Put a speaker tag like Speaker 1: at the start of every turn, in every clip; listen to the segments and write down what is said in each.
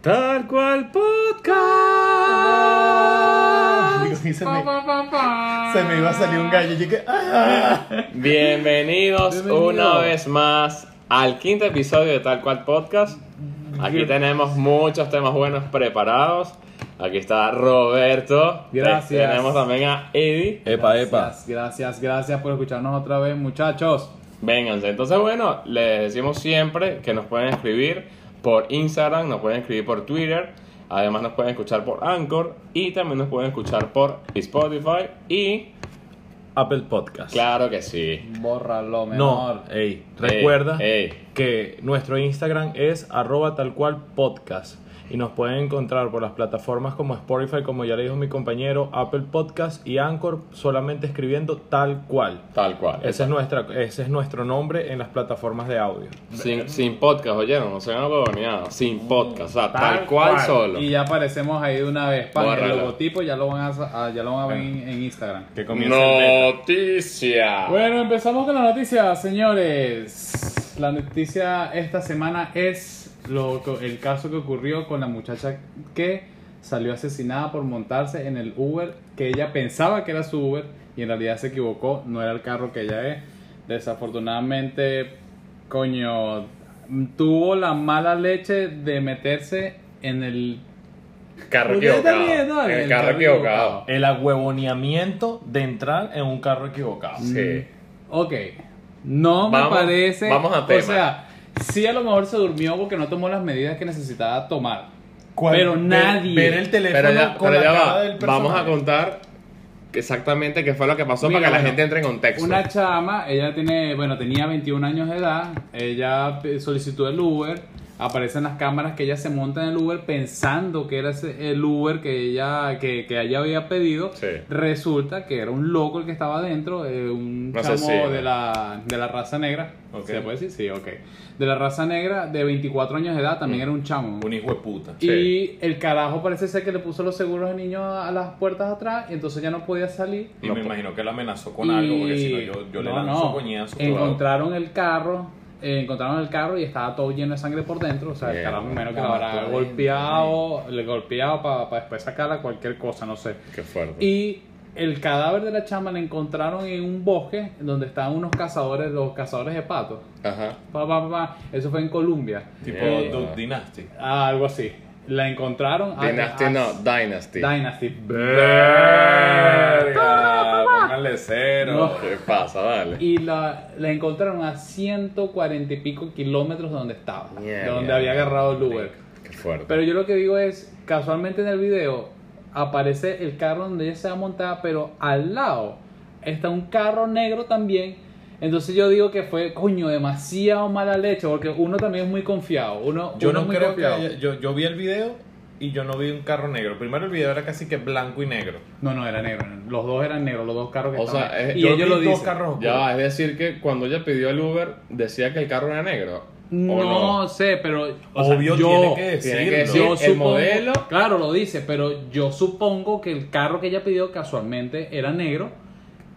Speaker 1: tal cual podcast.
Speaker 2: Digo, y se,
Speaker 3: Pa,
Speaker 2: me,
Speaker 3: pa, pa, pa.
Speaker 2: se me iba a salir un gallo. Yo que. ¡ah!
Speaker 1: Bienvenidos
Speaker 2: Bienvenido.
Speaker 1: una vez más al quinto episodio de Tal Cual Podcast. Aquí tenemos muchos temas buenos preparados. Aquí está Roberto.
Speaker 4: Gracias.
Speaker 1: Te- Tenemos también a Eddie.
Speaker 5: Epa, epa.
Speaker 4: Gracias, gracias, gracias por escucharnos otra vez, muchachos.
Speaker 1: Vénganse. Entonces, bueno, les decimos siempre que nos pueden escribir por Instagram, nos pueden escribir por Twitter. Además, nos pueden escuchar por Anchor y también nos pueden escuchar por Spotify. Y
Speaker 5: Apple Podcast.
Speaker 1: claro que sí.
Speaker 4: Bórralo, menor.
Speaker 5: No, Eh, ey, recuerda
Speaker 1: Ey, ey.
Speaker 5: que nuestro Instagram es arroba tal cual podcast. Y nos pueden encontrar por las plataformas como Spotify, como ya le dijo mi compañero, Apple Podcast y Anchor, solamente escribiendo tal cual.
Speaker 1: Tal cual.
Speaker 5: Ese es, nuestra, ese es nuestro nombre en las plataformas de audio.
Speaker 1: Sin, sin podcast, oyeron, no se van a huevonear. Sin podcast, o sea, tal,
Speaker 4: Tal
Speaker 1: cual, solo.
Speaker 4: Y ya aparecemos ahí de una vez. Pan, el
Speaker 1: Bórralo.
Speaker 4: logotipo ya lo van a, sa- ah, ya lo van a ver en, en Instagram.
Speaker 5: Que comience el
Speaker 1: Noticia.
Speaker 4: Bueno, empezamos con la noticia, señores. La noticia esta semana es lo, que- el caso que ocurrió con la muchacha que salió asesinada por montarse en el Uber que ella pensaba que era su Uber y en realidad se equivocó, no era el carro que ella es. Desafortunadamente, coño, tuvo la mala leche de meterse en el...
Speaker 1: Carro
Speaker 4: Ustedes
Speaker 1: equivocado.
Speaker 4: también, ¿no?
Speaker 1: El,
Speaker 4: El
Speaker 1: carro
Speaker 4: carro
Speaker 1: equivocado.
Speaker 5: El agüevoneamiento de entrar en un carro equivocado.
Speaker 1: Sí.
Speaker 4: Ok, no
Speaker 1: Vamos-
Speaker 4: me parece.
Speaker 1: vamos a
Speaker 4: O
Speaker 1: tema.
Speaker 4: sea, sí a lo mejor se durmió porque no tomó las medidas que necesitaba tomar.
Speaker 2: Cual-
Speaker 4: Pero
Speaker 2: ver-
Speaker 4: nadie.
Speaker 2: Ver el teléfono
Speaker 1: Pero ya,
Speaker 2: con
Speaker 1: pero
Speaker 2: la
Speaker 1: ya
Speaker 2: cara
Speaker 1: va.
Speaker 2: del personaje.
Speaker 1: Vamos a contar exactamente qué fue lo que pasó
Speaker 4: Mira,
Speaker 1: para que la
Speaker 4: bueno,
Speaker 1: gente entre en contexto.
Speaker 4: Una chama, ella tiene, bueno, tenía 21 años de edad, ella eh, solicitó el Uber, aparecen las cámaras que ella se monta en el Uber pensando que era ese- el Uber que ella, que, que ella había pedido.
Speaker 1: Sí.
Speaker 4: Resulta que era un loco el que estaba adentro, eh, un
Speaker 1: No sé
Speaker 4: chamo
Speaker 1: si-
Speaker 4: de, la, de la raza negra.
Speaker 5: Ok.
Speaker 4: ¿Se puede decir? Sí, ok. De la raza negra, de 24 años de edad,
Speaker 1: Mm.
Speaker 4: también era un chamo.
Speaker 5: Un hijo de puta.
Speaker 4: Y el carajo parece ser que le puso los seguros al niño a a las puertas atrás y entonces ya no podía salir.
Speaker 5: Y
Speaker 1: No,
Speaker 5: me
Speaker 1: po-
Speaker 5: imagino que la amenazó con
Speaker 4: Y-
Speaker 5: algo, porque si no, yo, yo le
Speaker 4: no,
Speaker 5: lanzo
Speaker 4: no.
Speaker 5: coñazo.
Speaker 4: Encontraron el carro, eh, encontraron el carro y estaba todo lleno de sangre por dentro. O sea,
Speaker 1: Bien.
Speaker 4: el carro menos que
Speaker 2: La
Speaker 4: lo habrá
Speaker 2: mató
Speaker 4: golpeado,
Speaker 5: eh.
Speaker 4: le golpeado para después sacarla cualquier cosa, no sé.
Speaker 1: Qué fuerte.
Speaker 4: Y el cadáver de la chama la encontraron en un bosque donde estaban unos cazadores, los cazadores de patos.
Speaker 1: Ajá.
Speaker 4: Pa, pa, pa, pa. Eso fue en Colombia,
Speaker 5: Tipo
Speaker 4: Eh.
Speaker 1: Mierda.
Speaker 5: Duck Dynasty.
Speaker 4: Ah, algo así. La encontraron. a-
Speaker 1: Dynasty
Speaker 4: a-
Speaker 1: no, Dynasty.
Speaker 4: Dynasty.
Speaker 5: Verga, pónganle cero.
Speaker 4: No.
Speaker 1: ¿Qué pasa? Dale.
Speaker 4: Y la, la encontraron a 140 y pico kilómetros de donde estaba,
Speaker 1: Yeah,
Speaker 4: de donde
Speaker 1: yeah.
Speaker 4: había agarrado el Uber.
Speaker 1: Qué fuerte.
Speaker 4: Pero yo lo que digo es, casualmente en el video aparece el carro donde ella se va a montar, pero al lado está un carro negro también. Entonces yo digo que fue, coño, demasiado mala leche, porque uno también es muy confiado. Uno,
Speaker 5: Yo no
Speaker 4: uno es muy
Speaker 5: creo que
Speaker 4: confiado.
Speaker 5: haya- yo, yo vi el video y yo no vi un carro negro. Primero el video era casi que blanco y negro.
Speaker 4: No, no, era negro. no. Los dos eran negros, los dos carros que
Speaker 1: O sea,
Speaker 4: estaban. ahí.
Speaker 1: eh,
Speaker 4: y
Speaker 1: yo
Speaker 4: ellos
Speaker 5: vi
Speaker 4: lo
Speaker 5: dos
Speaker 4: dicen.
Speaker 5: carros oscuros.
Speaker 1: Ya va, es decir que cuando ella pidió el Uber decía que el carro era negro. ¿o
Speaker 4: No, sé, pero o sea,
Speaker 5: Obvio
Speaker 4: yo,
Speaker 5: tiene que decirlo.
Speaker 1: Tiene que decir
Speaker 4: yo
Speaker 1: el
Speaker 4: supongo-
Speaker 1: modelo.
Speaker 4: Claro, lo dice, pero yo supongo que el carro que ella pidió casualmente era negro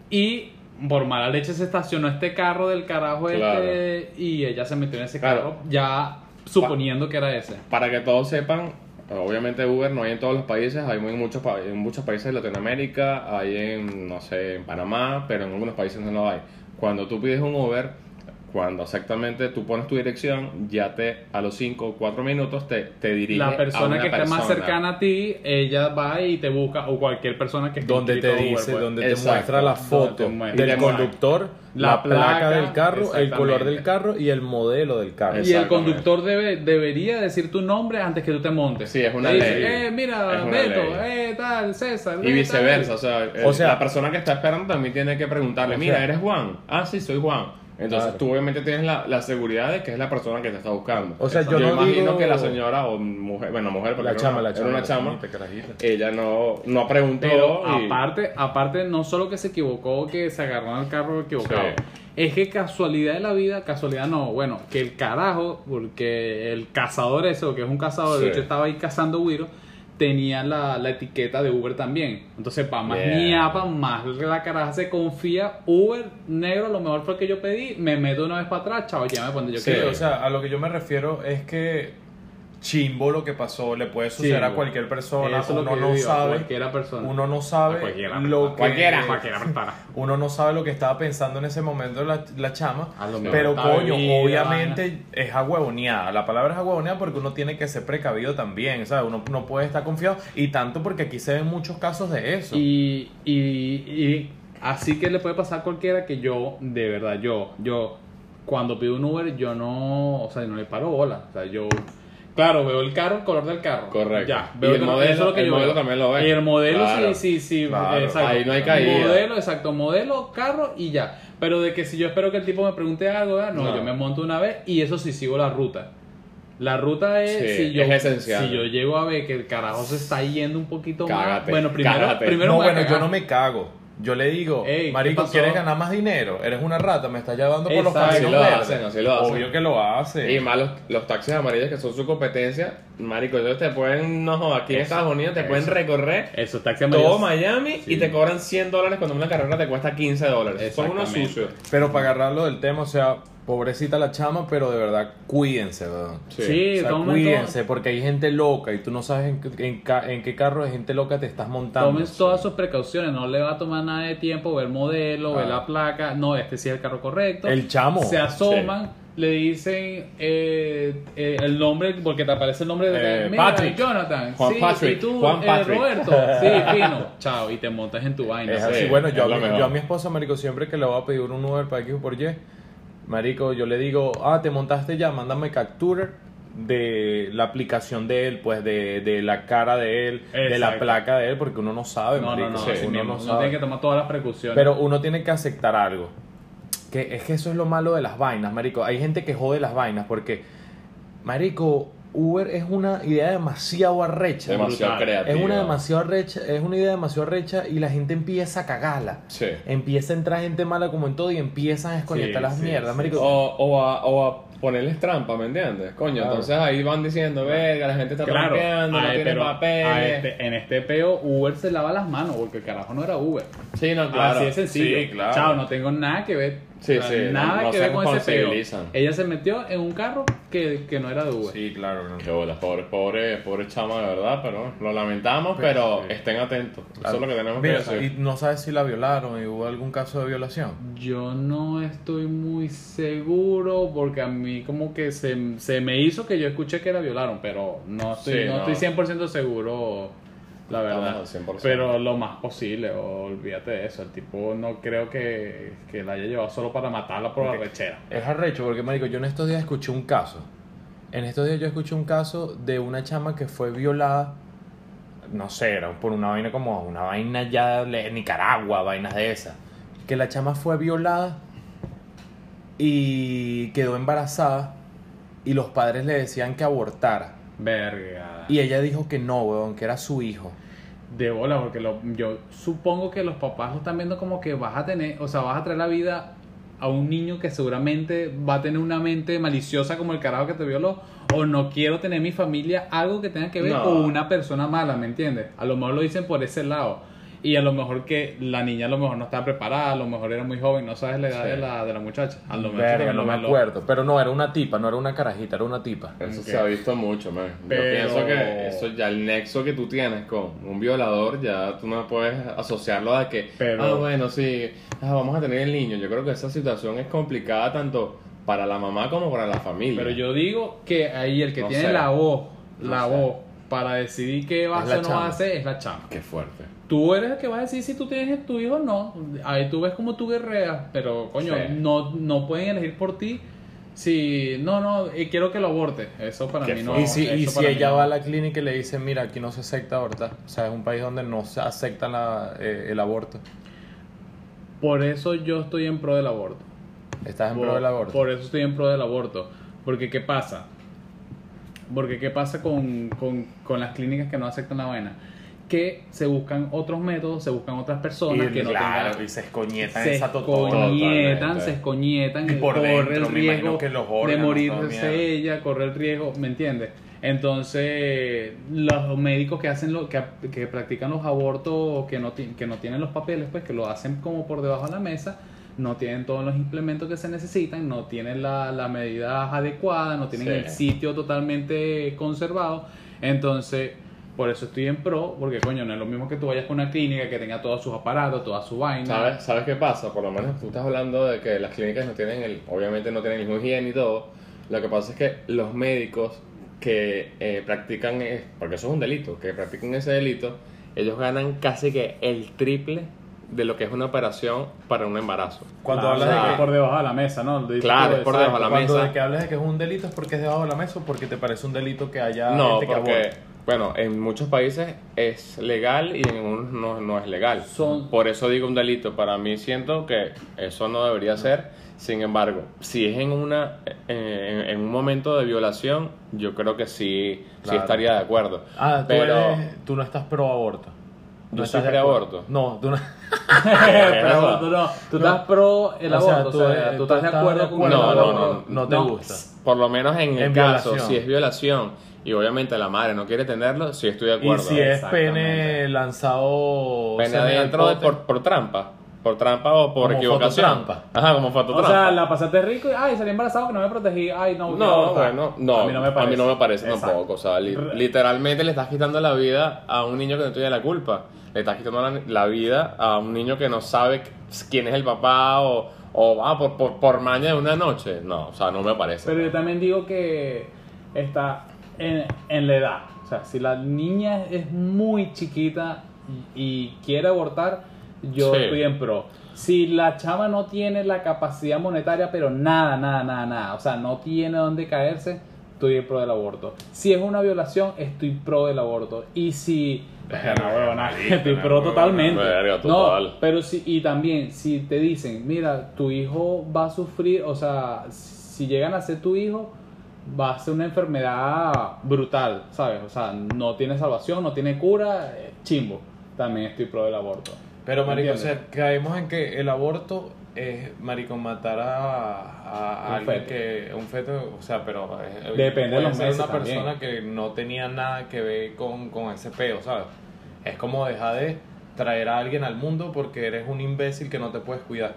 Speaker 4: y por mala leche se estacionó este carro del carajo
Speaker 1: Claro.
Speaker 4: este y ella se metió en ese
Speaker 1: Claro.
Speaker 4: carro ya suponiendo que era ese.
Speaker 1: Para que todos sepan, obviamente Uber no hay en todos los países, hay muy- en muchos, pa- en muchos países de Latinoamérica, hay en, no sé, en Panamá, pero en algunos países no lo hay. Cuando tú pides un Uber, cuando exactamente tú pones tu dirección, ya te, a los 5 o 4 minutos te, te dirige
Speaker 4: La
Speaker 1: a
Speaker 4: persona
Speaker 1: una
Speaker 4: que esté más
Speaker 1: persona.
Speaker 4: cercana a ti, ella va y te busca o cualquier persona que esté
Speaker 5: Donde te
Speaker 4: inscrita a Uber,
Speaker 5: dice,
Speaker 4: pues.
Speaker 5: donde te
Speaker 1: Exacto.
Speaker 5: muestra la
Speaker 4: Donde
Speaker 5: foto
Speaker 4: te muestra.
Speaker 5: del
Speaker 1: Exacto.
Speaker 5: conductor,
Speaker 4: La
Speaker 5: la, placa,
Speaker 4: placa,
Speaker 5: del carro, el color
Speaker 4: exactamente.
Speaker 5: del carro y el modelo del carro.
Speaker 4: Y el
Speaker 1: Exactamente.
Speaker 4: conductor debe, debería decir tu nombre antes que tú te montes.
Speaker 1: Sí, es una
Speaker 4: Le dice,
Speaker 1: ley.
Speaker 4: Eh, mira,
Speaker 1: Es una
Speaker 4: Beto,
Speaker 1: ley.
Speaker 4: eh, tal, César. eh,
Speaker 1: Y
Speaker 4: tal".
Speaker 1: viceversa, o sea, el-
Speaker 5: O sea-
Speaker 1: la persona que está esperando también tiene que preguntarle,
Speaker 5: O
Speaker 1: mira,
Speaker 5: sea-
Speaker 1: ¿eres Juan? Ah, sí, soy Juan. Entonces
Speaker 5: Claro.
Speaker 1: tú obviamente tienes la, la seguridad de que es la persona que te está buscando.
Speaker 5: O sea, yo no
Speaker 1: imagino
Speaker 5: digo-
Speaker 1: que la señora o mujer, bueno, mujer, porque
Speaker 5: La
Speaker 1: era
Speaker 5: chama,
Speaker 1: una-
Speaker 5: la chama.
Speaker 1: era una
Speaker 5: la
Speaker 1: chama,
Speaker 5: chamita, carajita.
Speaker 1: ella no, no preguntó.
Speaker 4: Pero
Speaker 1: y-
Speaker 4: aparte, aparte, no solo que se equivocó, que se agarró al carro equivocado.
Speaker 1: Sí.
Speaker 4: Es que casualidad de la vida, casualidad no, bueno, que el carajo, porque el cazador ese, o que es un cazador,
Speaker 1: Sí.
Speaker 4: de hecho estaba ahí cazando güiro, tenía la, la etiqueta de Uber también. Entonces, para más
Speaker 1: Bien.
Speaker 4: ñapa, más la caraja se confía, Uber negro, lo mejor fue que yo pedí, me meto una vez para atrás, chao, llévame cuando yo
Speaker 1: Sí,
Speaker 4: quiero.
Speaker 5: O sea, a lo que yo me refiero es que
Speaker 2: chimbo lo que pasó, le puede suceder a
Speaker 4: Chimbo.
Speaker 2: cualquier persona,
Speaker 4: Eso es lo
Speaker 2: uno
Speaker 4: que
Speaker 2: no
Speaker 4: yo digo, a
Speaker 2: sabe,
Speaker 4: cualquiera persona.
Speaker 2: uno no sabe
Speaker 1: A cualquiera,
Speaker 2: lo
Speaker 1: a
Speaker 2: que
Speaker 1: cualquiera, cualquiera persona.
Speaker 2: uno no sabe lo que estaba pensando en ese momento la, la chama,
Speaker 4: A lo mejor
Speaker 2: pero
Speaker 4: estaba
Speaker 2: coño,
Speaker 4: bebida,
Speaker 2: obviamente es agüeoneada, la palabra es agüeoneada porque uno tiene que ser precavido también, ¿sabes? Uno no puede estar confiado y tanto porque aquí se ven muchos casos de eso.
Speaker 4: Y, y, y así que le puede pasar a cualquiera que yo, de verdad, yo, yo, cuando pido un Uber, yo no, o sea, no le paro bola. O sea, yo, claro, veo el carro, el color del carro.
Speaker 1: Correcto.
Speaker 4: Ya,
Speaker 1: Y
Speaker 4: veo
Speaker 1: el
Speaker 4: color-
Speaker 1: modelo-
Speaker 4: eso es
Speaker 1: el
Speaker 4: yo
Speaker 1: modelo
Speaker 4: veo.
Speaker 1: también lo ves.
Speaker 4: Y el modelo,
Speaker 1: Claro.
Speaker 4: sí, sí, sí. eh,
Speaker 2: Claro,
Speaker 4: exacto.
Speaker 1: ahí no hay caída.
Speaker 4: Modelo, exacto, modelo, carro y ya. Pero de que si yo espero que el tipo me pregunte algo, ah, no,
Speaker 1: No.
Speaker 4: yo me monto una vez y eso sí sigo la ruta. La ruta es,
Speaker 1: Sí,
Speaker 4: si yo,
Speaker 1: es esencial.
Speaker 4: si yo llego a ver que el carajo se está yendo un poquito
Speaker 1: Cágate,
Speaker 4: más. Bueno, primero,
Speaker 1: cágate.
Speaker 4: primero
Speaker 2: no,
Speaker 4: me voy a
Speaker 2: bueno, yo
Speaker 4: cagar.
Speaker 2: no me cago. Yo le digo,
Speaker 4: Ey, ¿qué
Speaker 2: marico,
Speaker 4: pasó?
Speaker 2: ¿quieres ganar más dinero? Eres una rata, me estás llevando por los
Speaker 4: Exacto.
Speaker 2: caminos
Speaker 4: Así lo
Speaker 2: verdes.
Speaker 1: hacen, así lo hacen.
Speaker 2: Obvio que lo hace.
Speaker 1: Y más los, los taxis amarillos que son su competencia, marico, ellos te pueden, no, jodas, aquí en Estados Unidos te pueden recorrer
Speaker 4: Eso, taxi amarillo.
Speaker 1: todo Miami
Speaker 4: Sí.
Speaker 1: y te cobran 100 dólares cuando una carrera te cuesta 15 dólares. Son unos
Speaker 4: Exactamente.
Speaker 1: sucios.
Speaker 2: Pero para agarrarlo del tema, o sea, pobrecita la chama, pero de verdad, cuídense, weón.
Speaker 4: Sí,
Speaker 2: O sea,
Speaker 4: toma en todo-
Speaker 2: cuídense, porque hay gente loca y tú no sabes en, qué- en ca- en qué carro de gente loca te estás montando.
Speaker 4: Tomen todas sus precauciones, no le va a tomar nada de tiempo ver modelo, ver
Speaker 2: Ah.
Speaker 4: la placa, no, este sí es el carro correcto.
Speaker 2: El chamo.
Speaker 4: Se asoman, le dicen eh, eh, el nombre, porque te aparece el nombre de
Speaker 1: Eh,
Speaker 4: Mira,
Speaker 1: Patrick.
Speaker 4: Jonathan,
Speaker 1: Juan
Speaker 4: sí,
Speaker 1: Patrick,
Speaker 4: y tú,
Speaker 1: Juan
Speaker 4: eh,
Speaker 1: Patrick.
Speaker 4: Roberto, sí, fino, chao, y te montas en tu vaina.
Speaker 2: Es
Speaker 1: Sí,
Speaker 2: así. Bueno,
Speaker 1: es
Speaker 2: yo, a
Speaker 1: lo
Speaker 2: mi,
Speaker 1: mejor.
Speaker 2: yo a mi esposa, marico, siempre que le voy a pedir un Uber para X o por Y, marico, yo le digo, ah, te montaste ya, mándame captura de la aplicación de él, pues de, de la cara de él, de la
Speaker 4: Exacto.
Speaker 2: placa de él, porque uno no sabe,
Speaker 4: no,
Speaker 2: marico,
Speaker 4: no, no,
Speaker 2: sí,
Speaker 4: así
Speaker 2: uno
Speaker 4: mismo,
Speaker 2: no
Speaker 4: uno tiene que
Speaker 2: sabe.
Speaker 4: tomar todas las precauciones.
Speaker 2: Pero uno tiene que aceptar algo. Que es que eso es lo malo de las vainas, marico. Hay gente que jode las vainas porque, marico, Uber es una idea demasiado arrecha.
Speaker 1: Demasiado
Speaker 4: brutal.
Speaker 1: creativo.
Speaker 2: Es una demasiado recha, es una idea demasiado recha y la gente empieza a cagarla.
Speaker 1: Sí.
Speaker 2: Empieza a entrar gente mala como en todo y empiezan a desconectar
Speaker 4: Sí,
Speaker 2: las
Speaker 4: sí,
Speaker 2: mierdas,
Speaker 4: sí.
Speaker 2: marico.
Speaker 1: O, o, a, o a ponerles trampa, ¿me entiendes? Coño,
Speaker 2: Claro.
Speaker 1: entonces ahí van diciendo, verga, la gente está
Speaker 4: Claro,
Speaker 1: trampeando,
Speaker 4: a-
Speaker 1: no tiene
Speaker 4: pero a
Speaker 1: papeles.
Speaker 4: este- en este peo Uber se lava las manos porque el carajo no era Uber.
Speaker 1: Sí, no, claro.
Speaker 4: Así es sencillo.
Speaker 1: Sí, claro.
Speaker 4: Chao, no tengo nada que ver.
Speaker 1: Sí,
Speaker 4: O sea,
Speaker 1: sí,
Speaker 4: Nada
Speaker 1: no- no
Speaker 4: que
Speaker 1: se
Speaker 4: ver con ese peo.
Speaker 1: responsabilizan.
Speaker 4: Ella se metió en un carro que, que no era de Uber.
Speaker 2: Sí, claro. no.
Speaker 1: Qué bolas, pobre, pobre, pobre chama, de verdad, pero lo lamentamos,
Speaker 4: Pues,
Speaker 1: pero estén atentos. Eso es lo que tenemos
Speaker 2: Mira,
Speaker 1: que
Speaker 2: y
Speaker 1: decir.
Speaker 2: no sabes si la violaron y hubo algún caso de violación.
Speaker 4: Yo no estoy muy seguro porque a mí como que se, se me hizo que yo escuché que la violaron, pero no estoy,
Speaker 1: Sí,
Speaker 4: no
Speaker 1: no.
Speaker 4: estoy 100% seguro, la verdad.
Speaker 1: Estamos al 100%.
Speaker 4: Pero lo más posible, olvídate de eso. El tipo no creo que, que la haya llevado solo para matarla por la rechera.
Speaker 2: Es arrecho porque, marico, yo en estos días escuché un caso. En estos días yo escuché un caso de una chama que fue violada. No sé, era por una vaina como una vaina ya de Nicaragua, vainas de esas. Que la chama fue violada y quedó embarazada y los padres le decían que abortara.
Speaker 4: Verga.
Speaker 2: Y ella dijo que no, weón, que era su hijo.
Speaker 4: De bola, porque lo- yo supongo que los papás lo están viendo como que vas a tener, o sea, vas a traer la vida a un niño que seguramente va a tener una mente maliciosa como el carajo que te violó, o no quiero tener en mi familia algo que tenga que ver
Speaker 1: No.
Speaker 4: con una persona mala, ¿me entiendes? A lo mejor lo dicen por ese lado. Y a lo mejor que la niña a lo mejor no estaba preparada, a lo mejor era muy joven, no sabes la edad
Speaker 1: Sí.
Speaker 4: de, la, de la muchacha. A lo mejor
Speaker 2: Verga,
Speaker 4: se lo
Speaker 2: no me
Speaker 4: violó.
Speaker 2: acuerdo. Pero no, era una tipa, no era una carajita, era una tipa.
Speaker 1: Eso
Speaker 4: Ok.
Speaker 1: se ha visto mucho, man.
Speaker 4: Pero-
Speaker 1: Yo pienso que eso ya el nexo que tú tienes con un violador, ya tú no puedes asociarlo a que,
Speaker 4: Pero-
Speaker 1: ah, bueno, sí, ah, vamos a tener el niño. Yo creo que esa situación es complicada tanto para la mamá como para la familia.
Speaker 4: Pero yo digo que ahí el que
Speaker 1: No
Speaker 4: tiene
Speaker 1: sé.
Speaker 4: la voz, la
Speaker 1: sé.
Speaker 4: voz para decidir qué va a
Speaker 2: Es
Speaker 4: hacer o
Speaker 2: la
Speaker 4: no va a
Speaker 2: chama.
Speaker 4: hacer es la chama.
Speaker 1: Qué fuerte.
Speaker 4: Tú eres el que va a decir si tú tienes tu hijo o no. Ahí tú ves como tú guerreas, pero coño,
Speaker 1: Sí.
Speaker 4: no, no pueden elegir por ti si no, no, eh, quiero que lo aborte. Eso para
Speaker 1: Qué
Speaker 4: mí no.
Speaker 1: fuerte.
Speaker 2: y si, y
Speaker 4: eso
Speaker 2: si
Speaker 4: para mí
Speaker 2: ella
Speaker 4: no.
Speaker 2: va a la clínica y le dice, mira, aquí no se acepta abortar, o sea, es un país donde no se acepta la- eh, el aborto,
Speaker 4: Por eso yo estoy en pro del aborto.
Speaker 2: estás en
Speaker 4: por,
Speaker 2: pro del aborto.
Speaker 4: por eso estoy en pro del aborto. Porque ¿qué pasa? Porque ¿qué pasa con, con- con las clínicas que no aceptan la vaina? Que se buscan otros métodos, se buscan otras personas que no
Speaker 2: claro,
Speaker 4: tengan...
Speaker 2: y se escoñetan
Speaker 4: se
Speaker 2: esa totona.
Speaker 4: escoñetan,
Speaker 1: Totalmente.
Speaker 4: se escoñetan
Speaker 2: Y por
Speaker 4: corre
Speaker 2: dentro,
Speaker 4: el
Speaker 2: me imagino
Speaker 4: riesgo
Speaker 2: que los
Speaker 4: de
Speaker 2: órganos, toda mierda.
Speaker 4: morirse ella, corre el riesgo, ¿me entiendes? Entonces, los médicos que hacen lo, que, que practican los abortos que no, ti- que no tienen los papeles, pues que lo hacen como por debajo de la mesa, no tienen todos los implementos que se necesitan, no tienen la- las medidas adecuadas, no tienen
Speaker 1: Sí.
Speaker 4: el sitio totalmente conservado. Entonces, por eso estoy en pro, porque coño, no es lo mismo que tú vayas con una clínica que tenga todos sus aparatos, toda su vaina.
Speaker 1: ¿Sabes, ¿Sabes qué pasa? Por lo menos tú estás hablando de que las clínicas no tienen el, obviamente no tienen el mismo higiene y todo. Lo que pasa es que los médicos que eh, practican, eh, porque eso es un delito, que practican ese delito, ellos ganan casi que el triple de lo que es una operación para un embarazo.
Speaker 6: Cuando
Speaker 4: Ah, o
Speaker 6: hablas
Speaker 4: sea,
Speaker 6: de
Speaker 4: es
Speaker 6: que...
Speaker 4: por debajo de la mesa, ¿no? Dices
Speaker 1: Claro,
Speaker 4: tú,
Speaker 1: es por
Speaker 4: ¿sabes?
Speaker 1: debajo de la
Speaker 6: cuando
Speaker 1: mesa.
Speaker 6: de que hablas de que es un delito es porque es debajo de la mesa o porque te parece un delito que haya
Speaker 1: No,
Speaker 6: gente que
Speaker 1: porque,
Speaker 6: aborte.
Speaker 1: bueno, en muchos países es legal y en unos no, no es legal.
Speaker 4: Son-
Speaker 1: Por eso digo un delito. Para mí siento que eso no debería ser. Sin embargo, si es en, una, eh, en, en un momento de violación, yo creo que sí, sí
Speaker 6: Claro.
Speaker 1: estaría de acuerdo.
Speaker 2: Ah, tú,
Speaker 1: Pero
Speaker 2: eres- tú no estás pro aborto.
Speaker 1: Yo
Speaker 2: No
Speaker 1: soy
Speaker 2: estás de acuerdo.
Speaker 1: preaborto.
Speaker 2: No, tú no.
Speaker 4: Pero tú no, tú estás pro el
Speaker 2: O sea,
Speaker 4: aborto,
Speaker 2: tú
Speaker 4: o sea,
Speaker 2: eres-
Speaker 4: tú estás de acuerdo con el
Speaker 1: No, no,
Speaker 4: aborto.
Speaker 1: no, no.
Speaker 2: No te gusta.
Speaker 1: por lo menos en el
Speaker 2: En
Speaker 1: caso,
Speaker 2: violación.
Speaker 1: si es violación y obviamente la madre no quiere tenerlo, sí estoy de
Speaker 2: Y
Speaker 1: acuerdo.
Speaker 2: si es
Speaker 4: Exactamente.
Speaker 2: pene lanzado.
Speaker 1: Pena
Speaker 2: semen al
Speaker 1: adentro de
Speaker 2: pote.
Speaker 1: por, por trampa. Por trampa o por
Speaker 2: Como
Speaker 1: equivocación.
Speaker 2: fototrampa.
Speaker 1: Ajá, como
Speaker 4: O
Speaker 1: fototrampa.
Speaker 4: sea, la pasaste rico y, ay, salí embarazado que no me protegí, ay, no. voy a
Speaker 1: No,
Speaker 4: abortar.
Speaker 1: bueno, no, a mí no me parece,
Speaker 4: Exacto.
Speaker 1: tampoco. O sea, li-
Speaker 4: Re-
Speaker 1: literalmente le estás quitando la vida a un niño que no tiene la culpa. Le estás quitando la, la vida a un niño que no sabe quién es el papá o, o ah, por, por, por maña de una noche. No, o sea, no me parece.
Speaker 4: Pero yo también digo que está en, en la edad. O sea, si la niña es muy chiquita y quiere abortar, yo
Speaker 1: Sí.
Speaker 4: estoy en pro. Si la chama no tiene la capacidad monetaria, pero nada, nada, nada, nada, o sea, no tiene dónde caerse, estoy en pro del aborto. Si es una violación, estoy pro del aborto. Y si... No, huevona, estoy
Speaker 1: no,
Speaker 4: pro
Speaker 1: huevona.
Speaker 4: totalmente.
Speaker 1: Ah, Verga,
Speaker 4: No,
Speaker 1: total.
Speaker 4: pero si, y también, si te dicen, mira, tu hijo va a sufrir, o sea, si llegan a ser tu hijo, va a ser una enfermedad brutal, ¿sabes? O sea, no tiene salvación, no tiene cura, eh, chimbo. También estoy pro del aborto.
Speaker 2: Pero, marico, o
Speaker 4: ¿Entiendes?
Speaker 2: sea, caemos en que el aborto es, marico, matar a, a
Speaker 4: Un
Speaker 2: alguien
Speaker 4: feto.
Speaker 2: que... Un feto, o sea, pero... es-
Speaker 4: Depende de
Speaker 2: puede
Speaker 4: los
Speaker 2: ser
Speaker 4: meses
Speaker 2: una persona
Speaker 4: también.
Speaker 2: que no tenía nada que ver con, con ese peo, ¿sabes? Es como dejar de traer a alguien al mundo porque eres un imbécil que no te puedes cuidar.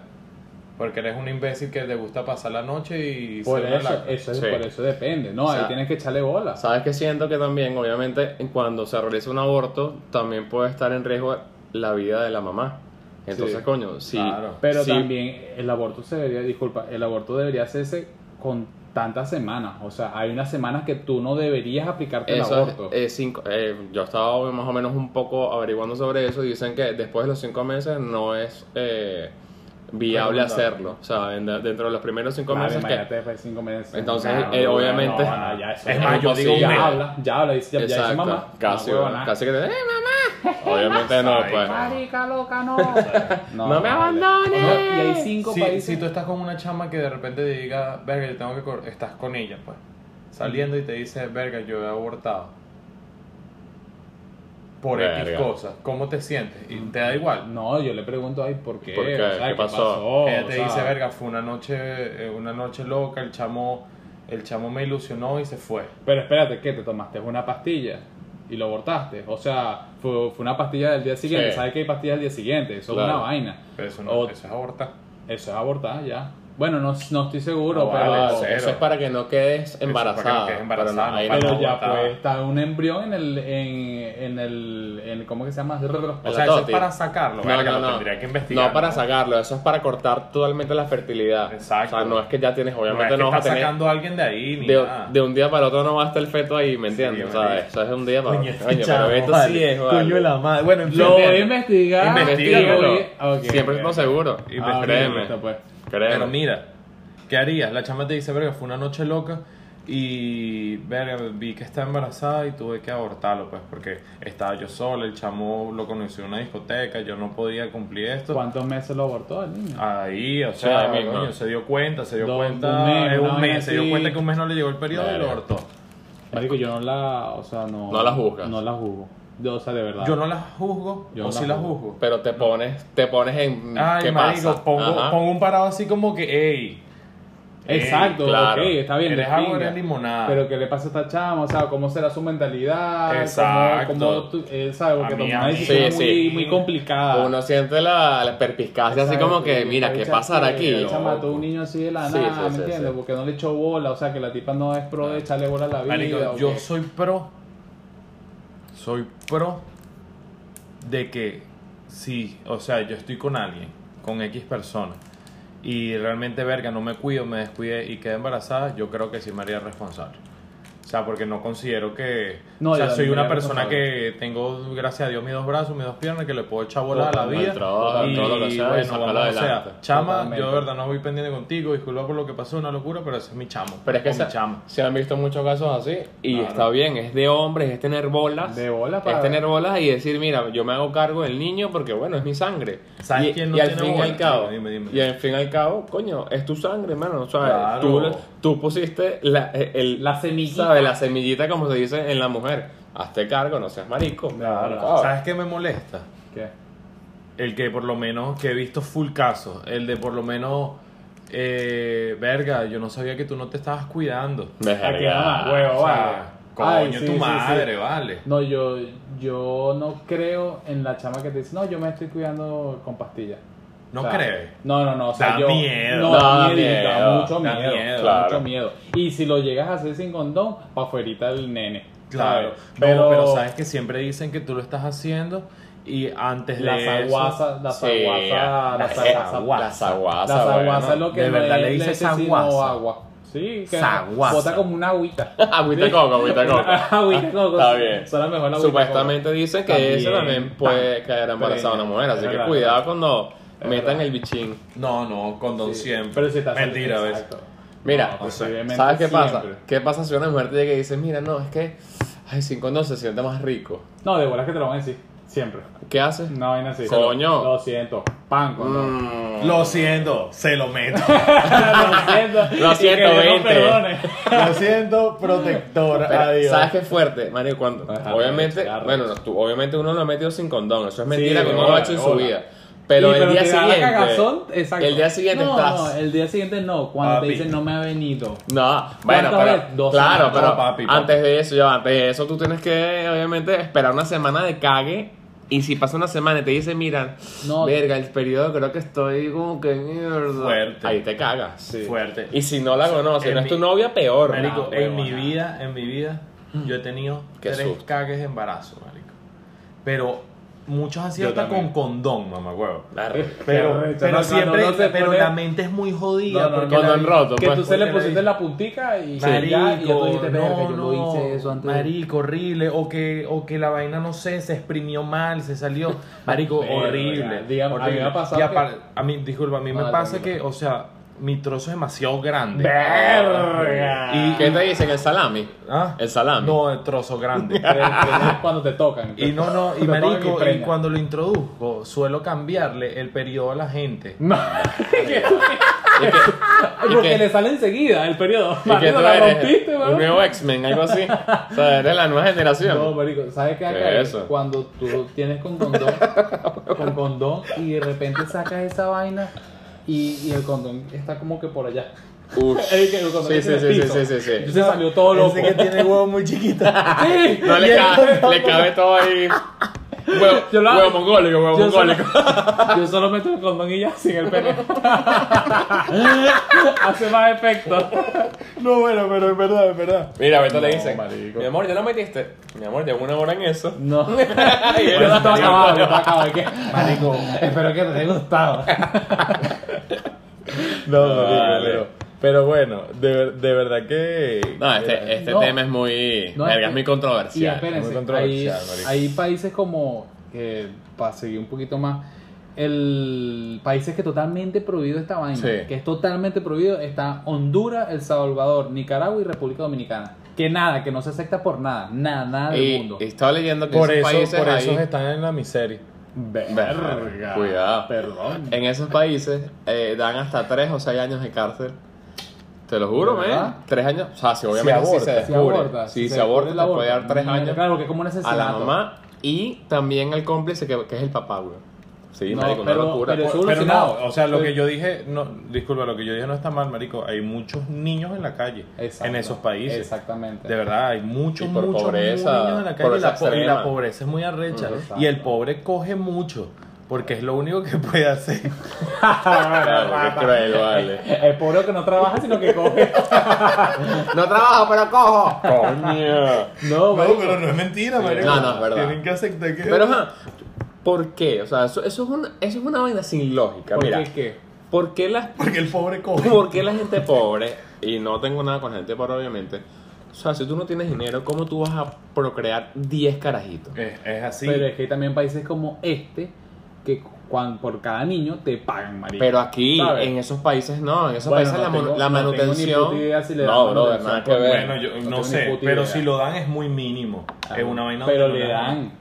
Speaker 2: Porque eres un imbécil que te gusta pasar la noche y...
Speaker 4: Por
Speaker 2: ser una
Speaker 4: eso,
Speaker 2: lacra.
Speaker 4: eso es-
Speaker 1: Sí.
Speaker 4: por eso depende, ¿no?
Speaker 1: O sea,
Speaker 4: Ahí tienes que echarle bola.
Speaker 1: Sabes que siento que también, obviamente, cuando se realiza un aborto, también puede estar en riesgo la vida de la mamá. Entonces,
Speaker 4: Sí.
Speaker 1: coño, sí.
Speaker 2: Claro.
Speaker 4: Pero
Speaker 1: sí,
Speaker 4: también el aborto se debería, disculpa, el aborto debería hacerse con tantas semanas. O sea, hay unas semanas que tú no deberías aplicarte el
Speaker 1: Eso es-
Speaker 4: aborto.
Speaker 1: es cinco- eh, yo estaba más o menos un poco averiguando sobre eso. y Dicen que después de los cinco meses no es eh, viable
Speaker 2: Recomendable.
Speaker 1: hacerlo. O sea, en- dentro de los primeros cinco
Speaker 4: Claro,
Speaker 1: meses
Speaker 4: imagínate
Speaker 1: que.
Speaker 4: después de cinco meses.
Speaker 1: Entonces,
Speaker 4: Claro,
Speaker 1: eh,
Speaker 4: no,
Speaker 1: obviamente-
Speaker 4: no, no, ya eso-
Speaker 2: Es más, yo
Speaker 4: sí,
Speaker 2: digo un mes.
Speaker 4: ya habla, ya habla, dice- ya, ya dice
Speaker 1: Exacto.
Speaker 4: mamá.
Speaker 1: Casi,
Speaker 2: Ah,
Speaker 4: no, huevona.
Speaker 1: casi que te. ¡Eh, mamá! Obviamente no, pues.
Speaker 4: Marica loca, no.
Speaker 1: No me abandones.
Speaker 4: No, y hay cinco
Speaker 2: si,
Speaker 4: países.
Speaker 2: si tú estás con una chama que de repente te diga, verga, yo tengo que. cor-", Estás con ella, pues. Saliendo y te dice, verga, yo he abortado. Por X
Speaker 1: Verga.
Speaker 2: cosas. ¿Cómo te sientes? Y te da igual.
Speaker 4: No, yo le pregunto, ay, ¿por qué?
Speaker 1: ¿Por qué?
Speaker 4: O sea,
Speaker 1: ¿Qué pasó?
Speaker 2: ella te
Speaker 4: O sea,
Speaker 2: dice, verga, fue una noche, eh, una noche loca, el chamo, el chamo me ilusionó y se fue.
Speaker 4: Pero espérate, ¿qué? ¿Te tomaste una pastilla? Y lo abortaste. O sea, fue, fue una pastilla del día siguiente.
Speaker 1: Sí.
Speaker 4: ¿Sabes que hay pastillas del día siguiente? Eso es
Speaker 1: Claro.
Speaker 4: una vaina.
Speaker 2: Pero eso no,
Speaker 4: O-
Speaker 2: eso es abortar.
Speaker 4: Eso es abortar, ya. Bueno, no, no estoy seguro,
Speaker 2: No
Speaker 4: pero...
Speaker 2: vale,
Speaker 1: Eso
Speaker 2: Cero.
Speaker 1: es para que no quedes embarazada.
Speaker 2: quedes embarazada,
Speaker 1: Pero no,
Speaker 2: no
Speaker 1: ahí
Speaker 2: para
Speaker 4: Pero
Speaker 1: no.
Speaker 4: ya
Speaker 2: abortar.
Speaker 4: pues está un embrión en el, en, en el, en- ¿cómo que se llama?
Speaker 2: O
Speaker 1: El
Speaker 2: sea, eso es
Speaker 1: toti.
Speaker 2: para sacarlo.
Speaker 1: No,
Speaker 2: verga,
Speaker 1: no,
Speaker 2: lo
Speaker 1: no.
Speaker 2: tendría que investigar.
Speaker 1: No para sacarlo, eso es para cortar totalmente la fertilidad.
Speaker 2: Exacto.
Speaker 1: O sea, no es que ya tienes,
Speaker 2: No,
Speaker 1: obviamente
Speaker 2: es que
Speaker 1: no, vas
Speaker 2: estás
Speaker 1: a tener.
Speaker 2: sacando a alguien de ahí, ni
Speaker 1: De,
Speaker 2: nada.
Speaker 1: de un día para otro no va a estar el feto ahí, ¿me entiendes? o sea,
Speaker 2: marico.
Speaker 1: eso es de un día para
Speaker 6: Coño,
Speaker 1: otro.
Speaker 6: este
Speaker 1: Coño, pero
Speaker 6: chamo,
Speaker 1: esto sí
Speaker 6: vale.
Speaker 1: es. vale.
Speaker 6: Coño de la madre. Bueno, en fin,
Speaker 4: Lo voy a
Speaker 6: verga.
Speaker 4: investigar.
Speaker 2: Investígalo.
Speaker 4: Lo voy a- ok.
Speaker 1: Siempre es más seguro.
Speaker 4: Ah, ok,
Speaker 1: créeme.
Speaker 4: listo, pues.
Speaker 1: créeme.
Speaker 2: Pero mira, ¿qué harías? La chama te dice, verga, fue una noche loca y verga, vi que está embarazada y tuve que abortarlo, pues, porque estaba yo sola, el chamo lo conocí en una discoteca, yo no podía cumplir esto.
Speaker 4: ¿Cuántos meses lo abortó el
Speaker 1: Ah.
Speaker 4: niño?
Speaker 2: Ahí, o sea,
Speaker 1: ahí mismo.
Speaker 2: coño, se dio cuenta, se dio
Speaker 4: Dos-
Speaker 2: cuenta,
Speaker 4: un mes,
Speaker 2: eh, un
Speaker 4: una vaina
Speaker 2: mes, se dio
Speaker 4: así.
Speaker 2: cuenta que un mes no le llegó el periodo y lo
Speaker 1: Verga.
Speaker 2: abortó.
Speaker 4: Marico, yo no la, o sea, no...
Speaker 1: No la juzgas.
Speaker 4: No la juzgo. Yo, o sea, de verdad.
Speaker 2: Yo no las juzgo,
Speaker 4: Yo
Speaker 2: o
Speaker 4: no
Speaker 2: sí
Speaker 4: las
Speaker 2: las
Speaker 4: juzgo.
Speaker 2: juzgo.
Speaker 1: Pero te pones, te pones en.
Speaker 2: Ay,
Speaker 1: ¿Qué
Speaker 2: marico,
Speaker 1: pasa?
Speaker 2: pongo,
Speaker 1: Ajá.
Speaker 2: pongo un parado así como que, ey,
Speaker 4: Exacto,
Speaker 7: claro.
Speaker 4: ok, está bien.
Speaker 2: Eres
Speaker 4: de
Speaker 2: agua,
Speaker 4: pinga.
Speaker 2: eres limonada.
Speaker 4: Pero ¿qué le pasa a esta chama? O sea, ¿cómo será su mentalidad? ¿Cómo-
Speaker 2: Exacto.
Speaker 4: cómo tú- él sabe, porque
Speaker 2: A mí,
Speaker 4: tomó
Speaker 2: a
Speaker 4: una
Speaker 2: mí.
Speaker 4: decisión
Speaker 1: Sí,
Speaker 4: muy,
Speaker 1: sí.
Speaker 4: muy complicada.
Speaker 1: Uno siente la, la perpiscacia así
Speaker 4: Exacto,
Speaker 1: como que,
Speaker 4: y
Speaker 1: mira,
Speaker 4: esta
Speaker 1: ¿qué
Speaker 4: bicha
Speaker 1: pasará
Speaker 4: que-
Speaker 1: aquí?
Speaker 4: La bicha
Speaker 1: No,
Speaker 4: mató a un niño así de la
Speaker 1: Sí,
Speaker 4: nada,
Speaker 1: sí,
Speaker 4: ¿me
Speaker 1: sí,
Speaker 4: entiendes?
Speaker 1: sí.
Speaker 4: Porque no le echó bola, o sea, que la tipa no es pro de echarle bola a la vida.
Speaker 2: Marico,
Speaker 4: ¿o
Speaker 2: yo
Speaker 4: qué?
Speaker 2: soy pro. Soy pro de que sí, o sea, yo estoy con alguien, con X persona, y realmente, verga, no me cuido, me descuide y quedé embarazada, yo creo que sí me haría responsable. O sea, porque no considero que.
Speaker 4: No,
Speaker 2: o sea,
Speaker 4: yo
Speaker 2: soy
Speaker 4: me
Speaker 2: una
Speaker 4: haría
Speaker 2: persona que tengo, gracias a Dios, mis dos brazos, mis dos piernas, que le puedo echar bola a la
Speaker 1: Con
Speaker 2: vida.
Speaker 1: el trabajo,
Speaker 2: y,
Speaker 1: todo lo que sea, y
Speaker 2: bueno,
Speaker 1: sacarlo
Speaker 2: cuando, o sea,
Speaker 1: adelante.
Speaker 2: chama,
Speaker 4: Totalmente.
Speaker 2: yo de verdad no voy pendiente contigo, disculpa por lo que pasó, una locura, pero ese es mi chamo.
Speaker 1: Pero es que
Speaker 2: o mi
Speaker 1: se,
Speaker 2: chamo.
Speaker 1: se han visto muchos casos así y
Speaker 2: Claro.
Speaker 1: está bien, es de hombres, es tener bolas.
Speaker 4: De bolas para-
Speaker 1: Es tener bolas y decir, mira, yo me hago cargo del niño porque, bueno, es mi sangre.
Speaker 2: ¿Sabes
Speaker 1: y,
Speaker 2: quién no
Speaker 1: y al
Speaker 2: tiene
Speaker 1: fin y al
Speaker 2: bolas?
Speaker 1: cabo,
Speaker 2: Dime, dime.
Speaker 1: y al fin y al cabo, coño, es tu sangre, hermano. O sea,
Speaker 2: Claro.
Speaker 1: tú, tú pusiste la, eh, el-
Speaker 4: La semillita.
Speaker 1: ¿sabes? la semillita, como se dice en la mujer. Hazte cargo, no seas marico.
Speaker 4: Claro.
Speaker 1: Cabo.
Speaker 2: ¿Sabes qué me molesta?
Speaker 4: ¿Qué?
Speaker 2: El que por lo menos, que he visto full casos, el de por lo menos, eh, verga, yo no sabía que tú no te estabas cuidando.
Speaker 1: Verga.
Speaker 4: Aquí nada más, huevo,
Speaker 2: O
Speaker 4: vale.
Speaker 2: sea,
Speaker 4: Ay,
Speaker 2: coño,
Speaker 4: sí,
Speaker 2: tu
Speaker 4: sí, sí.
Speaker 2: madre, vale.
Speaker 4: No, yo, yo no creo en la chama que te dice, no, yo me estoy cuidando con pastillas.
Speaker 2: ¿No
Speaker 4: O sea,
Speaker 2: crees?
Speaker 4: No, no, no. O sea,
Speaker 2: Da
Speaker 4: yo,
Speaker 2: miedo.
Speaker 4: No,
Speaker 1: Da
Speaker 4: da miedo. Da
Speaker 1: miedo,
Speaker 4: mucho
Speaker 2: da
Speaker 4: miedo.
Speaker 2: miedo,
Speaker 4: da
Speaker 1: claro.
Speaker 4: Mucho miedo. Y si lo llegas a hacer sin condón, pa' fuerita el nene.
Speaker 2: Claro.
Speaker 4: ¿sabes?
Speaker 2: No, Pero, sabes que siempre dicen que tú lo estás haciendo y antes de
Speaker 4: La
Speaker 2: eso-
Speaker 4: saguaza, la
Speaker 1: Sí, ah,
Speaker 4: saguaza, la
Speaker 2: la
Speaker 4: saguaza.
Speaker 2: sagua-
Speaker 1: La saguaza.
Speaker 4: La
Speaker 1: bueno.
Speaker 4: saguaza es lo que
Speaker 2: de
Speaker 4: no
Speaker 2: verdad
Speaker 4: es
Speaker 2: le dice
Speaker 4: leche, sino
Speaker 2: saguaza.
Speaker 4: agua. Sí, que
Speaker 2: Saguaza.
Speaker 4: bota como una agüita.
Speaker 1: Agüita de coco, agüita de coco.
Speaker 4: agüita con
Speaker 1: Está bien.
Speaker 4: Son las mejores agüitas
Speaker 1: Supuestamente dicen que eso
Speaker 4: También,
Speaker 1: también puede caer embarazada una mujer, así
Speaker 4: es
Speaker 1: que
Speaker 4: verdad.
Speaker 1: cuidado cuando
Speaker 4: Es
Speaker 1: metan
Speaker 4: verdad.
Speaker 1: el bichín.
Speaker 2: No, no, condón siempre.
Speaker 4: Pero si estás
Speaker 2: Mentira, pues, ¿ves?
Speaker 4: exacto.
Speaker 1: Mira,
Speaker 4: No, obviamente
Speaker 1: ¿sabes qué pasa?
Speaker 4: siempre.
Speaker 1: ¿Qué pasa si una mujer te llega y dice, mira, no, es que ay, sin condón se siente más rico?
Speaker 4: No, de bolas que te lo van a decir. Siempre.
Speaker 1: ¿Qué haces?
Speaker 4: Una vaina así.
Speaker 1: Coño.
Speaker 4: Lo siento. Pan condón.
Speaker 1: Mm,
Speaker 2: Lo siento, se lo meto.
Speaker 4: lo siento.
Speaker 1: Lo siento,
Speaker 4: Y que Dios nos
Speaker 1: 20.
Speaker 4: perdone.
Speaker 2: lo siento, protector,
Speaker 1: pero,
Speaker 2: adiós.
Speaker 1: ¿Sabes qué fuerte, Mario? Cuando,
Speaker 4: Ajá,
Speaker 1: obviamente,
Speaker 4: cigarros.
Speaker 1: bueno, no, tú- obviamente uno lo ha metido sin condón, eso es mentira
Speaker 4: Sí,
Speaker 1: que
Speaker 4: de
Speaker 1: uno lo ha
Speaker 4: bola,
Speaker 1: hecho en
Speaker 4: de
Speaker 1: su
Speaker 4: bola.
Speaker 1: vida. Pero
Speaker 4: Y-
Speaker 1: el día
Speaker 4: te da la cagazón,
Speaker 1: siguiente,
Speaker 4: exacto.
Speaker 1: el día siguiente
Speaker 4: no,
Speaker 1: estás...
Speaker 4: No, el día siguiente no. Cuando te
Speaker 2: Papi.
Speaker 4: dicen no me ha venido.
Speaker 1: No, bueno,
Speaker 4: ¿Cuántas veces?
Speaker 1: pero,
Speaker 4: Dos
Speaker 1: claro,
Speaker 4: semanas.
Speaker 1: pero
Speaker 2: No, papi, papi.
Speaker 1: antes de eso, ya, antes de eso, tú tienes que, obviamente, esperar una semana de cague. Y si pasa una semana y te dice, mira,
Speaker 4: No.
Speaker 1: verga, el periodo creo que estoy como que mierda.
Speaker 2: Fuerte.
Speaker 1: Ahí te cagas.
Speaker 2: Fuerte.
Speaker 1: Y si no la conoces,
Speaker 2: en
Speaker 1: no es tu
Speaker 2: mi-
Speaker 1: novia, peor.
Speaker 2: Marico,
Speaker 1: No,
Speaker 2: en mi
Speaker 1: huevona.
Speaker 2: vida, en mi vida,
Speaker 4: Mm.
Speaker 2: yo he tenido
Speaker 1: Qué
Speaker 2: tres
Speaker 1: susto.
Speaker 2: cagues de embarazo, marico. Pero muchos han sido
Speaker 4: Yo
Speaker 2: hasta con
Speaker 4: también.
Speaker 2: condón, mamá huevo.
Speaker 1: Claro.
Speaker 2: Pero,
Speaker 4: arrecho, no,
Speaker 2: pero
Speaker 4: cuando
Speaker 2: siempre,
Speaker 4: uno se
Speaker 2: pero
Speaker 4: pone-
Speaker 2: la mente es muy jodida.
Speaker 4: No, no,
Speaker 2: porque
Speaker 4: no,
Speaker 2: la-
Speaker 1: Condón roto,
Speaker 4: Que
Speaker 1: pues.
Speaker 4: tú se le
Speaker 2: porque le
Speaker 4: pusiste
Speaker 2: dije-
Speaker 4: la puntica y,
Speaker 2: Sí.
Speaker 4: ya, y ya tú dijiste, verga, yo
Speaker 2: no, no,
Speaker 4: no hice eso antes.
Speaker 2: Marico, horrible. O que, o que la vaina, no sé, se exprimió mal, se salió. Marico,
Speaker 4: Verga,
Speaker 2: horrible.
Speaker 4: digamos, a mí me
Speaker 2: horrible.
Speaker 4: ha pasado
Speaker 2: Y apar-
Speaker 4: que-
Speaker 2: a mí, disculpa, a mí me
Speaker 4: Ah,
Speaker 2: pasa
Speaker 4: tranquilo.
Speaker 2: que, o sea, mi trozo es demasiado grande.
Speaker 4: Verga.
Speaker 1: ¿Y qué te dicen? ¿El salami?
Speaker 2: ¿Ah?
Speaker 1: El salami.
Speaker 2: No, el trozo grande.
Speaker 4: Pero- pero es pues, cuando te tocan. pues,
Speaker 2: Y no, no, y
Speaker 4: Te tocan
Speaker 2: marico, y
Speaker 4: preñan.
Speaker 2: cuando lo introduzco, suelo cambiarle el periodo a la gente.
Speaker 4: No.
Speaker 1: ¿Y qué, ¿Y
Speaker 4: Porque
Speaker 1: qué?
Speaker 4: le sale enseguida el periodo.
Speaker 1: y qué
Speaker 4: Marico,
Speaker 1: tú
Speaker 4: la
Speaker 1: eres?
Speaker 4: rompiste,
Speaker 1: ¿Un
Speaker 4: weón.
Speaker 1: nuevo X-Men? Algo así. O sea, eres la nueva generación.
Speaker 4: No, marico, ¿sabes qué
Speaker 1: ¿Qué
Speaker 4: acá
Speaker 1: es eso?
Speaker 4: Cuando tú tienes con condón, con condón y de repente sacas esa vaina y, y el condón está como que por allá.
Speaker 1: Ush.
Speaker 4: El que- el condón
Speaker 1: Sí,
Speaker 4: que
Speaker 1: sí,
Speaker 4: tiene
Speaker 1: sí, sí,
Speaker 4: pito.
Speaker 1: sí, sí, sí.
Speaker 4: Entonces salió todo loco.
Speaker 2: tiene huevo muy chiquito.
Speaker 4: Sí.
Speaker 1: No le, cabe, le cabe todo ahí. Huevo,
Speaker 4: Yo lo-
Speaker 1: huevo mongólico, huevo
Speaker 4: Yo solo,
Speaker 1: mongólico.
Speaker 4: yo solo meto el condón y ya sin el pene. Hace más efecto.
Speaker 2: No, bueno, pero es verdad, es verdad.
Speaker 1: Mira, ahorita le dicen,
Speaker 4: marico.
Speaker 1: mi amor, ya lo metiste. Mi amor, llevo una hora en eso.
Speaker 4: No.
Speaker 1: Ay,
Speaker 4: Yo
Speaker 1: era-
Speaker 4: no estaba acabado, yo estaba acabado. ¿qué? Marico, espero que te haya gustado.
Speaker 7: No, no,
Speaker 1: Vale.
Speaker 7: pero, pero bueno, de, ver- de verdad que...
Speaker 1: No, este, este
Speaker 4: No.
Speaker 1: tema es muy.
Speaker 4: No,
Speaker 1: verga,
Speaker 4: es
Speaker 1: es
Speaker 4: que-
Speaker 1: muy
Speaker 4: Y
Speaker 1: controversial.
Speaker 7: muy
Speaker 4: espérense, hay,
Speaker 7: controversial, marico.
Speaker 4: hay países como, eh, para seguir un poquito más, el países que totalmente prohibido esta vaina,
Speaker 1: Sí.
Speaker 4: que es totalmente prohibido, está Honduras, El Salvador, Nicaragua y República Dominicana. Que nada, que no se acepta por nada, nada, nada del
Speaker 1: Y,
Speaker 4: mundo.
Speaker 1: y estaba leyendo que
Speaker 7: Por
Speaker 1: esos
Speaker 7: eso,
Speaker 1: países
Speaker 7: por eso
Speaker 1: ahí-
Speaker 7: están en la miseria.
Speaker 1: Verga. Cuidado.
Speaker 4: Perdón.
Speaker 1: en esos países eh, dan hasta 3 o 6 años de cárcel. Te lo juro,
Speaker 4: ¿Verdad?
Speaker 1: men. 3 años. O sea, si obviamente si se
Speaker 7: aborta.
Speaker 4: Si
Speaker 1: descubre.
Speaker 4: aborta,
Speaker 1: si se,
Speaker 4: descubre
Speaker 1: aborta,
Speaker 4: el
Speaker 1: te puede dar
Speaker 4: aborto.
Speaker 1: 3 años
Speaker 4: Claro, que es como un
Speaker 1: a
Speaker 4: asesinato.
Speaker 1: la mamá y también al cómplice que, que es el papá, güey. Sí,
Speaker 4: No,
Speaker 1: marico,
Speaker 4: pero-
Speaker 1: una locura.
Speaker 4: pero-
Speaker 2: Por- Pero no,
Speaker 4: alucinado.
Speaker 2: o sea, lo
Speaker 4: Sí.
Speaker 2: que yo dije, no, disculpa, lo que yo dije no está mal, marico. Hay muchos niños en la calle,
Speaker 4: Exacto,
Speaker 2: en esos países.
Speaker 4: Exactamente.
Speaker 2: De verdad, hay muchos,
Speaker 1: Y por
Speaker 2: muchos
Speaker 1: pobreza,
Speaker 2: niños en la calle y
Speaker 1: pobreza
Speaker 2: la, po- y la
Speaker 1: extrema.
Speaker 2: pobreza es muy arrecha.
Speaker 4: Ujú.
Speaker 2: Y el pobre coge mucho, porque es lo único que puede hacer.
Speaker 1: Claro, qué cruel, vale.
Speaker 4: El pobre que no trabaja, sino que coge.
Speaker 1: No trabajo, pero cojo. Coño.
Speaker 4: No,
Speaker 2: No, pero no es mentira, marico.
Speaker 1: No, no, es verdad.
Speaker 2: Tienen que aceptar que...
Speaker 1: Pero, ajá, ¿por qué? O sea, eso, eso es una, eso es una vaina sin lógica.
Speaker 4: ¿Por
Speaker 1: Mira,
Speaker 4: qué qué?
Speaker 1: ¿por qué las
Speaker 2: Porque el pobre coge.
Speaker 1: ¿Por qué la gente pobre? Y no tengo nada con la gente pobre, obviamente. O sea, si tú no tienes dinero, ¿cómo tú vas a procrear 10 carajitos?
Speaker 2: Es, es así.
Speaker 4: Pero es que hay también países como este que cuan- por cada niño te pagan, marico.
Speaker 1: Pero aquí,
Speaker 4: ¿Sabes?
Speaker 1: en esos países no, en esos
Speaker 4: Bueno,
Speaker 1: países
Speaker 4: no
Speaker 1: la, mon-
Speaker 4: tengo-
Speaker 1: la
Speaker 4: no tengo ni
Speaker 1: manutención.
Speaker 4: puta idea si le dan
Speaker 1: no, brother,
Speaker 4: manutención
Speaker 1: nada que
Speaker 4: por-
Speaker 1: ver.
Speaker 2: bueno, yo no,
Speaker 4: No tengo ni
Speaker 2: sé,
Speaker 4: puta
Speaker 2: pero
Speaker 4: idea. Ah,
Speaker 2: si lo dan es muy mínimo. es una vaina
Speaker 4: Pero
Speaker 2: donde
Speaker 4: le
Speaker 2: no
Speaker 4: dan.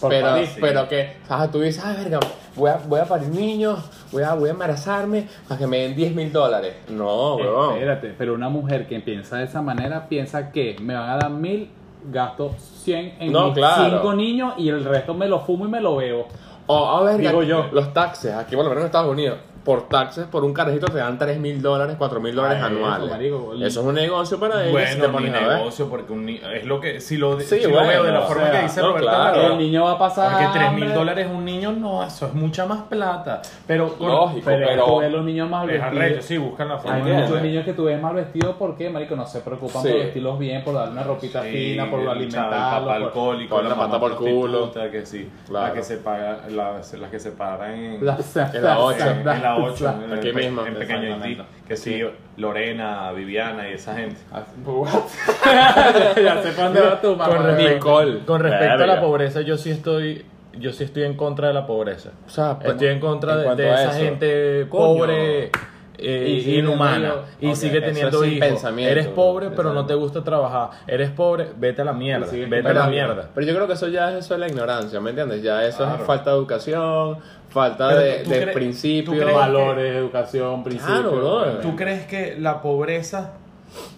Speaker 4: por
Speaker 1: Pero,
Speaker 4: país.
Speaker 1: pero que, o sea, tú dices, ah, verga, voy a, voy a parir niños, voy a, voy a embarazarme para que me den 10 mil dólares. No, weón.
Speaker 4: eh, Espérate, pero una mujer que piensa de esa manera piensa que me van a dar mil, gasto 100 en
Speaker 1: No,
Speaker 4: mis
Speaker 1: claro.
Speaker 4: cinco niños y el resto me lo fumo y me lo bebo.
Speaker 1: O, a ver,
Speaker 4: Digo yo.
Speaker 1: los taxes, aquí por lo menos en Estados Unidos, por taxes, por un carajito te dan 3 mil dólares, 4 mil dólares
Speaker 4: Ah, eso,
Speaker 1: anuales.
Speaker 4: marico.
Speaker 1: Eso es un negocio para ellos. si te
Speaker 2: Bueno, mi
Speaker 1: pones a ver.
Speaker 2: negocio, porque un ni- es lo que. Si lo,
Speaker 1: Sí,
Speaker 2: si lo
Speaker 1: bueno,
Speaker 2: veo de la
Speaker 1: o
Speaker 2: forma
Speaker 4: sea,
Speaker 2: que dice
Speaker 1: no,
Speaker 2: Roberto,
Speaker 1: claro.
Speaker 2: la verdad,
Speaker 4: El niño va a pasar.
Speaker 2: Porque 3 mil
Speaker 4: hambre.
Speaker 2: dólares un niño, no, eso es mucha más plata. Pero.
Speaker 1: Lógico,
Speaker 4: Pero,
Speaker 1: pero-
Speaker 4: tú ves los niños mal
Speaker 2: Es arrecho,
Speaker 4: vestidos.
Speaker 2: sí, buscan la forma.
Speaker 4: Hay
Speaker 2: de-
Speaker 4: muchos niños que tú ves mal vestidos porque, marico, no se preocupan
Speaker 1: Sí.
Speaker 4: por vestirlos bien, por darle una ropita
Speaker 2: Sí,
Speaker 4: fina, por
Speaker 2: el chavo, El
Speaker 4: alimentarlos.
Speaker 2: papá
Speaker 4: por-
Speaker 2: alcohólico,
Speaker 1: por
Speaker 2: la
Speaker 1: la
Speaker 2: mamá
Speaker 1: pata por culo.
Speaker 2: prostituta, que sí.
Speaker 1: Claro.
Speaker 2: La que se paga, las, las que se paran en.
Speaker 4: Las-
Speaker 1: En la ocho,
Speaker 2: en la 8,
Speaker 4: las-
Speaker 2: en,
Speaker 1: Aquí
Speaker 2: el pe-
Speaker 1: mismo,
Speaker 2: en pequeño Haití, que sí, Lorena, Viviana y esa gente.
Speaker 4: ya sé para dónde va tu mamá.
Speaker 1: Nicole.
Speaker 8: Con respecto a la
Speaker 1: Verga.
Speaker 8: pobreza, yo sí estoy yo sí estoy en contra de la pobreza.
Speaker 1: O sea, pues,
Speaker 8: Pues Estoy en contra de-
Speaker 1: cuanto
Speaker 8: de,
Speaker 1: a
Speaker 8: esa
Speaker 1: eso.
Speaker 8: gente pobre, eh,
Speaker 4: Y sigue
Speaker 8: inhumana,
Speaker 4: teniendo-
Speaker 8: y
Speaker 1: Ok,
Speaker 8: sigue
Speaker 1: eso es
Speaker 8: teniendo
Speaker 1: sin
Speaker 8: hijos.
Speaker 1: pensamiento,
Speaker 8: Eres pobre,
Speaker 1: bro.
Speaker 8: pero no te gusta trabajar. Eres pobre, vete a la mierda.
Speaker 4: Y sigue
Speaker 8: Vete a
Speaker 1: Pero,
Speaker 8: la
Speaker 4: teniendo
Speaker 8: mierda.
Speaker 1: pero yo creo que eso ya es eso de la ignorancia, ¿me entiendes? Ya eso
Speaker 2: Claro.
Speaker 1: es falta de educación, falta
Speaker 2: Pero
Speaker 1: de,
Speaker 2: tú- tú
Speaker 1: de
Speaker 2: crees-
Speaker 1: principios.
Speaker 2: tú crees-
Speaker 4: Valores, educación, principios.
Speaker 1: Claro, brother.
Speaker 2: ¿Tú crees que la pobreza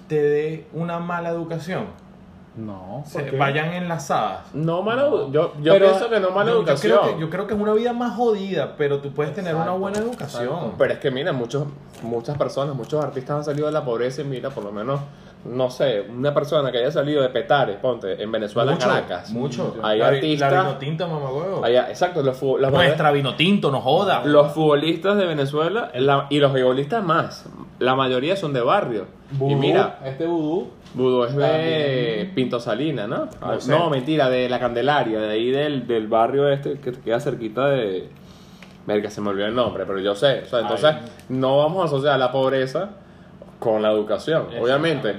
Speaker 2: te dé una mala educación?
Speaker 4: No,
Speaker 2: Se-
Speaker 4: porque
Speaker 2: Vayan enlazadas.
Speaker 1: No mala edu- yo, yo
Speaker 4: Pero-
Speaker 1: pienso que no mala
Speaker 2: yo, yo
Speaker 1: educación.
Speaker 2: creo que, yo creo que es una vida más jodida, pero tú puedes tener una
Speaker 4: Exacto,
Speaker 2: buena educación.
Speaker 1: Pero es que mira, muchos, muchas personas, muchos artistas han salido de la pobreza y mira, por lo menos, no sé, una persona que haya salido de Petare, ponte, en Venezuela,
Speaker 2: mucho,
Speaker 1: Caracas.
Speaker 2: Mucho.
Speaker 1: Hay
Speaker 2: la, vi-
Speaker 1: artistas-
Speaker 2: La vinotinta, mamá huevo.
Speaker 1: Allá, exacto, los, fu- las
Speaker 2: Nuestra vinotinto, no joda.
Speaker 1: Los futbolistas de Venezuela la- y los beisbolistas más, la mayoría son de barrio. y
Speaker 4: Vudú,
Speaker 1: mira,
Speaker 4: este vudú.
Speaker 1: Vudú es de
Speaker 4: También.
Speaker 1: Pinto Salina, ¿no? Ah,
Speaker 2: sé.
Speaker 1: No, mentira, de La Candelaria, de ahí del, del barrio este que queda cerquita de... Verga, se me olvidó el nombre, pero yo sé. O sea, entonces, no vamos a asociar la pobreza con la educación, obviamente.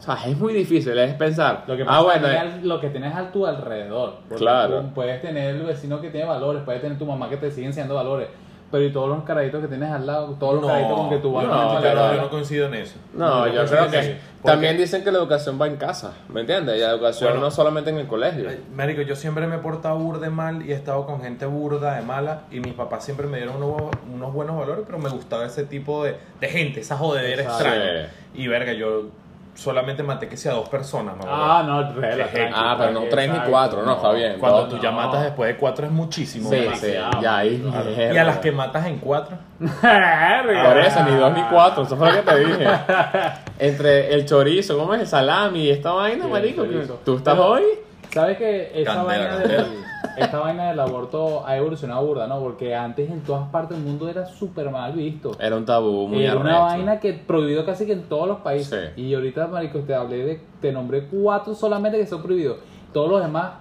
Speaker 1: O sea, es muy difícil, es pensar.
Speaker 4: Lo que pasa
Speaker 1: ah, bueno,
Speaker 4: es
Speaker 1: eh,
Speaker 4: que al- lo que tienes a tu alrededor. Porque
Speaker 1: Claro.
Speaker 4: tú puedes tener el vecino que tiene valores, puedes tener tu mamá que te sigue enseñando valores. Pero y todos los carajitos que tienes al lado, todos los
Speaker 2: No,
Speaker 4: carajitos con que tú vas
Speaker 1: no,
Speaker 4: a
Speaker 2: Yo
Speaker 4: la
Speaker 2: no-
Speaker 4: escuela.
Speaker 2: yo no coincido en eso.
Speaker 1: no,
Speaker 2: Yo
Speaker 1: yo
Speaker 2: coincido
Speaker 1: creo
Speaker 2: en
Speaker 1: que...
Speaker 2: eso. Porque-
Speaker 1: También dicen que la educación va en casa, ¿me entiendes? Y la educación
Speaker 2: Bueno.
Speaker 1: no solamente en el colegio.
Speaker 2: Marico, yo siempre me he portado burda de mal y he estado con gente burda de mala y mis papás siempre me dieron unos, unos buenos valores, pero me gustaba ese tipo de, de gente, esa jodedera
Speaker 1: Exacto.
Speaker 2: extraña. Y verga, yo solamente maté que sea dos personas, mamá.
Speaker 4: Ah, no, relax.
Speaker 2: Ejé.
Speaker 4: tranqui,
Speaker 1: Ah, pero no
Speaker 4: tranqui,
Speaker 1: tres ni
Speaker 4: exacto.
Speaker 1: cuatro, no, está bien.
Speaker 2: Cuando
Speaker 1: no.
Speaker 2: tú
Speaker 4: no.
Speaker 2: ya matas después de cuatro es muchísimo.
Speaker 1: Sí,
Speaker 2: marico.
Speaker 1: sí,
Speaker 4: demasiado.
Speaker 1: ya ahí.
Speaker 2: Claro.
Speaker 1: mierda.
Speaker 2: Y a las que matas en cuatro.
Speaker 1: Por
Speaker 4: Ah.
Speaker 1: eso, ni dos ni cuatro, eso fue lo que te dije. Entre el chorizo, ¿cómo es el salami y esta vaina,
Speaker 4: Sí,
Speaker 1: marico?
Speaker 4: el chorizo.
Speaker 1: ¿Tú estás hoy?
Speaker 4: ¿Sabes que esa
Speaker 2: Candela,
Speaker 4: vaina,
Speaker 2: candela.
Speaker 4: del, esta vaina del aborto ha evolucionado burda, no? Porque antes en todas partes del mundo era súper mal visto.
Speaker 1: Era un tabú muy
Speaker 4: Era
Speaker 1: arrecho.
Speaker 4: Eh, una vaina que prohibido casi que en todos los países.
Speaker 1: Sí.
Speaker 4: Y ahorita, marico, te hablé de, te nombré cuatro solamente que son prohibidos. Todos los demás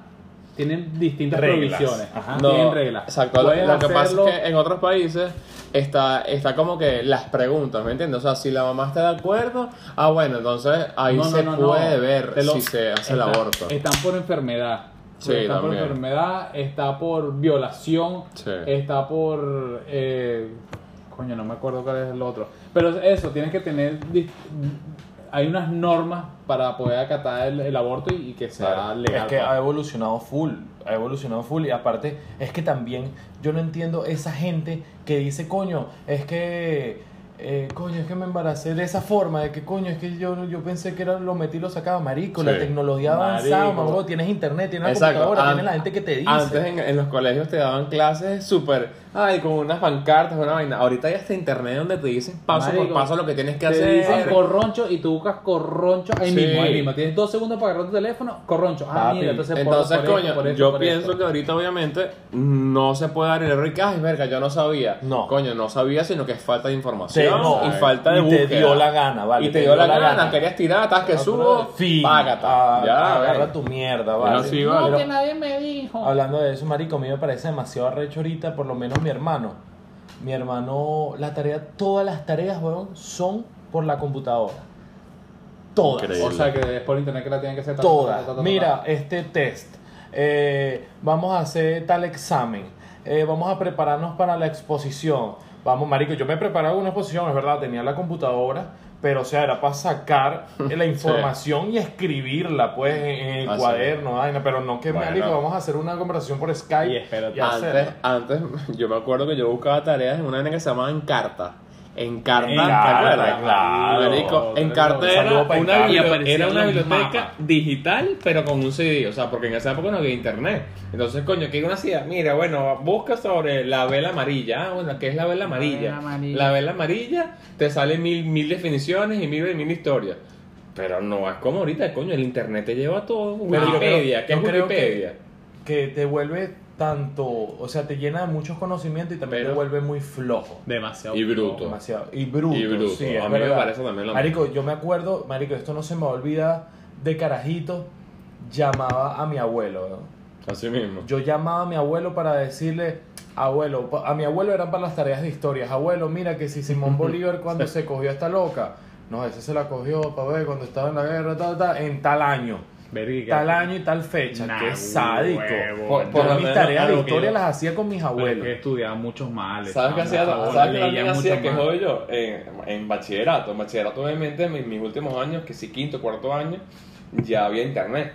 Speaker 4: tienen distintas
Speaker 2: Reglas.
Speaker 4: prohibiciones.
Speaker 2: Ajá.
Speaker 1: No,
Speaker 4: tienen reglas.
Speaker 1: Exacto, lo,
Speaker 4: Pueden
Speaker 1: lo que pasa
Speaker 4: hacerlo-
Speaker 1: es que en otros países está, está como que las preguntas, ¿me entiendes? O sea, si la mamá está de acuerdo, ah, bueno, entonces ahí
Speaker 4: No, no,
Speaker 1: se
Speaker 4: no, no.
Speaker 1: puede ver
Speaker 4: Te lo-
Speaker 1: si se hace el
Speaker 4: está-
Speaker 1: aborto.
Speaker 4: Están por enfermedad.
Speaker 1: Sí,
Speaker 4: está por
Speaker 1: también.
Speaker 4: enfermedad, está por violación,
Speaker 1: Sí.
Speaker 4: está por... eh, coño, no me acuerdo cuál es el otro. Pero eso, tienes que tener... dis- Hay unas normas para poder acatar el, el aborto y, y que sea legal.
Speaker 2: Es que
Speaker 4: pues.
Speaker 2: ha evolucionado full, ha evolucionado full y aparte es que también yo no entiendo esa gente que dice, coño, es que eh, coño, es que me embaracé de esa forma, de que coño, es que yo, yo pensé que era lo metí y lo sacaba, marico,
Speaker 9: Sí.
Speaker 2: la tecnología avanzada,
Speaker 1: Marico.
Speaker 2: mamá, tienes internet, tienes una
Speaker 1: Exacto.
Speaker 2: computadora,
Speaker 1: An-
Speaker 2: tienes la gente que te dice.
Speaker 1: Antes en, en los colegios te daban clases súper, ay, con unas pancartas, una vaina. Ahorita ya está internet donde te dicen paso por
Speaker 4: Marico,
Speaker 1: paso lo que tienes que
Speaker 4: Te dicen
Speaker 1: hacer.
Speaker 4: corroncho y tú buscas corroncho ahí
Speaker 1: Sí.
Speaker 4: mismo, ahí mismo. Tienes dos segundos para agarrar tu teléfono, corroncho. Ah,
Speaker 2: Papi,
Speaker 4: mira, entonces, por-
Speaker 1: Entonces,
Speaker 4: por esto,
Speaker 1: coño,
Speaker 4: por esto,
Speaker 1: yo
Speaker 4: por
Speaker 1: pienso
Speaker 4: esto.
Speaker 1: que ahorita obviamente no se puede dar el error y que, ay, verga, yo no sabía.
Speaker 2: No.
Speaker 1: Coño, no sabía, sino que es falta de información
Speaker 2: Te- no,
Speaker 1: y falta de
Speaker 2: y
Speaker 1: búsqueda.
Speaker 2: te dio la gana, vale.
Speaker 1: Y te dio la gana, querías tirar, estás que subo,
Speaker 2: Fin.
Speaker 1: págata.
Speaker 2: Ah,
Speaker 1: Ya,
Speaker 2: agarra
Speaker 1: verga.
Speaker 2: tu mierda, vale.
Speaker 9: así, vale.
Speaker 2: Pero-
Speaker 4: nadie me dijo.
Speaker 2: Hablando de eso, marico, a mí me parece demasiado arrecho ahorita, por lo menos mi hermano. Mi hermano, la tarea, todas las tareas, weón, son por la computadora. Todas.
Speaker 9: Increíble.
Speaker 4: O sea, que es por internet que la tienen que hacer. ta, ta, ta, ta, ta, ta,
Speaker 2: Todas.
Speaker 4: ta.
Speaker 2: Mira, este test. eh, vamos a hacer tal examen. eh, vamos a prepararnos para la exposición. Vamos, marico, yo me preparaba una exposición, es verdad, tenía la computadora, pero o sea, era para sacar la información y escribirla, pues, en, en el
Speaker 1: Ah, sí.
Speaker 2: cuaderno, vaina, pero no que,
Speaker 9: Bueno.
Speaker 2: marico, vamos a hacer una conversación por Skype
Speaker 10: Y espérate.
Speaker 2: hacerla.
Speaker 1: Antes, antes, yo me acuerdo que yo buscaba tareas en una vaina que se llamaba Encarta. Encarta,
Speaker 2: Encarta,
Speaker 1: ¿te acuerdas?
Speaker 2: claro.
Speaker 1: Marico, Encarta
Speaker 2: Saludo
Speaker 1: era
Speaker 2: pa'
Speaker 1: una,
Speaker 2: Encarta.
Speaker 1: bibli- era una
Speaker 9: Aparecían los
Speaker 1: biblioteca
Speaker 9: mapas.
Speaker 1: digital, pero con un CD. O sea, porque en esa época no había internet. Entonces, coño, ¿qué uno hacía? Mira, bueno, busca sobre la vela amarilla. Ah, bueno, ¿qué es la vela amarilla?
Speaker 4: vela amarilla.
Speaker 1: La vela amarilla te sale mil, mil definiciones y mil, mil historias. Pero no es como ahorita, coño, el internet te lleva a todo.
Speaker 2: Pero yo creo-
Speaker 1: Wikipedia, ¿qué es
Speaker 2: yo creo que-
Speaker 1: Wikipedia?
Speaker 2: que te vuelve tanto, o sea, te llena de muchos conocimientos y también
Speaker 1: Pero-
Speaker 2: te vuelve muy flojo.
Speaker 10: Demasiado.
Speaker 1: Y bruto.
Speaker 2: Demasiado. Y bruto.
Speaker 1: Y bruto.
Speaker 2: sí, es
Speaker 1: A mí me
Speaker 2: verdad.
Speaker 1: parece también lo
Speaker 2: Marico, yo me acuerdo, Marico, esto no se me olvida, de carajito, llamaba a mi abuelo. ¿no?
Speaker 1: Así mismo.
Speaker 2: Yo llamaba a mi abuelo para decirle, abuelo, pa- a mi abuelo eran para las tareas de historias. Abuelo, mira que si Simón Bolívar cuando se cogió a esta loca, no, ese se la cogió, pa' ver, cuando estaba en la guerra, ta, ta, en tal año. Tal año y tal fecha,
Speaker 4: Nah,
Speaker 2: qué sádico.
Speaker 4: huevo,
Speaker 2: Por,
Speaker 1: no.
Speaker 2: por
Speaker 1: Yo
Speaker 2: mis
Speaker 1: no-
Speaker 2: tareas de
Speaker 1: algo que
Speaker 2: historia
Speaker 1: yo-
Speaker 2: las hacía con mis
Speaker 4: Pero es que
Speaker 2: abuelos.
Speaker 4: estudiaba muchos males.
Speaker 1: ¿Sabes qué hacía?
Speaker 4: chamo,
Speaker 1: ¿Sabes qué
Speaker 4: leía
Speaker 1: también hacía?
Speaker 4: mucho
Speaker 1: Que
Speaker 4: más.
Speaker 1: jodí yo en, en bachillerato. En bachillerato, obviamente, en mis, mis últimos años, que sí, quinto, cuarto año, ya había internet.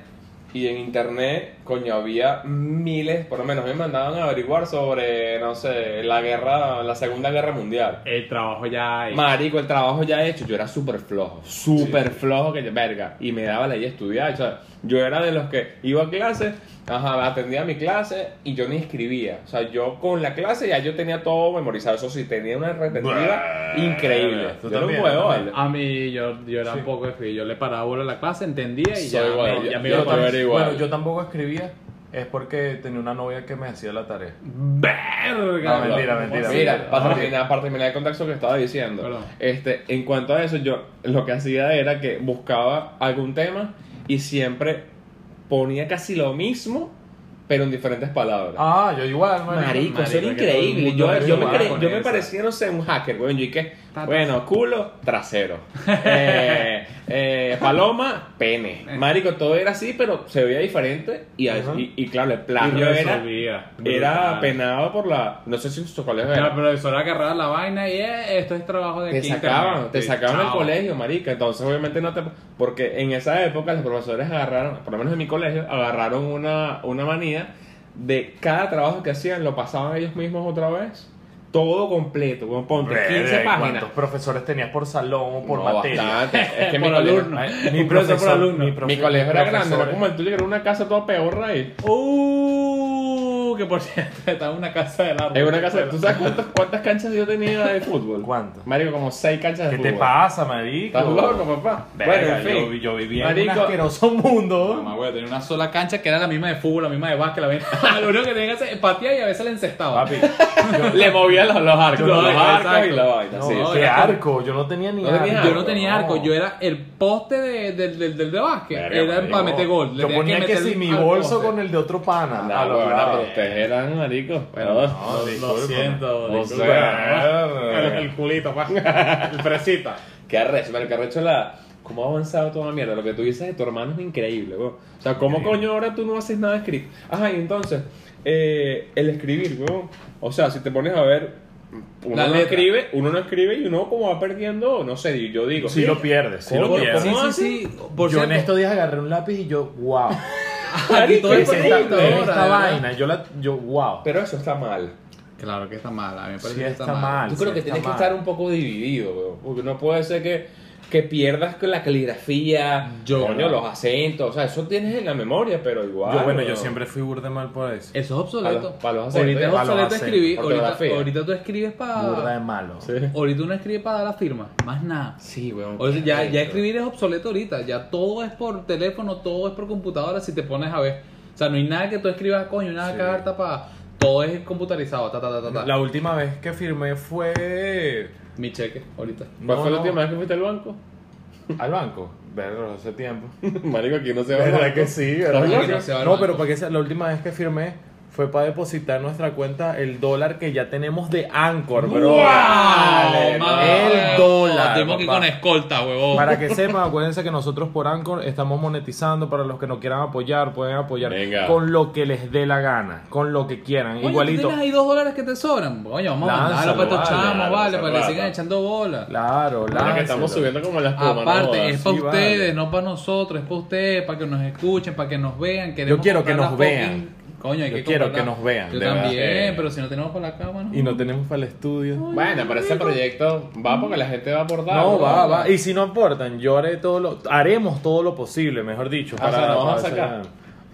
Speaker 1: Y en internet, coño, había miles, por lo menos me mandaban a averiguar sobre, no sé, la guerra, la Segunda Guerra Mundial.
Speaker 10: El trabajo ya. es-
Speaker 1: Marico, el trabajo ya hecho, yo era súper flojo, súper flojo que verga, y me daba la idea de estudiar, o sea, yo era de los que iba a clase, ajá, atendía mi clase y yo ni escribía, o sea, yo con la clase ya yo tenía todo memorizado, eso sí, tenía una retentiva increíble,
Speaker 2: tú
Speaker 1: yo era un
Speaker 2: también,
Speaker 1: huevón. Ah,
Speaker 2: también.
Speaker 4: A mí, yo, yo era un poco escribí. Yo le paraba bola a la clase, entendía y
Speaker 1: Soy
Speaker 4: ya,
Speaker 1: igual,
Speaker 4: me, ya
Speaker 1: yo-
Speaker 4: me
Speaker 1: yo
Speaker 4: iba
Speaker 1: también.
Speaker 4: para
Speaker 1: era igual.
Speaker 2: Bueno, yo tampoco escribía, es porque tenía una novia que me hacía la tarea.
Speaker 4: ¡Verga!
Speaker 2: No, mentira, mentira.
Speaker 1: Mira,
Speaker 2: mentira.
Speaker 1: para terminar, para terminar el contexto que estaba diciendo.
Speaker 4: Perdón.
Speaker 1: Este, en cuanto a eso, yo lo que hacía era que buscaba algún tema y siempre ponía casi lo mismo, pero en diferentes palabras.
Speaker 2: Ah, yo igual,
Speaker 1: Marico,
Speaker 4: marico,
Speaker 1: eso era
Speaker 4: es que todo el
Speaker 1: increíble.
Speaker 4: mundo
Speaker 1: Yo,
Speaker 4: es
Speaker 1: yo me,
Speaker 4: igual
Speaker 1: cre-
Speaker 4: con
Speaker 1: yo me
Speaker 4: esa.
Speaker 1: parecía, no sé, un hacker, güey. Yo y que,
Speaker 4: Ta, ta.
Speaker 1: bueno, culo, trasero. Eh, eh, paloma, pene.
Speaker 4: Eh.
Speaker 1: Marico, todo era así, pero se veía diferente. Y, a-
Speaker 2: Ajá.
Speaker 1: y, y claro, el
Speaker 4: Y
Speaker 1: plagio era,
Speaker 4: resolvía.
Speaker 1: era
Speaker 4: Brutal.
Speaker 1: penado por la. No sé si en su colegio
Speaker 4: La
Speaker 1: era.
Speaker 4: profesora agarraba la vaina y eh, esto es trabajo de
Speaker 1: Te
Speaker 4: aquí,
Speaker 1: sacaban,
Speaker 4: internet.
Speaker 1: te
Speaker 4: Sí,
Speaker 1: sacaban del
Speaker 4: chao.
Speaker 1: colegio, marica. Entonces, obviamente, no te. Porque en esa época, los profesores agarraron, por lo menos en mi colegio, agarraron una, una manía de cada trabajo que hacían, lo pasaban ellos mismos otra vez. Todo completo, weón, ponte 15 páginas.
Speaker 2: ¿Cuántos profesores tenías por salón o por
Speaker 1: No,
Speaker 2: materia?
Speaker 1: bastante. Es que mi
Speaker 4: Por
Speaker 1: colegio,
Speaker 4: alumno.
Speaker 2: Ay,
Speaker 4: Un profesor por alumno.
Speaker 2: mi profe-
Speaker 1: mi colegio era grande,
Speaker 2: profesores.
Speaker 1: era como el tuyo, que era una casa toda peor ahí.
Speaker 4: Uh, que por cierto, estaba en una casa del árbol.
Speaker 1: Es una casa. ¿Tú sabes cuántas, cuántas canchas yo tenía de fútbol?
Speaker 2: ¿Cuántas?
Speaker 1: Marico, como 6 canchas de
Speaker 2: ¿Qué
Speaker 1: fútbol.
Speaker 2: te pasa, marico?
Speaker 1: ¿Estás loco, papá? bueno, en
Speaker 2: Verga,
Speaker 1: fin.
Speaker 2: yo, yo vivía en un
Speaker 1: Marico,
Speaker 2: asqueroso mundo.
Speaker 4: Mamá, güey, tenía una sola cancha que era la misma de fútbol, la misma de básquet, la misma. Lo único que tenía que hacer es patear y a veces le encestaba.
Speaker 2: Papi,
Speaker 1: Le movía los, los arcos,
Speaker 4: Yo no-
Speaker 1: los arcos y la
Speaker 4: exacto.
Speaker 1: vaina.
Speaker 2: no,
Speaker 1: sí, sí.
Speaker 2: qué
Speaker 4: era-
Speaker 2: arco, yo no tenía ni
Speaker 1: No tenía
Speaker 2: arco.
Speaker 4: Yo no tenía arco, yo era el poste de- del de, de, de básquet.
Speaker 1: Verga,
Speaker 4: era
Speaker 1: marico.
Speaker 4: para meter gol. Le
Speaker 2: Yo
Speaker 4: tenía
Speaker 2: ponía que
Speaker 4: meter
Speaker 2: si mi
Speaker 4: al
Speaker 2: bolso
Speaker 4: poste.
Speaker 2: con el de otro pana.
Speaker 1: No,
Speaker 2: a los
Speaker 1: bueno,
Speaker 2: lados.
Speaker 1: pero ustedes eran maricos.
Speaker 4: Bueno,
Speaker 1: Bueno,
Speaker 2: No,
Speaker 4: Lo
Speaker 2: disculpa.
Speaker 4: siento,
Speaker 1: O
Speaker 4: disculpa.
Speaker 1: sea,
Speaker 4: el, el culito, pa. El fresita.
Speaker 1: qué arrecho, pero qué arrecho la. ¿Cómo ha avanzado toda la mierda? Lo que tú dices de tu hermano es increíble, weón. O sea, ¿cómo coño ahora tú no haces nada escrito? Ajá, y entonces, eh, el escribir, weón. O sea, si te pones a ver, uno
Speaker 4: La
Speaker 1: no
Speaker 4: letra.
Speaker 1: escribe, uno no escribe y uno como va perdiendo, no sé, yo digo.
Speaker 2: Si lo pierdes, si lo
Speaker 1: Coño,
Speaker 2: pierdes.
Speaker 4: Sí,
Speaker 1: ¿cómo
Speaker 4: sí,
Speaker 1: hace?
Speaker 4: sí. Por
Speaker 2: yo
Speaker 4: cierto,
Speaker 2: en estos días agarré un lápiz y yo, wow.
Speaker 4: aquí
Speaker 1: Marico,
Speaker 4: todo es
Speaker 1: es
Speaker 4: por
Speaker 2: esta
Speaker 1: increíble.
Speaker 4: computadora,
Speaker 2: esta
Speaker 4: de verdad.
Speaker 2: vaina, yo la, yo, wow.
Speaker 1: Pero eso está mal.
Speaker 4: Claro que está mal, a mí me parece
Speaker 2: Sí
Speaker 4: que
Speaker 2: está, mal.
Speaker 4: mal.
Speaker 2: sí
Speaker 1: Yo creo que
Speaker 2: está
Speaker 1: tienes que
Speaker 2: mal.
Speaker 1: estar un poco dividido, weón, porque no puede ser que, que pierdas con la caligrafía,
Speaker 4: Yo-
Speaker 1: coño, los acentos, o sea, eso tienes en la memoria, pero igual.
Speaker 2: Yo, bueno, yo
Speaker 1: weón.
Speaker 2: siempre fui burda mal por eso.
Speaker 4: Eso es
Speaker 1: Para los-
Speaker 4: obsoleto.
Speaker 1: para los
Speaker 4: ahorita es
Speaker 1: acentos,
Speaker 2: para los
Speaker 4: obsoleto
Speaker 2: acentos,
Speaker 4: escribir. Ahorita,
Speaker 1: ortografía.
Speaker 4: ahorita tú escribes
Speaker 2: Ah. Burda de
Speaker 4: para.
Speaker 2: malo.
Speaker 4: Ahorita uno escribe para dar la firma. Más nada.
Speaker 1: Sí, weón.
Speaker 4: O sea, ya, ya
Speaker 1: Claro.
Speaker 4: escribir es obsoleto ahorita, ya todo es por teléfono, todo es por computadora si te pones a ver. O sea, no hay nada que tú escribas, coño, una
Speaker 2: Sí.
Speaker 4: carta para... Todo es computarizado, ta, ta, ta, ta, ta.
Speaker 2: La última vez que firmé fue
Speaker 4: Mi cheque, ahorita.
Speaker 1: ¿Cuál
Speaker 2: No,
Speaker 1: fue la
Speaker 2: no.
Speaker 1: última vez que fuiste al banco?
Speaker 2: al banco. Verlo hace tiempo.
Speaker 1: Marico, aquí no se va. al
Speaker 2: ¿Verdad
Speaker 1: banco.
Speaker 2: que sí? ¿verdad?
Speaker 4: Claro que
Speaker 2: que no?
Speaker 4: no se va al
Speaker 2: No,
Speaker 4: banco.
Speaker 2: pero para que sea, la última vez que firmé fue para depositar en nuestra cuenta el dólar que ya tenemos de Anchor, bro.
Speaker 4: Vale,
Speaker 2: el dólar.
Speaker 4: Tenemos que ir
Speaker 2: papá.
Speaker 4: con escolta, huevón.
Speaker 2: Para que sepan, acuérdense que nosotros por Anchor estamos monetizando. Para los que nos quieran apoyar, pueden apoyar
Speaker 1: Venga.
Speaker 2: con lo que les dé la gana, con lo que quieran.
Speaker 4: Coño, ¿tú
Speaker 2: Igualito.
Speaker 4: tienes ahí dos dólares que te sobran? Coño, vamos a
Speaker 2: Lánzalo,
Speaker 4: mandarlo para estos
Speaker 2: vale,
Speaker 4: chamos,
Speaker 1: lánzalo,
Speaker 4: vale,
Speaker 1: esa
Speaker 4: para que
Speaker 1: plata.
Speaker 4: sigan echando bola.
Speaker 2: Claro,
Speaker 1: Mira
Speaker 2: claro.
Speaker 1: que estamos subiendo como las plumas, no
Speaker 4: Aparte,
Speaker 1: jodas.
Speaker 4: es para
Speaker 2: sí, vale.
Speaker 4: ustedes, no para nosotros, es para ustedes, para que nos escuchen, para que nos vean. Queremos
Speaker 2: Yo quiero que
Speaker 4: comprar
Speaker 2: nos
Speaker 4: la
Speaker 2: vean.
Speaker 4: fucking- Coño, hay
Speaker 2: Yo
Speaker 4: que
Speaker 2: quiero
Speaker 4: comprar
Speaker 2: que
Speaker 4: la-
Speaker 2: nos vean,
Speaker 4: Yo
Speaker 2: de verdad. eh.
Speaker 4: también,
Speaker 1: Sí.
Speaker 4: pero si no tenemos para la cámara.
Speaker 2: Y no tenemos para el estudio.
Speaker 1: Bueno, pero ese proyecto va porque la gente va a aportar.
Speaker 2: No,
Speaker 1: bro.
Speaker 2: va, va. Y si no aportan, yo haré todo lo. Haremos todo lo posible, mejor dicho.
Speaker 1: Ah, o sea, ¿no vas a
Speaker 2: para-
Speaker 1: sacar?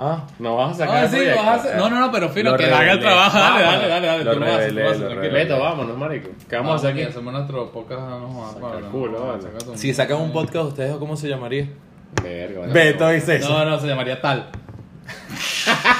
Speaker 2: Ah,
Speaker 1: No vas a sacar.
Speaker 4: Ah,
Speaker 1: el
Speaker 4: sí,
Speaker 1: proyecto.
Speaker 4: lo hace- No, no, no, pero fino,
Speaker 2: Lo
Speaker 4: que haga el
Speaker 2: revelé.
Speaker 4: trabajo. Dale,
Speaker 2: Vamos.
Speaker 4: dale, dale, dale.
Speaker 2: Lo
Speaker 4: tú lo haces, tú lo
Speaker 2: revelé,
Speaker 4: haces,
Speaker 2: lo
Speaker 4: tranquilo.
Speaker 2: revelé.
Speaker 1: Beto, vámonos, marico. ¿Qué vamos
Speaker 4: Vamos
Speaker 1: a
Speaker 4: a
Speaker 1: hacer aquí?
Speaker 4: Hacemos nuestro podcast. Vamos a
Speaker 1: el culo, vale.
Speaker 2: si sacan un podcast, ¿ustedes cómo se llamaría?
Speaker 1: Verga, vale.
Speaker 2: Beto y César.
Speaker 4: No, no, se llamaría tal.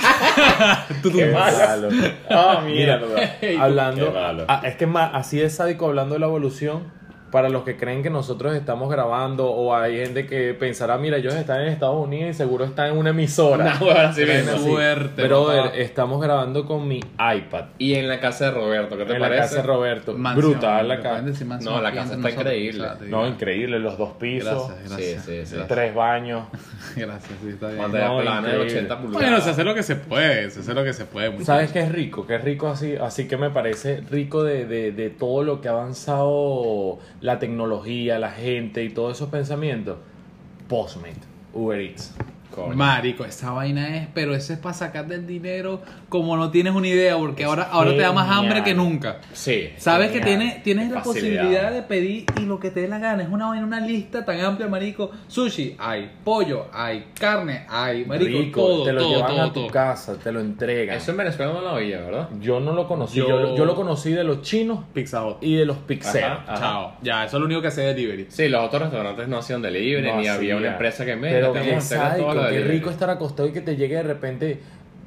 Speaker 2: Qué malo.
Speaker 1: Ah, mierda.
Speaker 2: hablando.
Speaker 1: Qué malo.
Speaker 2: Ah, es que ma- así es sádico hablando de la evolución. Para los que creen que nosotros estamos grabando, o hay gente que pensará, mira, ellos están en Estados Unidos y seguro están en una emisora.
Speaker 4: Ah,
Speaker 1: Nah, ahora sí
Speaker 4: Qué
Speaker 1: mismo.
Speaker 2: Así.
Speaker 4: suerte,
Speaker 2: Brother,
Speaker 4: papá.
Speaker 2: estamos grabando con mi iPad.
Speaker 1: Y en la casa de Roberto, ¿qué te
Speaker 2: en la
Speaker 1: parece?
Speaker 2: casa de Roberto.
Speaker 4: Mansión,
Speaker 2: Brutal la
Speaker 4: ¿me
Speaker 2: casa.
Speaker 4: pueden decir mansión?
Speaker 1: No, la
Speaker 4: Piensa
Speaker 1: casa
Speaker 4: en
Speaker 1: está
Speaker 4: nosotros,
Speaker 1: increíble.
Speaker 4: o sea, te
Speaker 2: No,
Speaker 4: digo,
Speaker 2: increíble, los dos pisos,
Speaker 4: Gracias,
Speaker 1: Sí,
Speaker 4: gracias.
Speaker 1: sí, sí.
Speaker 2: tres baños.
Speaker 4: Gracias, sí, está bien.
Speaker 1: Pantalla
Speaker 2: No,
Speaker 1: plana de
Speaker 2: increíble.
Speaker 1: 80 pulgadas.
Speaker 4: Bueno, se hace lo que se puede, se hace lo que se puede. muchachos.
Speaker 2: ¿Sabes qué es rico? Qué rico así, así que me parece rico de, de- de todo lo que ha avanzado la tecnología, la gente y todos esos pensamientos. Postmate, Uber Eats.
Speaker 1: Coño.
Speaker 4: Marico, esa vaina es, pero eso es para sacarte el dinero como no tienes una idea, porque ahora, ahora te da más
Speaker 2: genial.
Speaker 4: hambre que nunca.
Speaker 1: Sí.
Speaker 4: Sabes que
Speaker 1: Genial.
Speaker 4: tienes, tienes
Speaker 1: Qué
Speaker 4: la
Speaker 1: facilidad.
Speaker 4: posibilidad de pedir y lo que te dé la gana. Es una vaina, una lista tan amplia, marico. Sushi, hay pollo, hay carne, hay marico,
Speaker 2: rico,
Speaker 4: todo,
Speaker 2: te lo
Speaker 4: todo,
Speaker 2: llevan
Speaker 4: todo,
Speaker 2: a tu
Speaker 4: todo.
Speaker 2: casa, te lo entregan.
Speaker 1: Eso en Venezuela no lo oía, ¿verdad?
Speaker 2: Yo no lo conocí,
Speaker 4: Yo-
Speaker 2: yo, lo- yo lo conocí de los chinos
Speaker 4: Pizza Hut.
Speaker 2: y de los pixeros.
Speaker 1: Ajá.
Speaker 4: Chao. Ya, eso es lo único que hace delivery.
Speaker 1: Sí, los otros restaurantes no hacían delivery,
Speaker 2: No
Speaker 1: ni había una
Speaker 2: hacía.
Speaker 1: empresa que me
Speaker 2: Pero qué sádico, qué rico estar acostado y que te llegue de repente.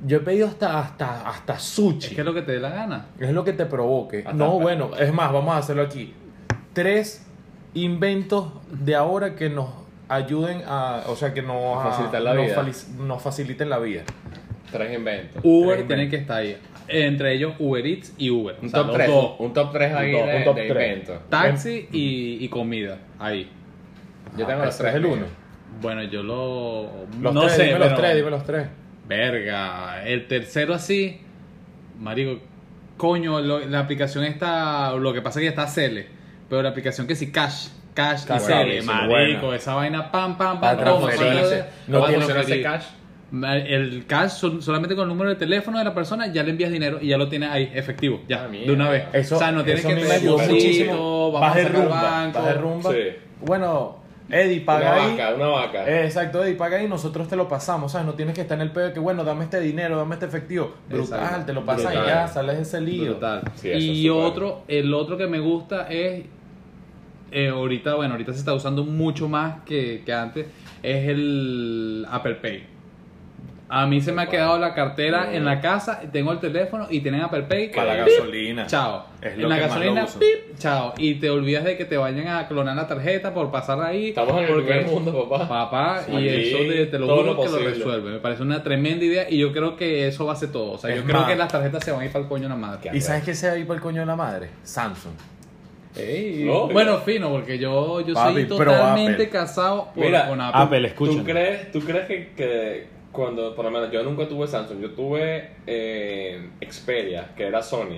Speaker 2: Yo he pedido hasta, hasta, hasta
Speaker 4: Es
Speaker 2: sushi.
Speaker 4: que es lo que te dé la gana.
Speaker 2: Es lo que te provoque.
Speaker 1: Hasta-
Speaker 2: No, bueno, es más, vamos a hacerlo aquí. Tres inventos de ahora que nos ayuden a, o sea, que nos
Speaker 1: A facilitar la
Speaker 2: nos
Speaker 1: vida.
Speaker 2: fali- nos faciliten la vida.
Speaker 1: Tres inventos.
Speaker 4: Uber
Speaker 2: Tres
Speaker 4: tiene
Speaker 2: inventos.
Speaker 4: que estar ahí. Entre ellos Uber Eats y Uber.
Speaker 1: Un
Speaker 4: O sea,
Speaker 1: top
Speaker 4: los
Speaker 1: 3.
Speaker 4: dos.
Speaker 1: Un top 3 ahí
Speaker 2: Un top-
Speaker 1: de,
Speaker 2: un top
Speaker 1: de
Speaker 2: tres.
Speaker 1: inventos.
Speaker 4: Taxi y, y comida. Ahí.
Speaker 1: Yo tengo
Speaker 2: Ah,
Speaker 1: los
Speaker 2: ese
Speaker 1: tres.
Speaker 2: es el
Speaker 1: míos.
Speaker 2: uno.
Speaker 4: Bueno, yo lo.
Speaker 2: Los
Speaker 4: no
Speaker 2: tres,
Speaker 4: sé,
Speaker 2: dime
Speaker 4: pero-
Speaker 2: los tres, dime los tres.
Speaker 4: Verga. El tercero así. Marico. Coño, lo- la aplicación está. Lo que pasa es que está Cele. Pero la aplicación que sí, Cash. Cash,
Speaker 2: Cash,
Speaker 4: y Cele.
Speaker 2: buenísimo,
Speaker 4: Marico,
Speaker 2: buena.
Speaker 4: esa vaina pam, pam,
Speaker 2: Para
Speaker 4: pam. toma,
Speaker 2: transferencia.
Speaker 4: cuando-
Speaker 2: No
Speaker 1: No
Speaker 2: tiene
Speaker 1: funciona ese
Speaker 4: feliz.
Speaker 1: cash.
Speaker 4: Ma- El cash sol- solamente con el número de teléfono de la persona ya le envías dinero y ya lo tienes ahí efectivo, ya,
Speaker 1: Ah, mierda.
Speaker 4: de una vez.
Speaker 2: Eso,
Speaker 4: o sea, no tienes
Speaker 2: eso
Speaker 4: que
Speaker 2: a mí me
Speaker 4: tener
Speaker 2: ayudó
Speaker 4: bolsito,
Speaker 2: muchísimo.
Speaker 4: vamos
Speaker 2: Vas de
Speaker 4: a sacar
Speaker 2: rumba,
Speaker 4: banco.
Speaker 2: vas de rumba.
Speaker 1: Sí.
Speaker 2: Bueno, Eddie,
Speaker 1: Una
Speaker 2: paga ahí.
Speaker 1: vaca, una vaca.
Speaker 2: Eh, Exacto, Eddie, paga ahí y nosotros te lo pasamos, ¿sabes? No tienes que estar en el pedo de que, bueno, dame este dinero, dame este efectivo. Brutal,
Speaker 4: Exacto.
Speaker 2: te lo pasas y
Speaker 1: Brutal.
Speaker 2: ya, sales de ese lío.
Speaker 4: Brutal.
Speaker 1: Sí, eso
Speaker 4: y
Speaker 1: es súper.
Speaker 4: otro, el otro que me gusta es eh, ahorita, bueno, ahorita se está usando mucho más que, que antes, es el Apple Pay. A mí se me ha quedado la cartera en
Speaker 1: Mm.
Speaker 4: la casa, tengo el teléfono y tienen Apple Pay.
Speaker 2: Para la
Speaker 4: ¡Pip!
Speaker 2: gasolina.
Speaker 4: Eh, Chao.
Speaker 2: Es lo
Speaker 4: en la
Speaker 2: que más
Speaker 4: gasolina,
Speaker 2: lo uso.
Speaker 4: ¡pip! chao. Y te olvidas de que te vayan a clonar la tarjeta por pasar ahí.
Speaker 1: Estamos en el
Speaker 4: porque-
Speaker 1: primer mundo, papá.
Speaker 4: Papá,
Speaker 1: Sí,
Speaker 4: y eso te, te lo
Speaker 1: todo
Speaker 4: juro
Speaker 1: lo
Speaker 4: que lo
Speaker 1: posible.
Speaker 4: resuelve. Me parece una tremenda idea y yo creo que eso va a ser todo. O sea,
Speaker 2: Es
Speaker 4: yo creo
Speaker 2: más-
Speaker 4: que las tarjetas se van a ir para el coño de la madre.
Speaker 2: ¿Y sabes qué se va a ir para el coño de la madre? Samsung.
Speaker 4: Ey.
Speaker 1: No,
Speaker 4: bueno, fino, porque yo, yo
Speaker 2: Papi,
Speaker 4: soy
Speaker 2: pro
Speaker 4: totalmente
Speaker 2: Apple.
Speaker 4: casado por-
Speaker 1: Mira,
Speaker 2: Ah,
Speaker 4: con Apple.
Speaker 5: Apple,
Speaker 1: ¿Tú
Speaker 5: escucha.
Speaker 1: crees, ¿Tú crees que, que, cuando, por lo menos, yo nunca tuve Samsung, yo tuve eh, Xperia, que era Sony.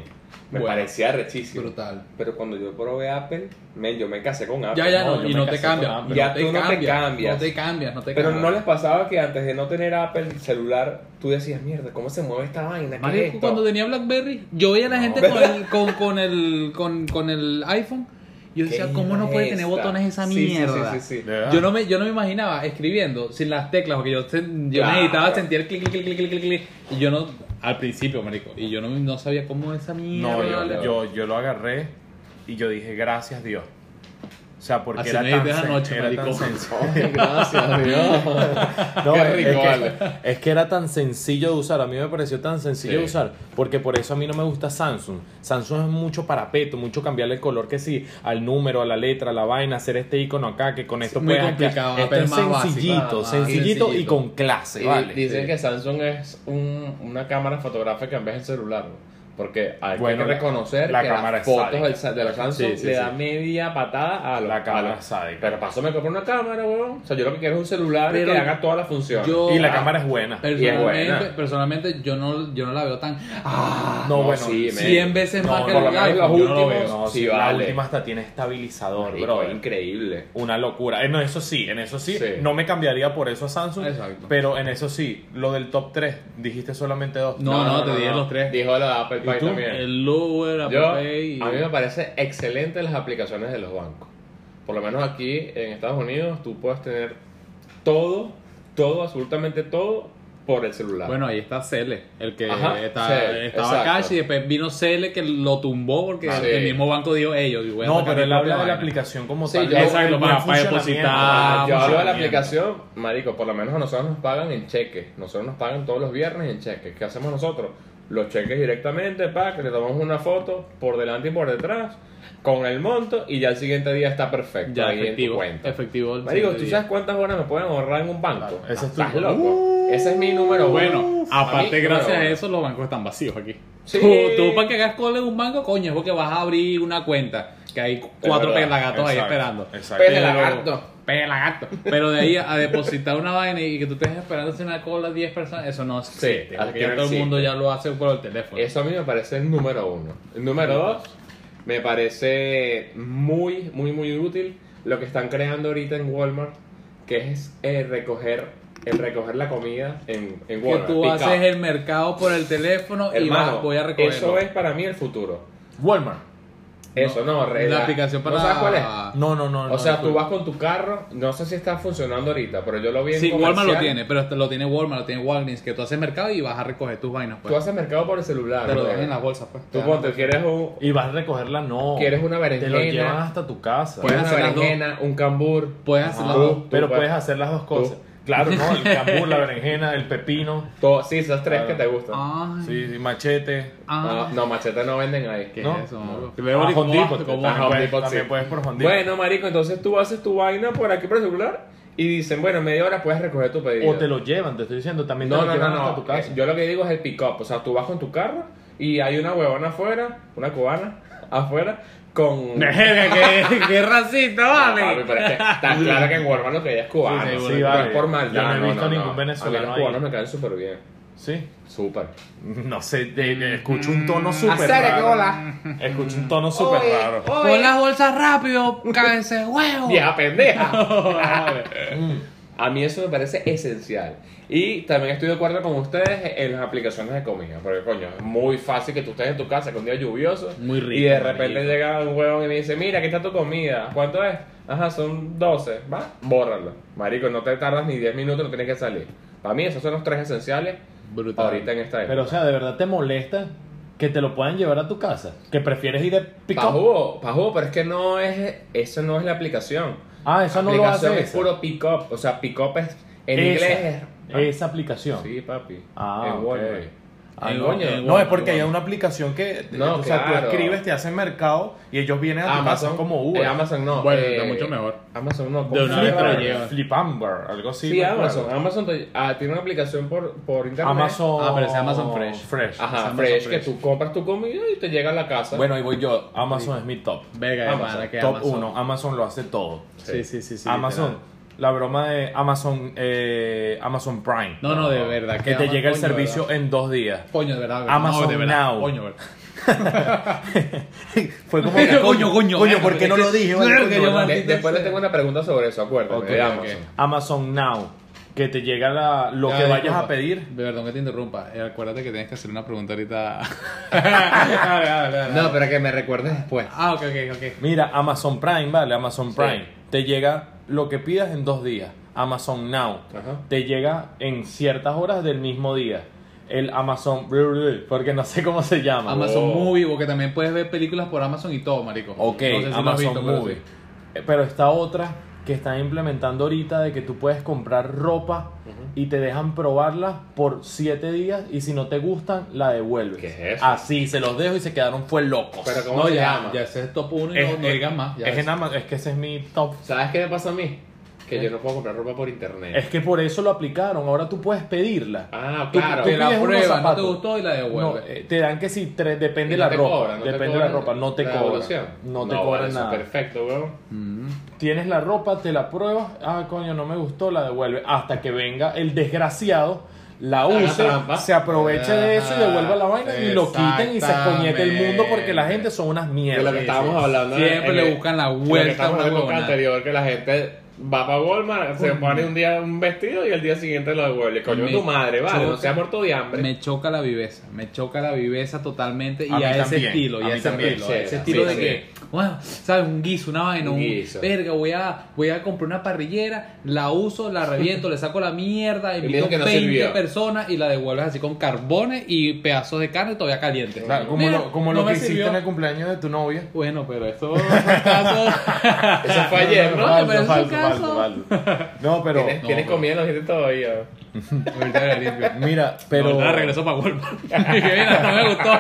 Speaker 1: Me
Speaker 4: Bueno.
Speaker 1: parecía rechísimo.
Speaker 4: Brutal.
Speaker 1: Pero cuando yo probé Apple, men, yo me casé con Apple.
Speaker 4: Ya, ya, no,
Speaker 1: yo
Speaker 4: y
Speaker 1: me
Speaker 4: no te
Speaker 1: casé
Speaker 4: cambias.
Speaker 1: con Apple.
Speaker 4: y
Speaker 1: Ya tú no te cambias.
Speaker 4: No te cambias, no te
Speaker 1: Pero
Speaker 4: cambias.
Speaker 1: no les pasaba que antes de no tener Apple celular, tú decías, mierda, ¿cómo se mueve esta vaina? ¿Qué es
Speaker 4: Marico,
Speaker 1: esto?"
Speaker 4: cuando tenía BlackBerry, yo veía a la gente con el, con, con el, con, con el iPhone. Yo
Speaker 1: ¿Qué
Speaker 4: decía, ¿cómo no
Speaker 1: es
Speaker 4: puede
Speaker 1: esta?
Speaker 4: tener botones esa
Speaker 1: Sí, sí, sí,
Speaker 4: mierda?
Speaker 1: sí, sí.
Speaker 2: ¿verdad?
Speaker 4: Yo no, me, yo no me imaginaba escribiendo sin las teclas, porque yo, sen- yo
Speaker 1: Claro.
Speaker 4: necesitaba sentir el clic, clic, clic, clic, clic, clic. Y yo no, al principio, marico, y yo no, no sabía cómo esa mierda.
Speaker 2: No, yo,
Speaker 4: vale.
Speaker 2: yo, yo lo agarré y yo dije, gracias Dios. O sea, porque
Speaker 4: Así
Speaker 2: era
Speaker 4: me
Speaker 2: tan,
Speaker 4: dijiste
Speaker 2: sen-
Speaker 4: anoche,
Speaker 2: era tan
Speaker 4: maricón.
Speaker 2: sencillo.
Speaker 3: Gracias, Dios.
Speaker 2: No,
Speaker 1: Qué
Speaker 2: es-
Speaker 1: rico,
Speaker 2: es, que,
Speaker 1: vale.
Speaker 2: es que era tan sencillo de usar. A mí me pareció tan sencillo de
Speaker 1: Sí.
Speaker 2: usar. Porque por eso a mí no me gusta Samsung. Samsung es mucho parapeto, mucho cambiarle el color que sí, al número, a la letra, a la vaina, hacer este icono acá, que con esto
Speaker 4: Muy
Speaker 2: puedes
Speaker 4: complicado,
Speaker 2: hackear. Esto
Speaker 4: pero
Speaker 2: es
Speaker 4: más básico,
Speaker 2: sencillito,
Speaker 4: más
Speaker 2: sencillito y
Speaker 4: sencillito.
Speaker 2: con clase,
Speaker 1: Y
Speaker 2: ¿vale?
Speaker 1: Dicen que Samsung es un- una cámara fotográfica en vez del celular. ¿no? Porque hay
Speaker 2: Bueno,
Speaker 1: que
Speaker 2: la-
Speaker 1: reconocer
Speaker 2: la
Speaker 1: que
Speaker 2: cámara
Speaker 1: las
Speaker 2: es
Speaker 1: fotos
Speaker 2: sádica.
Speaker 1: del sa- de la Samsung
Speaker 2: Sí, sí,
Speaker 1: le
Speaker 2: sí.
Speaker 1: da media patada a los-
Speaker 2: La cámara
Speaker 1: a los-
Speaker 2: sádica.
Speaker 1: Pero paso me compré una cámara, weón. O sea, yo lo que quiero es un celular
Speaker 4: Pero
Speaker 1: que haga todas las funciones.
Speaker 4: yo- Ah,
Speaker 2: Y la cámara es buena.
Speaker 1: Y es
Speaker 4: Personalmente,
Speaker 1: buena.
Speaker 4: personalmente yo, no, yo no la veo tan. ¡Ah!
Speaker 2: No,
Speaker 1: No,
Speaker 2: bueno,
Speaker 1: sí, men.
Speaker 4: 100 veces más que
Speaker 1: no,
Speaker 4: el
Speaker 1: no,
Speaker 4: iPhone.
Speaker 1: no, no,
Speaker 4: yo
Speaker 1: no,
Speaker 4: lo
Speaker 1: no,
Speaker 4: veo.
Speaker 1: no,
Speaker 2: No,
Speaker 1: sí,
Speaker 2: sí,
Speaker 1: vale.
Speaker 2: La última hasta tiene estabilizador,
Speaker 1: Marico,
Speaker 2: bro.
Speaker 1: es increíble.
Speaker 2: Una locura. Eh, No, eso sí, en eso sí,
Speaker 1: Sí.
Speaker 2: No me cambiaría por eso a Samsung.
Speaker 4: Exacto.
Speaker 2: Pero en eso sí, lo del top 3, dijiste solamente dos.
Speaker 4: No, no, te dije los tres.
Speaker 1: Dijo la de Apple Pay
Speaker 2: tú?
Speaker 1: también.
Speaker 4: El lower, Apple
Speaker 1: Yo,
Speaker 4: Pay y-
Speaker 1: a mí me parece excelente las aplicaciones de los bancos. Por lo menos aquí en Estados Unidos tú puedes tener todo, todo, absolutamente todo por el celular.
Speaker 4: Bueno, ahí está Cele, el que
Speaker 1: Ajá,
Speaker 4: está-
Speaker 1: Cele,
Speaker 4: estaba
Speaker 1: exacto.
Speaker 4: Cash y después vino Cele que lo tumbó porque
Speaker 1: Sí.
Speaker 4: el mismo banco dio ellos.
Speaker 2: No, pero él habla de la aplicación como
Speaker 1: Sí,
Speaker 2: tal.
Speaker 1: yo-
Speaker 2: el
Speaker 1: Exacto,
Speaker 2: buen
Speaker 4: para- para
Speaker 2: funcionamiento.
Speaker 4: depositar,
Speaker 1: Ah, yo hablo de la
Speaker 2: Funcionamiento.
Speaker 1: aplicación, marico, por lo menos a nosotros nos pagan en cheques. Nosotros nos pagan todos los viernes en cheques. ¿Qué hacemos nosotros? Los cheques directamente, pa, que le tomamos una foto por delante y por detrás, con el monto, y ya el siguiente día está perfecto.
Speaker 4: Ya,
Speaker 1: ahí en tu
Speaker 4: efectivo.
Speaker 1: cuenta.
Speaker 4: Efectivo. el
Speaker 1: Marico, ¿tú
Speaker 4: siguiente
Speaker 1: sabes cuántas horas me pueden ahorrar en un banco?
Speaker 2: Claro, ese es tu-
Speaker 1: Estás loco. Ese es mi número
Speaker 4: día.
Speaker 1: bueno.
Speaker 4: Bueno,
Speaker 1: A
Speaker 4: aparte,
Speaker 1: mí,
Speaker 4: gracias
Speaker 1: número
Speaker 4: a
Speaker 1: uno.
Speaker 4: eso, los bancos están vacíos aquí.
Speaker 1: Sí.
Speaker 4: Tú, tú para que hagas cola en un banco, coño, es porque vas a abrir una cuenta. Que hay cuatro
Speaker 1: verdad,
Speaker 4: pelagatos ahí
Speaker 2: Exacto,
Speaker 4: esperando.
Speaker 2: Exacto.
Speaker 1: Pero- Pelagato.
Speaker 4: Pelagato. Pero de ahí a depositar una vaina y que tú estés esperando hacer una cola 10 personas, eso no
Speaker 1: aquí
Speaker 4: existe. porque ya
Speaker 1: no
Speaker 4: todo el mundo
Speaker 1: existe.
Speaker 4: ya lo hace por el teléfono.
Speaker 1: Eso a mí me parece el número uno. El número dos, me parece muy, muy, muy útil lo que están creando ahorita en Walmart, que es el recoger, el recoger la comida en, en
Speaker 4: que
Speaker 1: Walmart.
Speaker 4: tú
Speaker 1: pick
Speaker 4: haces
Speaker 1: up.
Speaker 4: el mercado por el teléfono y
Speaker 1: Hermano,
Speaker 4: vas, voy a recogerlo.
Speaker 1: Eso es para mí el futuro.
Speaker 2: Walmart.
Speaker 1: Eso no, re-
Speaker 4: la
Speaker 1: la-
Speaker 4: aplicación para
Speaker 1: ¿No sabes cuál es?
Speaker 2: No, no, no.
Speaker 1: O
Speaker 2: no,
Speaker 1: sea, tú
Speaker 2: disculpa.
Speaker 1: vas con tu carro, no sé si está funcionando ahorita, pero yo lo vi en
Speaker 4: Sí, Walmart lo
Speaker 1: comercial.
Speaker 4: tiene, pero este lo tiene Walmart, lo tiene Walgreens, que tú haces mercado y vas a recoger tus vainas,
Speaker 1: Tú
Speaker 4: pues.
Speaker 1: haces mercado por el celular.
Speaker 4: Te lo
Speaker 1: ¿no?
Speaker 4: dejan en las bolsas, pues.
Speaker 1: Tú ponte, quieres un,
Speaker 2: Y vas a recogerla, no.
Speaker 1: Quieres una
Speaker 2: Te lo
Speaker 1: berenjena.
Speaker 2: llevan hasta tu casa.
Speaker 4: Puedes
Speaker 1: una
Speaker 4: hacer las dos. Pues-
Speaker 1: berenjena, un cambur.
Speaker 4: Puedes hacer las
Speaker 2: Tú,
Speaker 4: dos.
Speaker 1: tú
Speaker 2: pero puedes
Speaker 1: puedes-
Speaker 2: hacer las dos cosas. Claro, no, el cambur, la berenjena, el pepino,
Speaker 1: Todo, sí, esas tres
Speaker 2: Claro.
Speaker 1: que te gustan.
Speaker 4: Ay,
Speaker 2: sí, sí, machete.
Speaker 1: No,
Speaker 4: ay.
Speaker 1: no, machete no venden ahí.
Speaker 4: ¿Qué
Speaker 2: no,
Speaker 4: es eso?
Speaker 2: no.
Speaker 4: Veo
Speaker 2: Ah,
Speaker 4: ahorita
Speaker 2: Home
Speaker 4: cómo-
Speaker 2: Depot,
Speaker 4: cómo-
Speaker 2: también
Speaker 1: Ah, Home
Speaker 2: puedes-
Speaker 1: Depot,
Speaker 2: También
Speaker 1: sí.
Speaker 2: puedes por Home Depot.
Speaker 1: Bueno, marico, entonces tú haces tu vaina por aquí por el celular y dicen, bueno, en media hora puedes recoger tu pedido.
Speaker 2: O te lo llevan, te estoy diciendo, también te
Speaker 1: no,
Speaker 2: lo
Speaker 1: no, no,
Speaker 2: llevan
Speaker 1: no.
Speaker 2: hasta tu casa.
Speaker 1: Eh, Yo lo que digo es el pick-up. O sea, tú vas con tu carro y hay una huevona afuera, una cubana afuera, con...
Speaker 4: Verga, qué, qué racista,
Speaker 1: Ah, papi,
Speaker 4: vale.
Speaker 1: pero es que está claro que en Walmart lo que hay es cubano.
Speaker 2: Sí, sí,
Speaker 1: no
Speaker 2: sí,
Speaker 1: es
Speaker 2: vale.
Speaker 1: por maldad.
Speaker 2: Yo no he visto ningún
Speaker 1: A mí
Speaker 2: venezolano
Speaker 1: los
Speaker 2: ahí.
Speaker 1: cubanos me caen súper bien.
Speaker 2: Sí.
Speaker 1: Súper.
Speaker 2: No sé, te- te escucho un tono súper
Speaker 1: Mm, Hacer
Speaker 2: raro.
Speaker 1: cola.
Speaker 2: Escucho un tono súper
Speaker 1: Oye,
Speaker 2: raro.
Speaker 1: oye.
Speaker 4: Pon las bolsas rápido, cállese huevo.
Speaker 1: Vieja pendeja. Mm. A mí eso me parece esencial. Y también estoy de acuerdo con ustedes en las aplicaciones de comida. Porque, coño, es muy fácil que tú estés en tu casa con un día lluvioso.
Speaker 4: Muy rico,
Speaker 1: Y de repente
Speaker 4: marico.
Speaker 1: llega un huevón y me dice: Mira, aquí está tu comida. ¿Cuánto es? Ajá, son 12. ¿Va? Bórralo. Marico, no te tardas ni 10 minutos, no tienes que salir. Para mí, esos son los tres esenciales.
Speaker 4: Brutal.
Speaker 1: Ahorita en esta
Speaker 2: Pero, o sea, ¿de verdad te molesta que te lo puedan llevar a tu casa? ¿Que prefieres ir de pick up?
Speaker 1: Pajú, pajú, pero es que no es. Eso no es la aplicación.
Speaker 2: Ah, eso no lo
Speaker 1: aplicación
Speaker 2: hace
Speaker 1: es
Speaker 2: esa.
Speaker 1: puro pick up. O sea, pick up es. En
Speaker 2: Esa,
Speaker 1: inglés es.
Speaker 2: Esa aplicación.
Speaker 1: Sí, papi.
Speaker 2: Ah,
Speaker 1: en
Speaker 2: ok.
Speaker 1: Walmart.
Speaker 2: Ah,
Speaker 4: En
Speaker 2: no,
Speaker 4: Walmart,
Speaker 2: no,
Speaker 4: en
Speaker 2: no,
Speaker 4: Walmart,
Speaker 2: es porque hay
Speaker 4: Walmart.
Speaker 2: una aplicación que
Speaker 1: No,
Speaker 2: o sea,
Speaker 1: claro.
Speaker 2: tú escribes, te hacen mercado y ellos vienen a tu casa
Speaker 1: Amazon
Speaker 2: son como Uber.
Speaker 1: Eh, Amazon no.
Speaker 4: Bueno,
Speaker 1: eh,
Speaker 4: está mucho mejor.
Speaker 1: Amazon no.
Speaker 4: De una vez te lo
Speaker 1: Flipper.
Speaker 4: llevo. llevan.
Speaker 2: Flipamber, algo así.
Speaker 1: Sí,
Speaker 2: me
Speaker 1: Amazon.
Speaker 2: acuerdo.
Speaker 1: Amazon te- ah, tiene una aplicación por, por internet.
Speaker 2: pues. Amazon.
Speaker 4: Ah, pero es Amazon Fresh.
Speaker 2: Fresh.
Speaker 1: Ajá,
Speaker 4: Amazon
Speaker 1: Fresh,
Speaker 4: Fresh.
Speaker 1: que tú compras tu comida y te llega a la casa.
Speaker 2: Bueno, ahí voy yo. Amazon es mi top.
Speaker 4: Verga,
Speaker 1: Amazon,
Speaker 4: hermana, que
Speaker 2: top
Speaker 4: Amazon.
Speaker 2: 1. Amazon lo hace todo.
Speaker 4: Sí, sí, sí. sí
Speaker 2: Amazon
Speaker 4: literal.
Speaker 2: la broma de Amazon eh, Amazon Prime.
Speaker 4: No, no, de verdad,
Speaker 2: Que,
Speaker 4: que
Speaker 2: te
Speaker 4: ama-
Speaker 2: llega el
Speaker 4: coño,
Speaker 2: servicio en dos días.
Speaker 4: Coño, de verdad. de verdad.
Speaker 2: Amazon
Speaker 4: No, de verdad.
Speaker 2: Now.
Speaker 4: Coño, de verdad.
Speaker 2: Fue como que, coño, coño,
Speaker 4: eh,
Speaker 2: coño, ¿por qué no lo dije? vale, coño, no?
Speaker 1: De- después le tengo una pregunta sobre eso, acuérdate.
Speaker 4: Ok,
Speaker 1: de
Speaker 4: ok.
Speaker 1: Amazon.
Speaker 2: Amazon Now, que te llega la- lo
Speaker 4: Ya,
Speaker 2: que vayas
Speaker 4: disculpa.
Speaker 2: a pedir.
Speaker 4: Perdón que te interrumpa. Eh, acuérdate que tienes que hacer una pregunta ahorita. Dale, dale, dale.
Speaker 1: No, pero que me recuerdes después.
Speaker 4: Ah, ok, ok, ok.
Speaker 2: Mira, Amazon Prime, vale, Amazon Prime. Te llega lo que pidas en dos días. Amazon Now.
Speaker 1: Ajá.
Speaker 2: Te llega en ciertas horas del mismo día. El Amazon, porque no sé cómo se llama.
Speaker 4: Amazon
Speaker 2: Oh.
Speaker 4: Movie, porque también puedes ver películas por Amazon y todo, marico. No
Speaker 2: Ok,
Speaker 4: sé si lo has
Speaker 2: Amazon
Speaker 4: visto, pero
Speaker 2: Movie.
Speaker 4: sí.
Speaker 2: Eh, Pero está otra que están implementando ahorita de que tú puedes comprar ropa y te dejan probarla por 7 días y si no te gustan, la devuelves.
Speaker 1: ¿Qué es eso?
Speaker 2: Así, se los dejo y se quedaron fue locos.
Speaker 1: Pero ¿cómo
Speaker 4: No,
Speaker 1: se
Speaker 4: ya,
Speaker 1: llama?
Speaker 4: ya ese es top 1 y
Speaker 2: es,
Speaker 4: no, no
Speaker 2: es-
Speaker 4: digas más. ya
Speaker 2: es
Speaker 4: ves.
Speaker 2: en Ama- es que ese es mi top.
Speaker 1: ¿Sabes qué me pasa a mí? Que yo no puedo comprar ropa por internet.
Speaker 2: ¿Eh? Es que por eso lo aplicaron, ahora tú puedes pedirla.
Speaker 1: Ah,
Speaker 2: Tú-
Speaker 1: claro.
Speaker 2: tú
Speaker 4: Te la
Speaker 2: pides unos
Speaker 4: prueba, no te
Speaker 2: zapatos.
Speaker 4: gustó y la
Speaker 2: No,
Speaker 4: devuelves.
Speaker 2: eh, te dan que si tres,
Speaker 1: Y
Speaker 2: depende de
Speaker 1: no
Speaker 2: la
Speaker 1: te
Speaker 2: ropa,
Speaker 1: cobran, no te
Speaker 2: depende de la
Speaker 1: cobran
Speaker 2: ropa, no te
Speaker 1: la
Speaker 2: cobran,
Speaker 1: devolución.
Speaker 2: no te
Speaker 1: vale,
Speaker 2: cobran
Speaker 1: eso es
Speaker 2: nada.
Speaker 1: Perfecto, weón.
Speaker 2: Tienes la ropa, te la pruebas, ah, coño, no me gustó, la devuelve. Hasta que venga el desgraciado, la
Speaker 1: Haga
Speaker 2: use,
Speaker 1: trampa. Ah,
Speaker 2: se aproveche de eso y devuelva la vaina y lo quiten y se escoñete el mundo porque la gente son unas
Speaker 1: De lo que
Speaker 2: mierdas.
Speaker 1: estábamos hablando.
Speaker 4: Siempre
Speaker 1: en
Speaker 4: le
Speaker 1: el-
Speaker 4: buscan la
Speaker 1: en
Speaker 4: vuelta
Speaker 1: Lo que
Speaker 4: a
Speaker 1: estábamos
Speaker 4: una
Speaker 1: hablando en el
Speaker 4: huevonada.
Speaker 1: anterior, que la gente va para Walmart, se pone un día un vestido y el día siguiente lo devuelve. Coño,
Speaker 4: Me
Speaker 1: tu madre, vale. No
Speaker 4: choca.
Speaker 1: seas muerto de hambre.
Speaker 4: Me choca la viveza, me choca la viveza totalmente y
Speaker 5: A
Speaker 4: a,
Speaker 5: mí
Speaker 4: ese
Speaker 5: también,
Speaker 4: estilo, y
Speaker 5: a
Speaker 4: a
Speaker 5: mí
Speaker 4: ese
Speaker 5: también,
Speaker 4: estilo,
Speaker 1: sí,
Speaker 4: a ese
Speaker 1: sí,
Speaker 4: estilo de
Speaker 1: sí.
Speaker 4: que, bueno, sabes, un guiso, una vaina,
Speaker 1: Un
Speaker 4: un,
Speaker 1: guiso.
Speaker 4: verga, voy a, voy a comprar una parrillera, la uso, la reviento, le saco la mierda, invito
Speaker 1: digo que no
Speaker 4: 20
Speaker 1: sirvió.
Speaker 4: personas y la devuelves así con carbones y pedazos de carne todavía caliente.
Speaker 2: Claro, como
Speaker 4: Mira,
Speaker 2: lo, como
Speaker 4: no
Speaker 2: lo
Speaker 4: me
Speaker 2: que hiciste
Speaker 4: sirvió.
Speaker 2: en el cumpleaños de tu novia.
Speaker 4: Bueno, pero eso es un caso.
Speaker 1: Eso fue ayer, ¿no?
Speaker 4: pero es un caso.
Speaker 2: No, pero
Speaker 1: ¿Tienes, tienes comida en los dientes todavía?
Speaker 4: Ahorita la limpio.
Speaker 2: mira, pero
Speaker 4: Ahorita regreso para Walmart. Y que mira, no me gustó.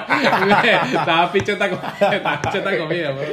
Speaker 4: Estaba pinche esta comida. Estaba pinche esta comida, bro.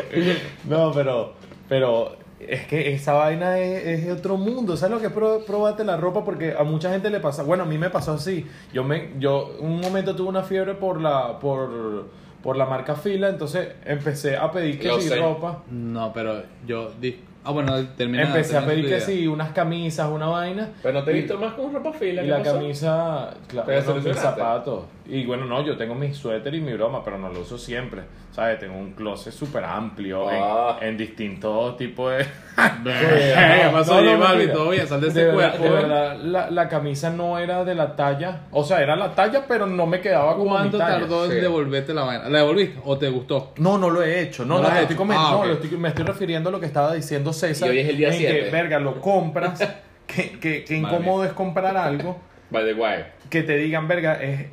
Speaker 2: No, pero, pero es que esa vaina es, es de otro mundo. ¿Sabes lo que es pro- probarte la ropa? Porque a mucha gente le pasa. Bueno, a mí me pasó así. Yo me, yo un momento tuve una fiebre por la, por, por la marca fila, entonces empecé a pedir que
Speaker 1: Lo
Speaker 2: sí
Speaker 1: sé.
Speaker 2: ropa.
Speaker 4: No, pero yo. di- Ah, bueno, terminé.
Speaker 2: Empecé a pedir que sí, unas camisas, una vaina.
Speaker 1: Pero no te he visto más con ropa fila.
Speaker 2: Y
Speaker 1: ¿qué
Speaker 2: la
Speaker 1: pasó?
Speaker 2: camisa, claro,
Speaker 1: Pero
Speaker 2: no, mis
Speaker 1: solucionaste.
Speaker 2: zapatos. Y bueno, no, yo tengo mi suéter y mi broma, pero no lo uso siempre. ¿Sabes? Tengo un closet súper amplio en-
Speaker 1: Ah.
Speaker 2: en, distintos tipos de.
Speaker 4: ¿Qué pasó,
Speaker 2: No, no,
Speaker 4: J Balvin?
Speaker 2: mentira.
Speaker 4: Todo bien, sal de
Speaker 2: De
Speaker 4: ese
Speaker 2: verdad,
Speaker 4: cuerpo.
Speaker 2: de
Speaker 4: ¿eh?
Speaker 2: verdad, la, la camisa no era de la talla. O sea, era la talla, pero no me quedaba como mi
Speaker 4: ¿Cuánto
Speaker 2: talla.
Speaker 4: tardó en devolverte la vaina? ¿La devolviste o te gustó?
Speaker 2: No, no lo he hecho. No,
Speaker 4: No
Speaker 2: no,
Speaker 4: lo has
Speaker 2: te
Speaker 4: hecho.
Speaker 2: estoy comentando.
Speaker 4: Ah,
Speaker 2: no,
Speaker 4: ok.
Speaker 2: lo estoy- me estoy refiriendo a lo que estaba diciendo César.
Speaker 1: Y hoy es el día
Speaker 2: en
Speaker 1: siete.
Speaker 2: que, verga, lo compras. que, que, que
Speaker 4: Madre
Speaker 2: incómodo es comprar algo
Speaker 1: By the way.
Speaker 2: que te digan, verga, es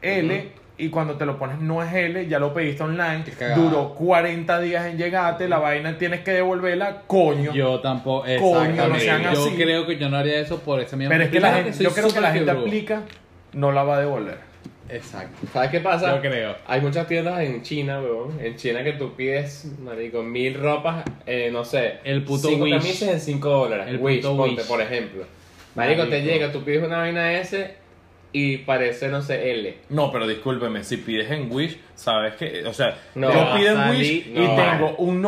Speaker 2: L. Y cuando te lo pones no es L, ya lo pediste online,
Speaker 4: Qué cagada.
Speaker 2: duró 40 días en llegarte, la vaina tienes que devolverla, coño.
Speaker 4: Yo tampoco.
Speaker 2: no
Speaker 4: exactamente.
Speaker 1: sean
Speaker 4: Yo
Speaker 2: así.
Speaker 4: creo que yo no haría eso por esa misma
Speaker 2: Pero es que la
Speaker 4: Primero
Speaker 2: gente,
Speaker 4: soy
Speaker 2: yo creo que la
Speaker 4: súper
Speaker 2: gente
Speaker 4: fibrudo.
Speaker 2: aplica, no la va a devolver.
Speaker 4: Exacto.
Speaker 1: ¿Sabes qué pasa?
Speaker 4: Yo creo.
Speaker 1: Hay muchas tiendas en China, weón. En China que tú pides, marico, mil ropas, eh, no sé.
Speaker 4: El puto
Speaker 1: cinco
Speaker 4: Wish.
Speaker 1: camisas en 5 dólares.
Speaker 4: El
Speaker 1: Wish,
Speaker 4: puto
Speaker 1: ponte,
Speaker 4: Wish.
Speaker 1: por ejemplo. Marico, te
Speaker 4: Marico.
Speaker 1: llega, tú pides una vaina S y parece, no sé, L.
Speaker 2: No, pero discúlpeme, si pides en Wish, sabes que, o sea,
Speaker 1: No,
Speaker 2: yo pido en
Speaker 1: salí-
Speaker 2: Wish
Speaker 1: no.
Speaker 2: y tengo un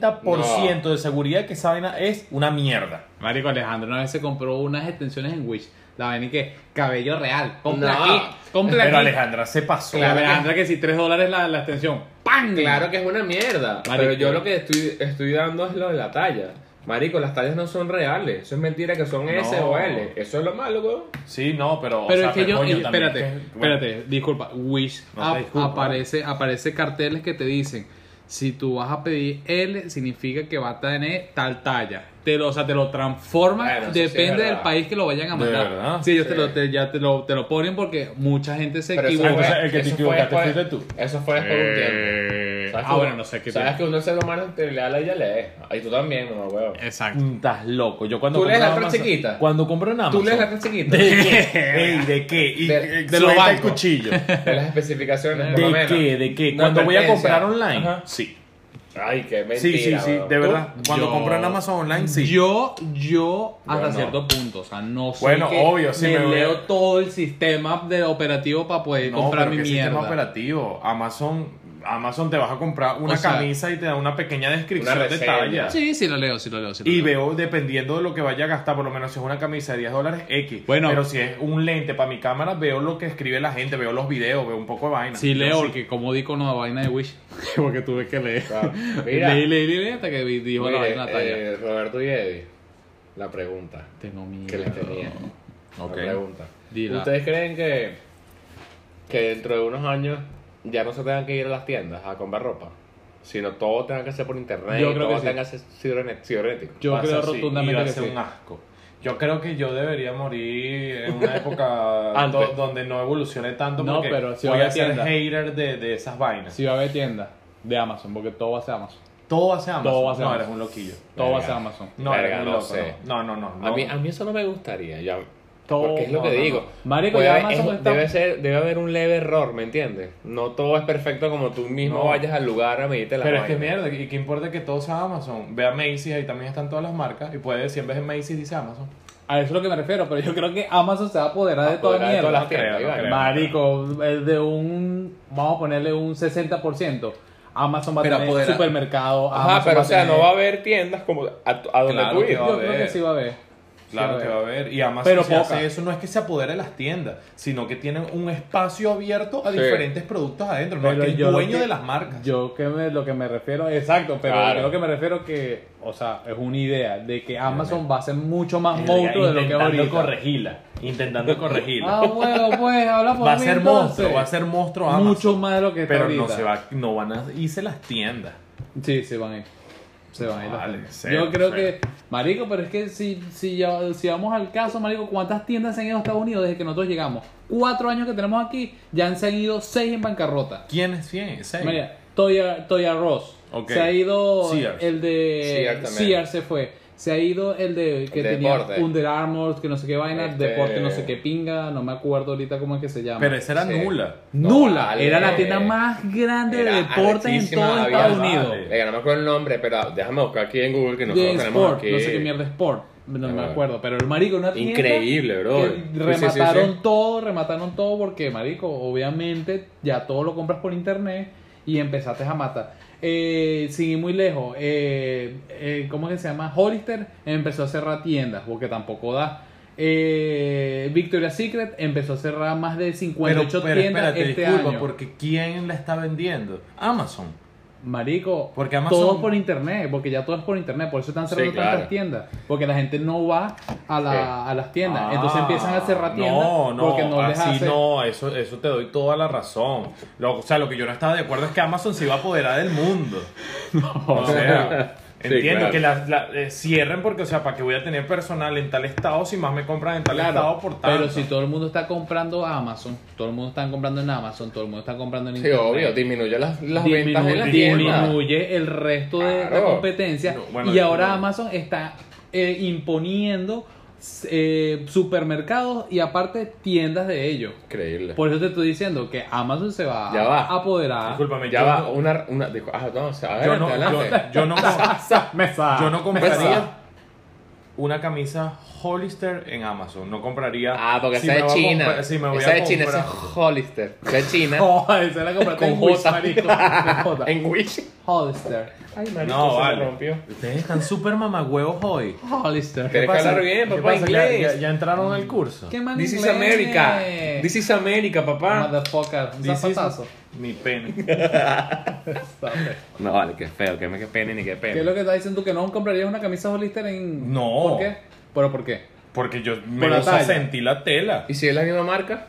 Speaker 2: 90% de seguridad que esa vaina es una mierda.
Speaker 4: Marico Alejandro una vez se compró unas extensiones en Wish. La ven y que cabello real. Compra
Speaker 1: No.
Speaker 4: aquí. Compra
Speaker 2: Pero
Speaker 4: aquí.
Speaker 2: Alejandra se pasó.
Speaker 1: Claro.
Speaker 4: La Alejandra que si 3 dólares la, la extensión. ¡Pam!
Speaker 1: Claro que es una mierda. Pero
Speaker 4: Marico.
Speaker 1: yo lo que estoy, estoy dando es lo de la talla. Marico, las tallas no son reales. Eso es mentira que son S
Speaker 2: No.
Speaker 1: o L. Eso es lo malo, weón.
Speaker 2: Sí, no, pero.
Speaker 4: Pero
Speaker 2: o sea,
Speaker 4: es que yo,
Speaker 2: coño,
Speaker 4: eh,
Speaker 2: también
Speaker 4: espérate,
Speaker 2: es que- bueno,
Speaker 4: espérate, disculpa, Wish
Speaker 2: No te
Speaker 4: ap-
Speaker 2: disculpo,
Speaker 4: aparece, aparece carteles que te dicen, si tú vas a pedir L, significa que va a tener tal talla. Te lo, o sea, te lo transforman,
Speaker 1: Bueno, eso sí es
Speaker 4: depende del
Speaker 1: verdad.
Speaker 4: país que lo vayan a
Speaker 2: ¿De
Speaker 4: mandar.
Speaker 2: verdad?
Speaker 4: sí, ellos te
Speaker 1: Sí.
Speaker 4: lo, te- ya te lo, te lo ponen porque mucha gente se
Speaker 1: Pero eso
Speaker 4: equivoca.
Speaker 2: entonces, el que te
Speaker 1: eso fue
Speaker 2: equivocaste
Speaker 1: después-
Speaker 2: fuiste tú.
Speaker 1: Eso fue después de un
Speaker 2: Eh,
Speaker 1: tiempo. ¿Sabes
Speaker 4: ah,
Speaker 1: que-
Speaker 4: bueno, no sé qué
Speaker 1: Sabes que uno es ser humano te le da la y lee. Y tú también, no, weón.
Speaker 4: Exacto.
Speaker 2: Mm, Estás loco. Yo cuando
Speaker 1: ¿Tú lees
Speaker 2: compro
Speaker 1: la
Speaker 2: en
Speaker 1: letra
Speaker 2: Amazon-
Speaker 1: chiquita?
Speaker 2: Cuando compro en Amazon.
Speaker 1: Tú lees la letra chiquita.
Speaker 2: ¿De qué? Ey, ¿de qué?
Speaker 1: De-
Speaker 2: Y, y
Speaker 1: de
Speaker 2: suelta
Speaker 4: los
Speaker 2: el
Speaker 4: bancos.
Speaker 2: cuchillo. ¿De
Speaker 1: De las especificaciones, por lo menos.
Speaker 2: qué? ¿De qué?
Speaker 1: Una
Speaker 2: Cuando voy a
Speaker 1: advertencia.
Speaker 2: comprar online.
Speaker 1: Ajá.
Speaker 2: Sí.
Speaker 1: Ay, qué
Speaker 2: Sí,
Speaker 1: mentira.
Speaker 2: sí, sí.
Speaker 1: weón.
Speaker 2: De
Speaker 1: ¿Tú?
Speaker 2: verdad. Cuando
Speaker 4: Yo-
Speaker 2: compro en Amazon online, sí.
Speaker 4: Yo, yo, hasta
Speaker 1: no.
Speaker 4: cierto punto, o sea, no soy
Speaker 2: Bueno,
Speaker 4: que
Speaker 2: obvio, sí
Speaker 4: me
Speaker 2: me voy a-
Speaker 4: leo todo el sistema de operativo para poder
Speaker 2: no,
Speaker 4: comprar
Speaker 2: pero
Speaker 4: mi
Speaker 2: ¿qué
Speaker 4: mierda.
Speaker 2: sistema operativo. Amazon. Amazon te vas a comprar una
Speaker 11: O sea,
Speaker 2: camisa y te da una pequeña descripción
Speaker 1: una
Speaker 2: de
Speaker 1: reseña.
Speaker 2: talla.
Speaker 11: Sí, sí lo leo, sí lo leo. sí lo
Speaker 2: Y
Speaker 11: leo.
Speaker 2: veo, dependiendo de lo que vaya a gastar, por lo menos si es una camisa de 10 dólares, X.
Speaker 4: Bueno.
Speaker 2: Pero si es un lente para mi cámara, veo lo que escribe la gente, veo los videos, veo un poco de vaina.
Speaker 11: Sí,
Speaker 2: Yo
Speaker 11: leo, porque como di con una vaina de Wish, porque tuve que leer.
Speaker 1: Mira.
Speaker 11: Leí, leí, leí hasta que vi- dijo la
Speaker 1: Mire,
Speaker 11: vaina de la talla.
Speaker 1: eh, Roberto y Eddie, la pregunta
Speaker 11: Tengo
Speaker 1: que
Speaker 11: miedo.
Speaker 1: les tenía.
Speaker 2: Ok.
Speaker 1: La pregunta.
Speaker 11: Dila.
Speaker 1: ¿Ustedes creen que, que dentro de unos años ya no se tengan que ir a las tiendas a comprar ropa? Sino todo tenga que ser por internet,
Speaker 4: Yo creo
Speaker 1: todo
Speaker 4: que sí.
Speaker 1: tenga que ser cibernet- cibernético.
Speaker 4: Yo
Speaker 2: pasa
Speaker 4: creo
Speaker 2: así,
Speaker 4: rotundamente
Speaker 2: y va a
Speaker 4: que
Speaker 2: ser
Speaker 4: sí.
Speaker 2: un asco. Yo creo que yo debería morir en una época do-
Speaker 4: Antes.
Speaker 2: donde no evolucione tanto
Speaker 4: No,
Speaker 2: porque
Speaker 4: pero si
Speaker 2: voy
Speaker 4: va a
Speaker 2: a ser
Speaker 4: tienda.
Speaker 2: hater de, de esas vainas.
Speaker 4: Si va a haber tienda de Amazon, porque todo va a ser Amazon.
Speaker 2: Todo hace Amazon.
Speaker 4: Todo hace
Speaker 2: no,
Speaker 4: Amazon.
Speaker 2: eres un loquillo.
Speaker 4: Todo va a ser
Speaker 1: Verga.
Speaker 4: Amazon.
Speaker 2: No,
Speaker 1: Verga,
Speaker 2: eres un
Speaker 1: no
Speaker 2: loco,
Speaker 1: sé.
Speaker 2: No, no, no. no.
Speaker 1: A, mí, a mí eso no me gustaría. Ya,
Speaker 4: Todo-
Speaker 1: porque es lo
Speaker 4: no,
Speaker 1: que
Speaker 4: no,
Speaker 1: digo.
Speaker 4: no. Marico,
Speaker 1: Puede
Speaker 4: ya
Speaker 1: haber-
Speaker 4: Amazon
Speaker 1: es-
Speaker 4: está-
Speaker 1: debe, ser, debe haber un leve error, ¿me entiendes? No todo es perfecto como tú mismo
Speaker 2: No.
Speaker 1: vayas al lugar a medirte la
Speaker 2: Pero es que
Speaker 1: vaina.
Speaker 2: mierda, ¿y qué importa que todo sea Amazon? Ve a Macy's, ahí también están todas las marcas. Y puede decir, en vez de Macy's, dice Amazon.
Speaker 4: A eso es lo que me refiero, pero yo creo que Amazon se va a apoderar de toda
Speaker 1: Apoderar de
Speaker 4: mierda.
Speaker 1: todas las
Speaker 2: no creo,
Speaker 1: tiendas,
Speaker 2: no
Speaker 1: Iván.
Speaker 2: creo.
Speaker 4: Marico, es de un, vamos a ponerle un 60%. Amazon va a
Speaker 11: Pero
Speaker 4: tener
Speaker 11: apodera-
Speaker 4: supermercado.
Speaker 1: Ajá,
Speaker 4: Amazon
Speaker 1: pero
Speaker 4: va
Speaker 1: o sea,
Speaker 4: tener-
Speaker 1: no va a haber tiendas como a, a donde
Speaker 2: Claro
Speaker 1: tú
Speaker 2: que
Speaker 1: ir.
Speaker 2: va a
Speaker 4: Yo creo que
Speaker 2: haber.
Speaker 4: sí va a haber.
Speaker 2: Claro
Speaker 4: Sí,
Speaker 2: que
Speaker 4: a
Speaker 2: va a
Speaker 4: ver.
Speaker 2: hacer. Y Amazon
Speaker 4: Pero
Speaker 2: si hace
Speaker 4: poca.
Speaker 2: eso no es que se apodere de las tiendas, sino que tienen un espacio abierto a
Speaker 1: Sí.
Speaker 2: diferentes productos adentro. No
Speaker 4: Pero
Speaker 2: es que
Speaker 4: yo
Speaker 2: el
Speaker 4: lo
Speaker 2: dueño
Speaker 4: que-
Speaker 2: de las marcas.
Speaker 4: Yo que me, lo que me refiero, exacto, pero
Speaker 1: Claro.
Speaker 4: yo lo que me refiero que, o sea, es una idea de que Amazon va a ser mucho más monstruo de lo que es ahorita.
Speaker 2: corregirla. Intentando corregirla.
Speaker 4: Ah, bueno, pues, habla por
Speaker 2: va a
Speaker 4: mí
Speaker 2: ser
Speaker 4: entonces.
Speaker 2: monstruo, va a ser monstruo Amazon.
Speaker 4: mucho más de lo que está
Speaker 2: Pero no
Speaker 4: ahorita.
Speaker 2: se va, no van a irse las tiendas.
Speaker 4: Sí, se van a ir. Se van a ir. las
Speaker 2: Vale,
Speaker 4: tiendas.
Speaker 2: cero,
Speaker 4: Yo creo
Speaker 2: cero.
Speaker 4: que, Marico, pero es que si, si, ya- si vamos al caso, Marico, ¿cuántas tiendas se han ido a Estados Unidos desde que nosotros llegamos? Cuatro años que tenemos aquí, ya se han ido seis en bancarrota.
Speaker 2: ¿Quién es quién? Seis.
Speaker 4: Mira, Toya, Toya Ross.
Speaker 2: Ok.
Speaker 4: Se ha ido
Speaker 2: Sears.
Speaker 4: el de.
Speaker 1: Sears también.
Speaker 4: Sears se fue. Se ha ido el de que
Speaker 1: El de
Speaker 4: tenía
Speaker 1: deporte.
Speaker 4: Under Armour, que no sé qué vaina,
Speaker 1: Este-
Speaker 4: deporte, no sé qué pinga, no me acuerdo ahorita cómo es que se llama.
Speaker 2: Pero esa era
Speaker 1: Sí.
Speaker 2: nula.
Speaker 4: Nula,
Speaker 1: No, vale.
Speaker 4: era la tienda más grande de
Speaker 1: Era
Speaker 4: deportes en
Speaker 1: arrechísima,
Speaker 4: todo
Speaker 1: había-
Speaker 4: Estados
Speaker 2: vale.
Speaker 4: Unidos.
Speaker 1: Venga, no me acuerdo el nombre, pero déjame buscar aquí en Google que nosotros
Speaker 4: de
Speaker 1: tenemos
Speaker 4: Sport,
Speaker 1: aquí.
Speaker 4: no sé qué mierda Sport, no me
Speaker 1: Ah.
Speaker 4: acuerdo, pero el marico una tienda
Speaker 1: Increíble, bro.
Speaker 4: que
Speaker 1: Sí, sí, sí,
Speaker 4: remataron
Speaker 1: sí.
Speaker 4: todo, remataron todo porque marico, obviamente ya todo lo compras por internet y empezaste a matar. Eh, sin ir muy lejos, eh, eh, ¿cómo es que se llama? Hollister empezó a cerrar tiendas porque tampoco da. Eh, Victoria's Secret empezó a cerrar más de 58 tiendas este
Speaker 2: disculpa,
Speaker 4: año.
Speaker 2: porque ¿quién la está vendiendo? Amazon.
Speaker 4: Marico,
Speaker 2: Porque Amazon-
Speaker 4: todo es por internet, porque ya todo es por internet, por eso están cerrando
Speaker 1: Sí, claro.
Speaker 4: tantas tiendas, porque la gente no va a, la-
Speaker 1: Sí.
Speaker 4: a las tiendas,
Speaker 2: Ah,
Speaker 4: entonces empiezan a cerrar tiendas
Speaker 2: No, no,
Speaker 4: porque no les
Speaker 2: así
Speaker 4: hace.
Speaker 2: no, eso, eso te doy toda la razón. Lo- o sea, lo que yo no estaba de acuerdo es que Amazon se iba a apoderar del mundo. O sea,
Speaker 1: Sí,
Speaker 2: entiendo
Speaker 1: claro.
Speaker 2: que la, la- eh, cierren porque, o sea, ¿para qué voy a tener personal en tal estado si más me compran en tal estado
Speaker 4: Claro,
Speaker 2: por tanto?
Speaker 4: pero si todo el mundo está comprando a Amazon, todo el mundo está comprando en Amazon, todo el mundo está comprando en
Speaker 1: Sí,
Speaker 4: internet.
Speaker 1: obvio, disminuye las, las
Speaker 4: Disminu-
Speaker 1: ventas en las tiendas.
Speaker 4: disminuye el resto de la
Speaker 1: Claro.
Speaker 4: competencia
Speaker 2: No, bueno,
Speaker 4: y ahora
Speaker 2: no.
Speaker 4: Amazon está eh, imponiendo eh, supermercados y aparte tiendas de ellos.
Speaker 1: Increíble.
Speaker 4: Por eso te estoy diciendo que Amazon se va,
Speaker 1: Ya va.
Speaker 4: a apoderar.
Speaker 2: Discúlpame,
Speaker 1: ya
Speaker 2: yo
Speaker 1: va,
Speaker 2: no-
Speaker 1: una, una, dijo, ah, no, o sea,
Speaker 2: yo
Speaker 1: adelante,
Speaker 2: no,
Speaker 1: adelante.
Speaker 2: yo- yo no,
Speaker 4: Mesa.
Speaker 2: yo no compraría
Speaker 1: Mesa.
Speaker 2: una camisa Hollister en Amazon. No compraría.
Speaker 1: Ah, porque
Speaker 2: si
Speaker 1: esa
Speaker 2: me
Speaker 1: es
Speaker 2: voy a
Speaker 1: China.
Speaker 2: comprar- si me voy
Speaker 1: esa
Speaker 2: a
Speaker 1: es China, esa
Speaker 2: comprar-
Speaker 1: es Hollister. Esa es China.
Speaker 4: Oh, esa la compraste
Speaker 1: Con
Speaker 4: en Wish,
Speaker 1: J.
Speaker 4: marico. Con J.
Speaker 1: En Wish.
Speaker 4: Hollister.
Speaker 2: No,
Speaker 1: se
Speaker 2: vale.
Speaker 1: rompió.
Speaker 2: Ustedes están súper mamagüeos hoy.
Speaker 4: Hollister.
Speaker 1: Tienes que hablar bien,
Speaker 2: ¿Qué
Speaker 1: papá,
Speaker 2: pasa? ¿Ya, ya,
Speaker 1: inglés.
Speaker 2: ya entraron al curso?
Speaker 4: ¿Qué man
Speaker 1: This is
Speaker 4: inglés?
Speaker 1: America. This is America, papá.
Speaker 4: Motherfucker. Un
Speaker 2: This is-
Speaker 4: zapatazo.
Speaker 2: Mi pene.
Speaker 1: No, vale, qué feo, que me qué pena ni qué
Speaker 4: Ah, ¿Qué es
Speaker 1: pena.
Speaker 4: lo que estás diciendo tú? ¿Que no comprarías una camisa Hollister en...?
Speaker 2: No.
Speaker 4: ¿Por qué? ¿Pero por qué?
Speaker 2: Porque yo me
Speaker 4: Por la
Speaker 2: gusta
Speaker 4: talla.
Speaker 2: sentir la tela.
Speaker 1: ¿Y si es la misma marca?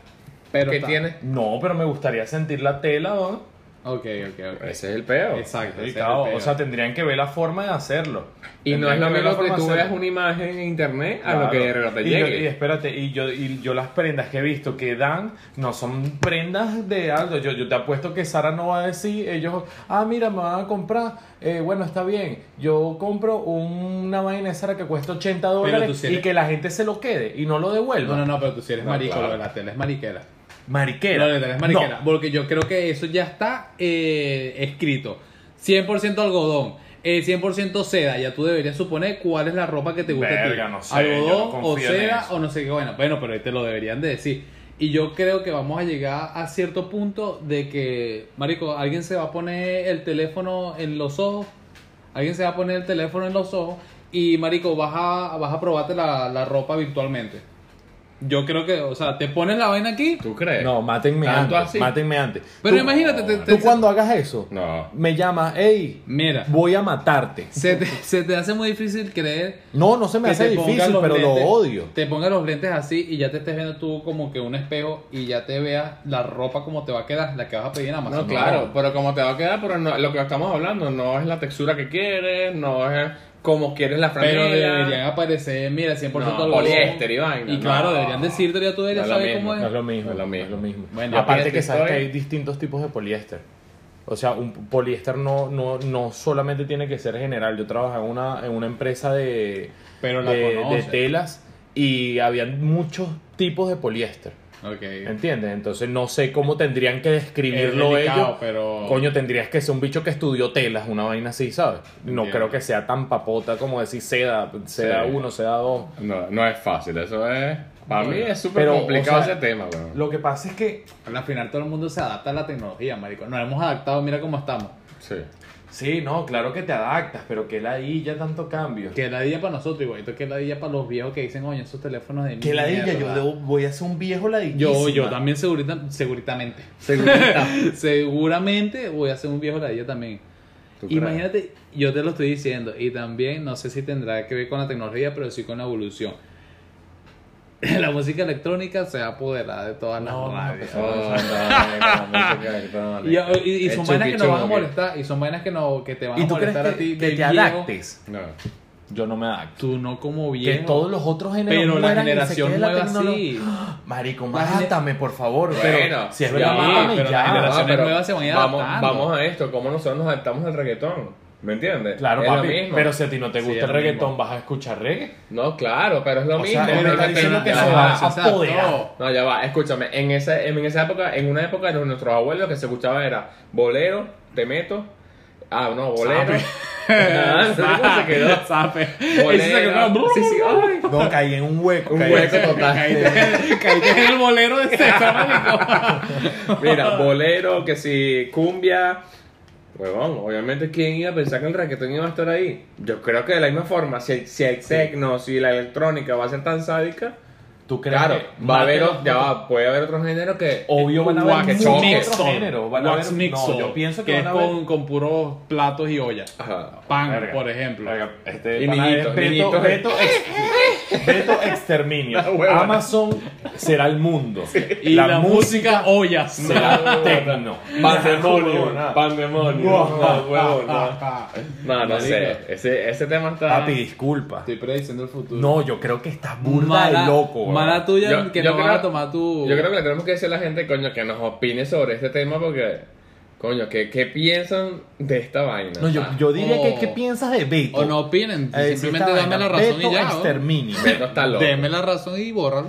Speaker 4: Pero
Speaker 1: ¿Qué
Speaker 4: está-
Speaker 1: tiene?
Speaker 2: No, pero me gustaría sentir la tela, ¿no?
Speaker 4: Ok, ok, ok.
Speaker 1: Ese es el peo.
Speaker 4: Exacto.
Speaker 2: Sí,
Speaker 4: ese
Speaker 2: claro,
Speaker 4: es el
Speaker 2: o sea, tendrían que ver la forma de hacerlo.
Speaker 1: Y no
Speaker 2: Tendrían
Speaker 1: es lo
Speaker 2: ver la
Speaker 1: mismo que
Speaker 2: forma
Speaker 1: tú
Speaker 2: de
Speaker 1: veas
Speaker 2: hacerlo.
Speaker 1: una imagen en internet a lo
Speaker 2: Claro.
Speaker 1: que de verdad te
Speaker 2: y, yo-
Speaker 1: llegue.
Speaker 2: y espérate, y yo, y yo las prendas que he visto que dan no son prendas de algo. Yo, yo te apuesto que Sara no va a decir, ellos, ah, mira, me van a comprar. Eh, bueno, está bien, yo compro una vaina de Sara que cuesta 80
Speaker 4: tú
Speaker 2: dólares
Speaker 4: sí
Speaker 2: y
Speaker 4: eres-
Speaker 2: que la gente se lo quede y no lo devuelva.
Speaker 4: No, no, no, pero tú si eres
Speaker 1: No,
Speaker 4: marico,
Speaker 1: claro.
Speaker 4: lo de la tela es mariquera.
Speaker 2: Mariquera.
Speaker 4: Lo de la tela es mariquera. Porque yo creo que eso ya está eh, escrito. 100% algodón, eh, 100% seda. Ya tú deberías suponer cuál es la ropa que te gusta a ti.
Speaker 2: Verga, no sé, yo
Speaker 4: algodón
Speaker 2: no
Speaker 4: o
Speaker 2: confío en
Speaker 4: seda
Speaker 2: eso.
Speaker 4: o no sé qué. Bueno, bueno, pero ahí te lo deberían de decir. Y yo creo que vamos a llegar a cierto punto de que, Marico, alguien se va a poner el teléfono en los ojos. Alguien se va a poner el teléfono en los ojos. Y, Marico, vas a, vas a probarte la, la ropa virtualmente. Yo creo que, o sea, te pones la vaina aquí.
Speaker 1: ¿Tú crees?
Speaker 2: No, mátenme
Speaker 1: ¿Tanto
Speaker 2: antes.
Speaker 1: así?
Speaker 2: Mátenme antes.
Speaker 4: Pero
Speaker 2: Tú-
Speaker 4: imagínate, te- te-
Speaker 2: Tú cuando hagas eso,
Speaker 1: No.
Speaker 2: me llamas, hey,
Speaker 4: Mira,
Speaker 2: voy a matarte.
Speaker 4: se te, se te hace muy difícil creer
Speaker 2: No, no se me
Speaker 4: que
Speaker 2: hace
Speaker 4: te pongan
Speaker 2: difícil,
Speaker 4: los
Speaker 2: pero
Speaker 4: lentes-
Speaker 2: lo odio.
Speaker 4: Te pongan los lentes así y ya te estés viendo tú como que un espejo y ya te veas la ropa como te va a quedar, la que vas a pedir en Amazon.
Speaker 1: No, claro, pero como te va a quedar, pero no- lo que estamos hablando no es la textura que quieres, no es como quieres la franela.
Speaker 4: Pero deberían aparecer, mira, 100%
Speaker 1: No,
Speaker 4: algodón.
Speaker 1: poliéster y vaina,
Speaker 4: Y
Speaker 1: no.
Speaker 4: claro, deberían decirte ya tú
Speaker 1: No
Speaker 4: deberías
Speaker 1: es lo
Speaker 4: saber
Speaker 1: mismo,
Speaker 4: cómo
Speaker 2: No
Speaker 4: es.
Speaker 2: es lo mismo.
Speaker 1: No es lo
Speaker 2: no es
Speaker 1: mismo.
Speaker 2: lo mismo.
Speaker 4: Bueno,
Speaker 2: Y aparte
Speaker 1: fíjate
Speaker 2: que sabes
Speaker 1: estoy-
Speaker 2: que hay distintos tipos de poliéster. O sea, un poliéster no, no, no solamente tiene que ser general. Yo trabajaba en una, en una empresa de,
Speaker 4: Pero la
Speaker 2: de, de
Speaker 4: conoces.
Speaker 2: telas y había muchos tipos de poliéster.
Speaker 4: Ok.
Speaker 2: ¿Entiendes? Entonces no sé cómo tendrían que describirlo
Speaker 4: Es delicado,
Speaker 2: ellos.
Speaker 4: pero-
Speaker 2: Coño, tendrías que ser un bicho que estudió telas, una vaina así, ¿sabes? No
Speaker 4: Entiendo.
Speaker 2: creo que sea tan papota como decir seda, seda
Speaker 1: Sí.
Speaker 2: uno, seda dos.
Speaker 1: No, no es fácil, eso es. Para mí es súper
Speaker 2: Pero,
Speaker 1: complicado
Speaker 2: o sea,
Speaker 1: ese tema, weón.
Speaker 2: Lo que pasa es que
Speaker 4: Al final todo el mundo se adapta a la tecnología, marico. Nos hemos adaptado, mira cómo estamos.
Speaker 1: Sí.
Speaker 2: Sí, no, claro que te adaptas, pero que la ya tanto cambio.
Speaker 4: Que la día para nosotros, igualito que la día para los viejos que dicen, oye, esos teléfonos de
Speaker 2: Que la
Speaker 4: mierda".
Speaker 2: yo debo- voy a ser un viejo ladillísima.
Speaker 4: Yo, yo también segurita, seguritamente. Seguramente voy a hacer un viejo ladilla también.
Speaker 1: ¿Tú crees?
Speaker 4: Imagínate, yo te lo estoy diciendo, y también no sé si tendrá que ver con la tecnología, pero sí con la evolución. La música electrónica se ha apoderado de todas las radios.
Speaker 1: Oh, no, no, no, no, no, no, no.
Speaker 4: Y, y- y son
Speaker 1: El
Speaker 4: vainas que nos van a
Speaker 1: chuki-chuki.
Speaker 4: molestar, y son vainas que, no, que te van
Speaker 2: ¿Y
Speaker 4: a
Speaker 2: tú crees
Speaker 4: molestar
Speaker 2: que,
Speaker 4: a ti.
Speaker 2: que
Speaker 4: de
Speaker 2: te
Speaker 4: viejo.
Speaker 2: adaptes?
Speaker 1: No.
Speaker 2: Yo no me adapto.
Speaker 4: Tú no como
Speaker 2: Que
Speaker 4: viejo.
Speaker 2: todos los otros géneros
Speaker 4: Pero la
Speaker 2: mueran y se
Speaker 4: generación
Speaker 2: quede la
Speaker 4: nueva
Speaker 2: tecnolo-
Speaker 4: sí.
Speaker 2: ¡Ah! Marico,
Speaker 4: gener-
Speaker 2: mátame, por favor.
Speaker 1: Bueno,
Speaker 2: pero, si es
Speaker 1: sí,
Speaker 2: verdad, mátame
Speaker 4: pero la
Speaker 2: ya.
Speaker 4: generación-
Speaker 1: Ah, pero
Speaker 4: nuevas se van a ir
Speaker 1: vamos,
Speaker 4: adaptando.
Speaker 1: vamos a esto, cómo nosotros nos adaptamos al reggaetón. ¿Me entiendes?
Speaker 2: Claro,
Speaker 1: Es lo
Speaker 2: papi,
Speaker 1: mismo.
Speaker 2: pero si a ti no te gusta
Speaker 4: es
Speaker 2: el
Speaker 4: lo
Speaker 2: reggaetón, vas a escuchar reggae.
Speaker 1: No, claro, pero es lo
Speaker 2: O
Speaker 1: mismo.
Speaker 2: sea, él me
Speaker 1: pero
Speaker 2: está
Speaker 1: que
Speaker 2: diciendo
Speaker 1: te-
Speaker 2: que
Speaker 1: ya
Speaker 2: se
Speaker 1: va.
Speaker 2: va a
Speaker 4: se adaptó.
Speaker 2: apoderar.
Speaker 1: No, ya va, escúchame, en esa, en esa época, en una época de nuestros abuelos lo que se escuchaba era bolero, te meto, ah no, bolero, Ah, no sé cómo se quedó.
Speaker 4: Sape.
Speaker 1: Bolero. Sí, sí, ay,
Speaker 2: No, caí en un hueco.
Speaker 1: un
Speaker 2: caí-
Speaker 1: hueco total.
Speaker 4: Caíste en el bolero de César, marico.
Speaker 1: Mira, bolero, que si cumbia. Huevón, obviamente, ¿quién iba a pensar que el reggaetón iba a estar ahí? Yo creo que de la misma forma, si el, si el techno, si la electrónica va a ser tan sádica,
Speaker 2: ¿Tú crees
Speaker 1: claro,
Speaker 2: que
Speaker 1: va a haber,
Speaker 2: mátenlos
Speaker 1: ya va, puede haber otros géneros que.
Speaker 2: Obvio van a haber
Speaker 1: Guau, que
Speaker 2: muchos
Speaker 1: choque.
Speaker 2: otros géneros, van a
Speaker 4: Wax
Speaker 2: haber-
Speaker 4: mixo.
Speaker 2: no, yo pienso que,
Speaker 4: es
Speaker 2: van a haber
Speaker 4: con, con puros platos y ollas.
Speaker 1: Ajá.
Speaker 4: Pan,
Speaker 2: Verga.
Speaker 4: por ejemplo.
Speaker 2: Oiga, Este
Speaker 1: Y
Speaker 2: pana
Speaker 1: niñitos,
Speaker 2: es Beto-
Speaker 1: niñitos.
Speaker 2: Beto ex- Beto exterminio.
Speaker 1: La hueva.
Speaker 2: Amazon será el mundo.
Speaker 4: Y la, música, ollas.
Speaker 2: será tecno.
Speaker 1: Pandemonio,
Speaker 2: No,
Speaker 1: pandemonio. No, huevón, no. No, no sé. Ese, ese tema está.
Speaker 2: Papi, disculpa.
Speaker 4: Estoy prediciendo el futuro.
Speaker 2: No, yo creo que estás burda de loco. weón.
Speaker 4: Mala tuya
Speaker 1: Yo-
Speaker 4: que
Speaker 1: yo
Speaker 4: no
Speaker 1: creo-
Speaker 4: van a tomar tu.
Speaker 1: Yo creo que le tenemos que decir a la gente, coño, que nos opine sobre este tema porque, coño, ¿qué, qué piensan de esta vaina?
Speaker 2: No, yo, yo diría que
Speaker 4: Oh.
Speaker 2: ¿qué piensas de Beto?
Speaker 4: O no opinen.
Speaker 2: Eh,
Speaker 4: simplemente
Speaker 2: esta
Speaker 4: dame
Speaker 2: vaina,
Speaker 4: la razón
Speaker 2: Beto
Speaker 4: y ya. ¿no?
Speaker 2: exterminio.
Speaker 1: Beto está loco.
Speaker 4: Deme la razón y bórralo.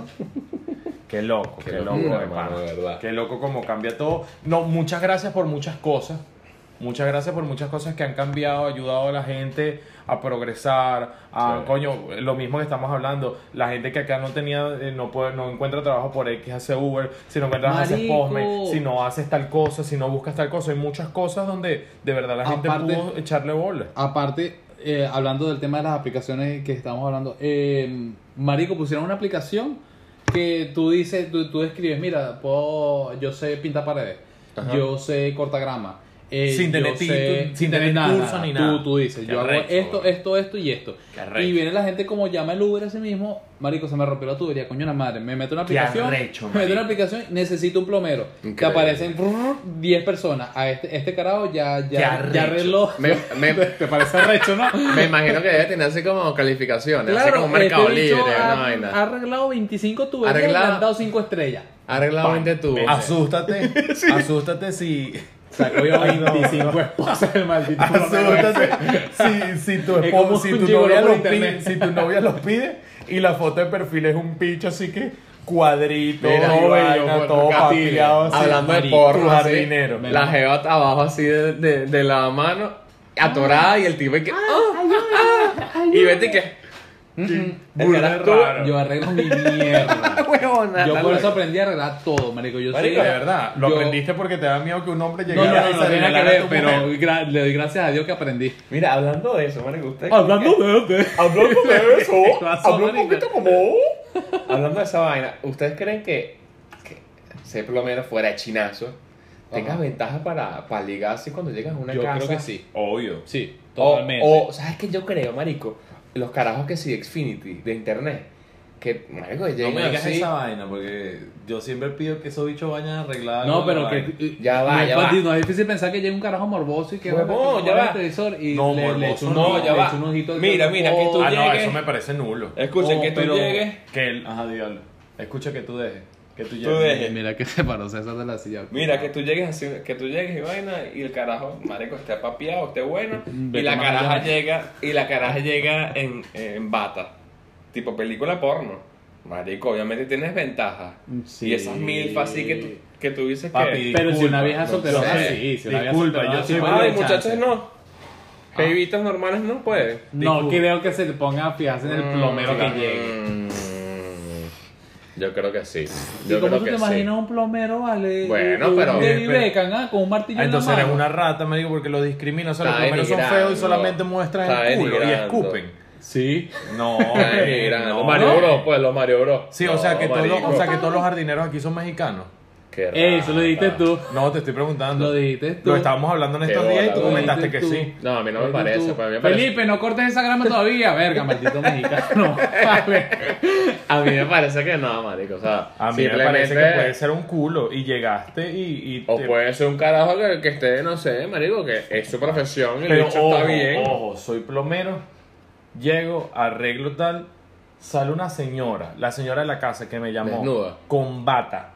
Speaker 2: Qué loco, qué,
Speaker 1: Qué
Speaker 2: loco,
Speaker 1: locura,
Speaker 2: de pana.
Speaker 1: mano, de verdad.
Speaker 2: Qué loco como cambia todo. No, muchas gracias por muchas cosas. Muchas gracias por muchas cosas que han cambiado, ayudado a la gente a progresar, a
Speaker 1: Sí.
Speaker 2: coño, lo mismo que estamos hablando, la gente que acá no tenía, eh, no puede, no encuentra trabajo por X, hace Uber, si no encuentras, haces
Speaker 4: Marico.
Speaker 2: Postman, si no haces tal cosa, si no buscas tal cosa, hay muchas cosas donde de verdad la gente
Speaker 4: Aparte-
Speaker 2: pudo echarle bola.
Speaker 4: Aparte, eh, hablando del tema de las aplicaciones que estamos hablando, eh, Marico, pusieron una aplicación que tú dices, tú, tú escribes, mira, puedo, yo sé pintar paredes, yo sé cortagrama. eh,
Speaker 2: Sin tener
Speaker 4: yo
Speaker 2: ti-
Speaker 4: sé-
Speaker 2: tú- sin tener curso ni nada.
Speaker 4: Tú, tú dices,
Speaker 2: Qué
Speaker 4: yo hago
Speaker 2: arrecho,
Speaker 4: esto,
Speaker 2: bro.
Speaker 4: esto, esto y esto.
Speaker 2: Qué arrecho.
Speaker 4: Y viene la gente como llama el Uber a sí mismo, Marico, se me rompió la tubería, coño la madre, me meto en una aplicación,
Speaker 2: arrecho,
Speaker 4: me meto en
Speaker 2: marico.
Speaker 4: una aplicación, necesito un plomero. Te
Speaker 1: Increíble.
Speaker 4: aparecen brr, 10 personas, a este, este carajo ya,
Speaker 2: Qué
Speaker 4: ya,
Speaker 2: arrecho.
Speaker 4: ya arregló.
Speaker 1: Me, me,
Speaker 4: ¿Te parece recho, no?
Speaker 1: me imagino que debe tener así como calificaciones, así como mercado
Speaker 4: este bicho
Speaker 1: libre,
Speaker 4: ha,
Speaker 1: una
Speaker 4: ha
Speaker 1: vaina.
Speaker 4: arreglado 25 tuberías y
Speaker 1: Arreglado.
Speaker 4: le han dado 5 estrellas.
Speaker 1: Arreglado 20 tú.
Speaker 4: este
Speaker 2: Asústate, asústate si
Speaker 4: Sacó yo 25 esposas Pues, el maldito.
Speaker 2: Ah, Asústate si, si tu
Speaker 4: Es
Speaker 2: esposo-
Speaker 4: como
Speaker 2: si
Speaker 4: un
Speaker 2: tu
Speaker 4: gigoló
Speaker 2: novia
Speaker 4: por
Speaker 2: lo
Speaker 4: internet.
Speaker 2: pide, si tu novia lo pide y la foto de perfil es un bicho así que cuadrito,
Speaker 1: Mira,
Speaker 2: todo
Speaker 1: yo,
Speaker 2: vaina,
Speaker 1: por
Speaker 2: todo
Speaker 1: Castillo.
Speaker 2: papileado así.
Speaker 1: Hablando de
Speaker 2: Tu
Speaker 1: porno, así,
Speaker 2: jardinero.
Speaker 1: la jeva está abajo así de, de, de la mano, atorada, y el tipo y que... ah, ah, y vete que...
Speaker 4: Burda raro. Yo arreglo mi mierda.
Speaker 1: Huevona.
Speaker 4: Yo por eso aprendí a arreglar todo, marico. Yo soy-
Speaker 2: Marico, de verdad, lo
Speaker 4: yo-
Speaker 2: aprendiste porque te da miedo que un hombre
Speaker 4: No, no,
Speaker 2: llegara
Speaker 4: no,
Speaker 2: y
Speaker 4: no,
Speaker 2: se
Speaker 4: tiene nada
Speaker 2: regalara
Speaker 4: que
Speaker 2: a
Speaker 4: ver,
Speaker 2: tu
Speaker 4: pero
Speaker 2: mujer.
Speaker 4: gra- le doy gracias a Dios que aprendí. Ah,
Speaker 1: Mira, hablando de eso, marico, usted...
Speaker 4: de
Speaker 1: Hablando de eso,
Speaker 4: Pasó,
Speaker 1: habló un
Speaker 4: marica.
Speaker 1: poquito como... Hablando de esa vaina, ¿ustedes creen que, que se por lo menos fuera de chinazo, tengas ventaja para, para ligar así cuando llegas a una
Speaker 4: Yo
Speaker 1: casa?
Speaker 4: creo que sí.
Speaker 2: Obvio.
Speaker 4: Sí,
Speaker 1: O,
Speaker 4: totalmente.
Speaker 1: o, ¿sabes qué yo creo, marico? Los carajos que sí, Xfinity, de internet, que, marico,
Speaker 2: No
Speaker 1: llegan
Speaker 2: me digas
Speaker 1: así...
Speaker 2: esa vaina, porque yo siempre pido que esos bichos vayan
Speaker 1: oh,
Speaker 2: arreglados.
Speaker 4: no, pero que.
Speaker 1: Ya va,
Speaker 4: no es
Speaker 1: ya va.
Speaker 4: fácil- No es difícil pensar que llega un carajo morboso y que
Speaker 1: Huevón,
Speaker 4: bueno, que
Speaker 1: ya
Speaker 4: pone
Speaker 1: va.
Speaker 4: el televisor y
Speaker 2: No,
Speaker 4: le, le
Speaker 2: morboso
Speaker 4: echa un,
Speaker 2: no,
Speaker 4: ojo-
Speaker 1: ya
Speaker 4: le
Speaker 1: va.
Speaker 4: echa un ojito. al-
Speaker 1: Mira, mira, que tú
Speaker 2: Ah, no,
Speaker 1: llegues-
Speaker 2: eso me parece nulo.
Speaker 1: Escuchen,
Speaker 4: Oh,
Speaker 1: que tú
Speaker 4: pero-
Speaker 1: llegues...
Speaker 2: Que el, ajá, diablo. Escucha que tú dejes. Que tú,
Speaker 1: Tú
Speaker 2: llegues.
Speaker 1: dejes.
Speaker 4: Mira que se paró César de la silla.
Speaker 1: Mira, que tú llegues así, que tú llegues y vaina, y el carajo, marico, esté papiado, esté bueno, y
Speaker 4: Vete
Speaker 1: la
Speaker 4: más
Speaker 1: caraja
Speaker 4: allá.
Speaker 1: llega, y la caraja llega en, en bata, tipo película porno. Marico, obviamente tienes ventajas.
Speaker 4: Sí.
Speaker 1: Y esas milfas así que, tú- que tú dices
Speaker 2: Papi,
Speaker 1: que...
Speaker 4: Pero si una vieja
Speaker 2: disculpa,
Speaker 4: solterona,
Speaker 2: yo sé.
Speaker 4: sí, si una vieja
Speaker 2: Disculpa,
Speaker 4: solterona,
Speaker 2: yo
Speaker 4: sí,
Speaker 2: siempre-
Speaker 4: vale.
Speaker 1: Ay,
Speaker 4: hay
Speaker 1: muchachos,
Speaker 4: chance.
Speaker 1: no. Ah. Bebitas normales no pues. pueden.
Speaker 4: No
Speaker 2: Disculpa.
Speaker 4: creo que se le ponga a fijarse en el plomero que llegue.
Speaker 1: Mm. Yo creo que sí.
Speaker 4: ¿Y
Speaker 1: Yo
Speaker 4: cómo
Speaker 1: creo
Speaker 4: tú
Speaker 1: que
Speaker 4: te
Speaker 1: sí.
Speaker 4: imaginas un plomero, vale?
Speaker 1: Bueno,
Speaker 4: un
Speaker 1: pero-
Speaker 4: David
Speaker 2: Pero-
Speaker 4: Beckham, ah, con un martillo
Speaker 2: Ah, entonces
Speaker 4: en la
Speaker 2: eres
Speaker 4: mano.
Speaker 2: una rata, me digo, porque los discriminan. O sea, los
Speaker 1: Está
Speaker 2: primeros son
Speaker 1: denigrando.
Speaker 2: feos y solamente muestran el
Speaker 1: Está
Speaker 2: culo y
Speaker 1: denigrando.
Speaker 2: escupen.
Speaker 4: Sí.
Speaker 2: No,
Speaker 1: Ay,
Speaker 2: hombre,
Speaker 1: mira,
Speaker 2: no.
Speaker 1: Mario Bros, pues los Mario Bros.
Speaker 2: Sí, o sea,
Speaker 1: No,
Speaker 2: que todos los, o
Speaker 1: marico.
Speaker 2: sea que todos los jardineros aquí son mexicanos.
Speaker 1: Qué
Speaker 4: Eso lo dijiste
Speaker 1: rata.
Speaker 4: tú.
Speaker 2: No, te estoy preguntando.
Speaker 4: Lo dijiste tú.
Speaker 2: Lo estábamos hablando en estos
Speaker 1: Qué
Speaker 2: días y
Speaker 1: bola,
Speaker 2: tú
Speaker 1: lo
Speaker 2: comentaste que
Speaker 4: dijiste
Speaker 2: sí.
Speaker 1: No, a mí no me
Speaker 4: Oye,
Speaker 1: parece.
Speaker 4: tú,
Speaker 1: pues, a mí me parece-
Speaker 4: Felipe, no cortes esa grama todavía. Verga, maldito mexicano. Vale.
Speaker 1: A mí me parece que no, marico. O sea,
Speaker 2: A mí me
Speaker 1: simplemente-
Speaker 2: parece que puede ser un culo y llegaste y, y
Speaker 1: O
Speaker 2: te-
Speaker 1: puede ser un carajo que, que esté, no sé, marico, que es su profesión y el
Speaker 2: Pero
Speaker 1: bicho
Speaker 2: ojo,
Speaker 1: está bien.
Speaker 2: ojo, soy plomero, llego, arreglo tal, sale una señora, la señora de la casa que me llamó,
Speaker 1: Desnuda.
Speaker 2: con bata.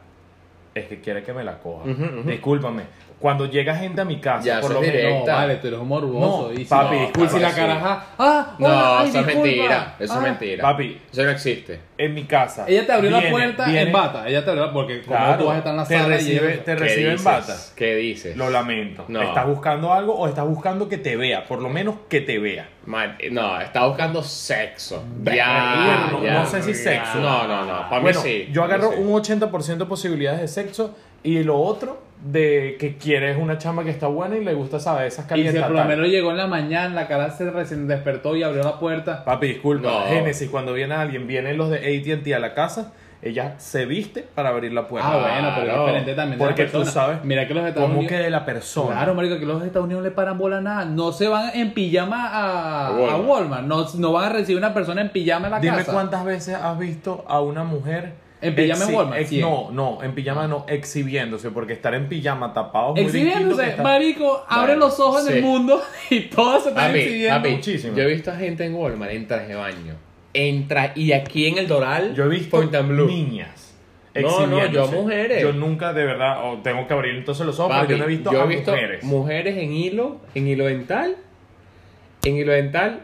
Speaker 2: Es que quiere que me la coja. Discúlpame. Cuando llega gente a mi casa,
Speaker 1: Ya,
Speaker 2: por
Speaker 1: eso
Speaker 2: lo
Speaker 1: es
Speaker 2: menos.
Speaker 1: directo.
Speaker 4: No, vale, tú eres un morboso.
Speaker 2: No,
Speaker 4: y si-
Speaker 2: papi,
Speaker 4: y si
Speaker 1: disculpa,
Speaker 4: la
Speaker 1: sí.
Speaker 4: caraja. Ah,
Speaker 1: No,
Speaker 4: hola, ay,
Speaker 1: eso es
Speaker 4: disculpa.
Speaker 1: mentira. Eso
Speaker 4: Ah.
Speaker 1: es mentira.
Speaker 2: Papi.
Speaker 1: Eso no existe.
Speaker 2: En mi casa.
Speaker 4: Ella te abrió la
Speaker 2: viene-
Speaker 4: puerta
Speaker 2: viene-
Speaker 4: en bata. Ella te abrió porque como
Speaker 2: Claro,
Speaker 4: tú vas a estar en la
Speaker 2: te
Speaker 4: sala y
Speaker 2: recibe,
Speaker 4: ella-
Speaker 1: ¿Qué
Speaker 2: te recibe en
Speaker 1: dices?
Speaker 2: bata.
Speaker 1: ¿Qué dices?
Speaker 2: Lo lamento.
Speaker 1: No.
Speaker 2: ¿Estás buscando algo o estás buscando que te vea? Por lo menos que te vea.
Speaker 1: Ma- eh, No, está buscando sexo.
Speaker 2: Verga,
Speaker 1: Ya,
Speaker 2: no-
Speaker 1: ya.
Speaker 2: no sé si sexo.
Speaker 1: No, no, no. Para
Speaker 2: Ah, bueno,
Speaker 1: mí sí.
Speaker 2: yo agarro
Speaker 1: Sí.
Speaker 2: un 80% de posibilidades de sexo y lo otro de que quieres una chama que está buena y le gusta saber esas
Speaker 4: Y si
Speaker 2: calientas.
Speaker 4: el
Speaker 2: tal.
Speaker 4: plomero llegó en la mañana, la cara se recién despertó y abrió la puerta.
Speaker 2: Papi, disculpa.
Speaker 1: No.
Speaker 2: Génesis, cuando viene alguien, vienen los de AT&T a la casa, ella se viste para abrir la puerta.
Speaker 4: Ah, bueno, pero es
Speaker 1: Claro,
Speaker 4: diferente también. de la
Speaker 2: Porque tú
Speaker 4: persona.
Speaker 2: sabes
Speaker 4: Mira que los Estados
Speaker 2: cómo
Speaker 4: Unidos.
Speaker 2: que de la persona.
Speaker 4: Claro, marico, que los Estados Unidos le paran bola a nada. No se van en pijama
Speaker 1: A
Speaker 4: a, a
Speaker 1: Walmart.
Speaker 4: Walmart. No, no van a recibir una persona en pijama en la
Speaker 2: Dime
Speaker 4: casa.
Speaker 2: cuántas veces has visto a una mujer
Speaker 4: ¿En pijama en
Speaker 2: exhi-
Speaker 4: Walmart?
Speaker 2: ex-
Speaker 4: Cien.
Speaker 2: no, no, en pijama no, exhibiéndose, porque estar en pijama tapado es muy distinto que
Speaker 4: Exhibiéndose,
Speaker 2: estar-
Speaker 4: marico, abre
Speaker 1: Bueno,
Speaker 4: los ojos
Speaker 1: sí.
Speaker 4: del mundo y todos se están
Speaker 1: Papi,
Speaker 4: exhibiendo.
Speaker 1: papi,
Speaker 2: muchísimo.
Speaker 1: yo he visto a gente en Walmart en traje de baño. Entra, y aquí en el Doral,
Speaker 2: Yo he visto
Speaker 1: Point and Blue.
Speaker 2: niñas.
Speaker 1: No, no,
Speaker 2: exhibiéndose.
Speaker 1: yo a mujeres.
Speaker 2: Yo nunca, de verdad, o tengo que abrir entonces los ojos,
Speaker 1: Papi,
Speaker 2: pero yo no he visto a mujeres.
Speaker 1: en hilo, en hilo dental, en hilo dental,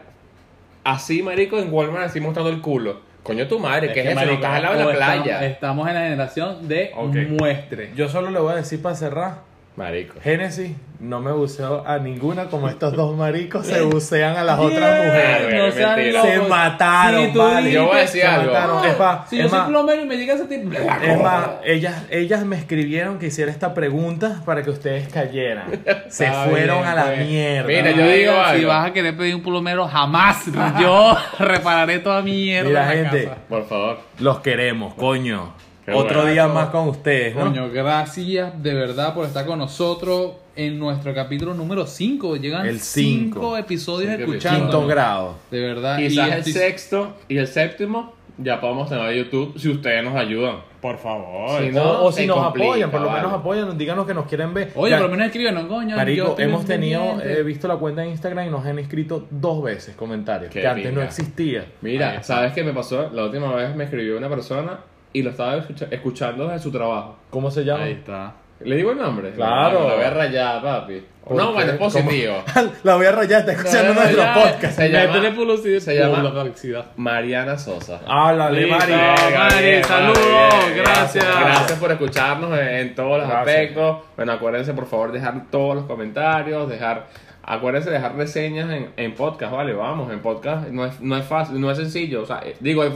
Speaker 1: así marico en Walmart así mostrando el culo. Coño tu madre,
Speaker 4: Es
Speaker 1: ¿qué es
Speaker 4: que,
Speaker 1: eso? No
Speaker 4: marico,
Speaker 1: estás al lado de
Speaker 4: o
Speaker 1: la
Speaker 4: estamos-
Speaker 1: playa.
Speaker 4: Estamos en la generación de
Speaker 2: Ok.
Speaker 4: muestre.
Speaker 2: Yo solo le voy a decir para cerrar.
Speaker 1: Marico.
Speaker 2: Génesis no me buceó a ninguna como estos dos maricos se bucean a las otras mujeres.
Speaker 1: güey,
Speaker 4: No sean
Speaker 1: mentira.
Speaker 4: locos.
Speaker 2: Se mataron,
Speaker 4: Sí, tú
Speaker 2: vale.
Speaker 4: dijiste,
Speaker 1: Yo voy a decir
Speaker 2: Se
Speaker 1: algo.
Speaker 2: mataron. Es pa-
Speaker 4: si
Speaker 2: es Eh,
Speaker 4: yo soy
Speaker 2: ma-
Speaker 4: plomero y me llega ese tipo.
Speaker 2: Es más, ellas, ellas me escribieron que hiciera esta pregunta para que ustedes cayeran. Se
Speaker 4: Está
Speaker 2: fueron
Speaker 4: bien,
Speaker 2: a la
Speaker 4: pues.
Speaker 2: mierda.
Speaker 1: Mira, yo digo
Speaker 4: Si
Speaker 1: algo.
Speaker 4: vas a querer pedir un plomero, jamás. Yo repararé toda mierda.
Speaker 2: Mira,
Speaker 4: en la
Speaker 2: gente,
Speaker 4: casa.
Speaker 1: Por favor.
Speaker 2: los queremos, coño.
Speaker 1: Qué
Speaker 2: Otro
Speaker 1: bueno.
Speaker 2: día más con ustedes, ¿no?
Speaker 4: Coño, gracias de verdad por estar con nosotros en nuestro capítulo número 5. Llegan
Speaker 2: El
Speaker 4: 5
Speaker 2: cinco.
Speaker 4: episodios
Speaker 1: Cinco
Speaker 2: Quinto
Speaker 4: escuchando.
Speaker 2: grado.
Speaker 4: De verdad. y
Speaker 1: Quizás el
Speaker 4: estoy-
Speaker 1: sexto y el séptimo ya podemos tener a YouTube si ustedes nos ayudan.
Speaker 12: Por favor.
Speaker 1: Si
Speaker 2: o si
Speaker 1: se
Speaker 2: nos
Speaker 1: complica,
Speaker 2: apoyan, por lo
Speaker 1: vale.
Speaker 2: menos apoyan, díganos que nos quieren ver.
Speaker 4: Oye,
Speaker 2: Ya,
Speaker 4: por lo menos escríbenos, coño. yo
Speaker 2: Marico,
Speaker 4: estoy
Speaker 2: hemos
Speaker 4: pendiente.
Speaker 2: tenido, eh, he visto la cuenta de Instagram y nos han escrito dos veces comentarios
Speaker 1: Qué
Speaker 2: que antes no
Speaker 1: pinga.
Speaker 2: existía.
Speaker 1: Mira, ¿sabes qué me pasó? La última vez me escribió una persona y lo estaba escucha- escuchando desde su trabajo.
Speaker 2: ¿Cómo se llama?
Speaker 4: Ahí está.
Speaker 1: ¿Le digo el nombre?
Speaker 2: Claro.
Speaker 1: No, La voy a rayar, papi.
Speaker 2: ¿Por
Speaker 1: No, bueno,
Speaker 2: qué?
Speaker 1: es positivo.
Speaker 2: la voy a rayar, está escuchando
Speaker 1: No, no,
Speaker 2: nuestro
Speaker 1: ya,
Speaker 2: podcast.
Speaker 1: Se llama,
Speaker 4: Métele publicidad.
Speaker 1: se llama-
Speaker 4: Por la publicidad.
Speaker 1: Mariana Sosa.
Speaker 2: Háblale,
Speaker 4: Listo.
Speaker 2: Mari.
Speaker 4: Mari, saludos, gracias.
Speaker 1: Gracias por escucharnos en, en todos los
Speaker 2: Gracias.
Speaker 1: aspectos. Bueno, acuérdense por favor dejar todos los comentarios, dejar Acuérdense de dejar reseñas en, en podcast, vale, vamos, en podcast no es, no es fácil, no es sencillo, o sea, eh, digo, es,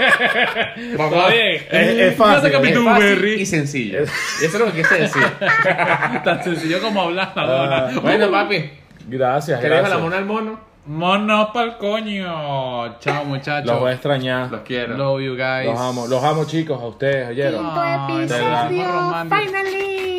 Speaker 13: Está bien.
Speaker 2: Es, es fácil.
Speaker 1: es
Speaker 2: ¿eh?
Speaker 1: fácil y sencillo. Eso es lo que quise decir.
Speaker 4: Tan sencillo como hablar
Speaker 2: Ah.
Speaker 4: ahora.
Speaker 1: Bueno, papi,
Speaker 2: Gracias,
Speaker 1: ¿querés a la
Speaker 2: gracias.
Speaker 1: mona al mono?
Speaker 4: Mono pa'l coño. Chao,
Speaker 2: Los
Speaker 4: muchachos.
Speaker 2: voy a extrañar.
Speaker 1: Los quiero.
Speaker 4: Love you guys.
Speaker 2: Los amo, los amo chicos, a ustedes, oyeron.
Speaker 9: Quinto
Speaker 4: te la
Speaker 9: episodio,
Speaker 4: romántico.
Speaker 9: finally.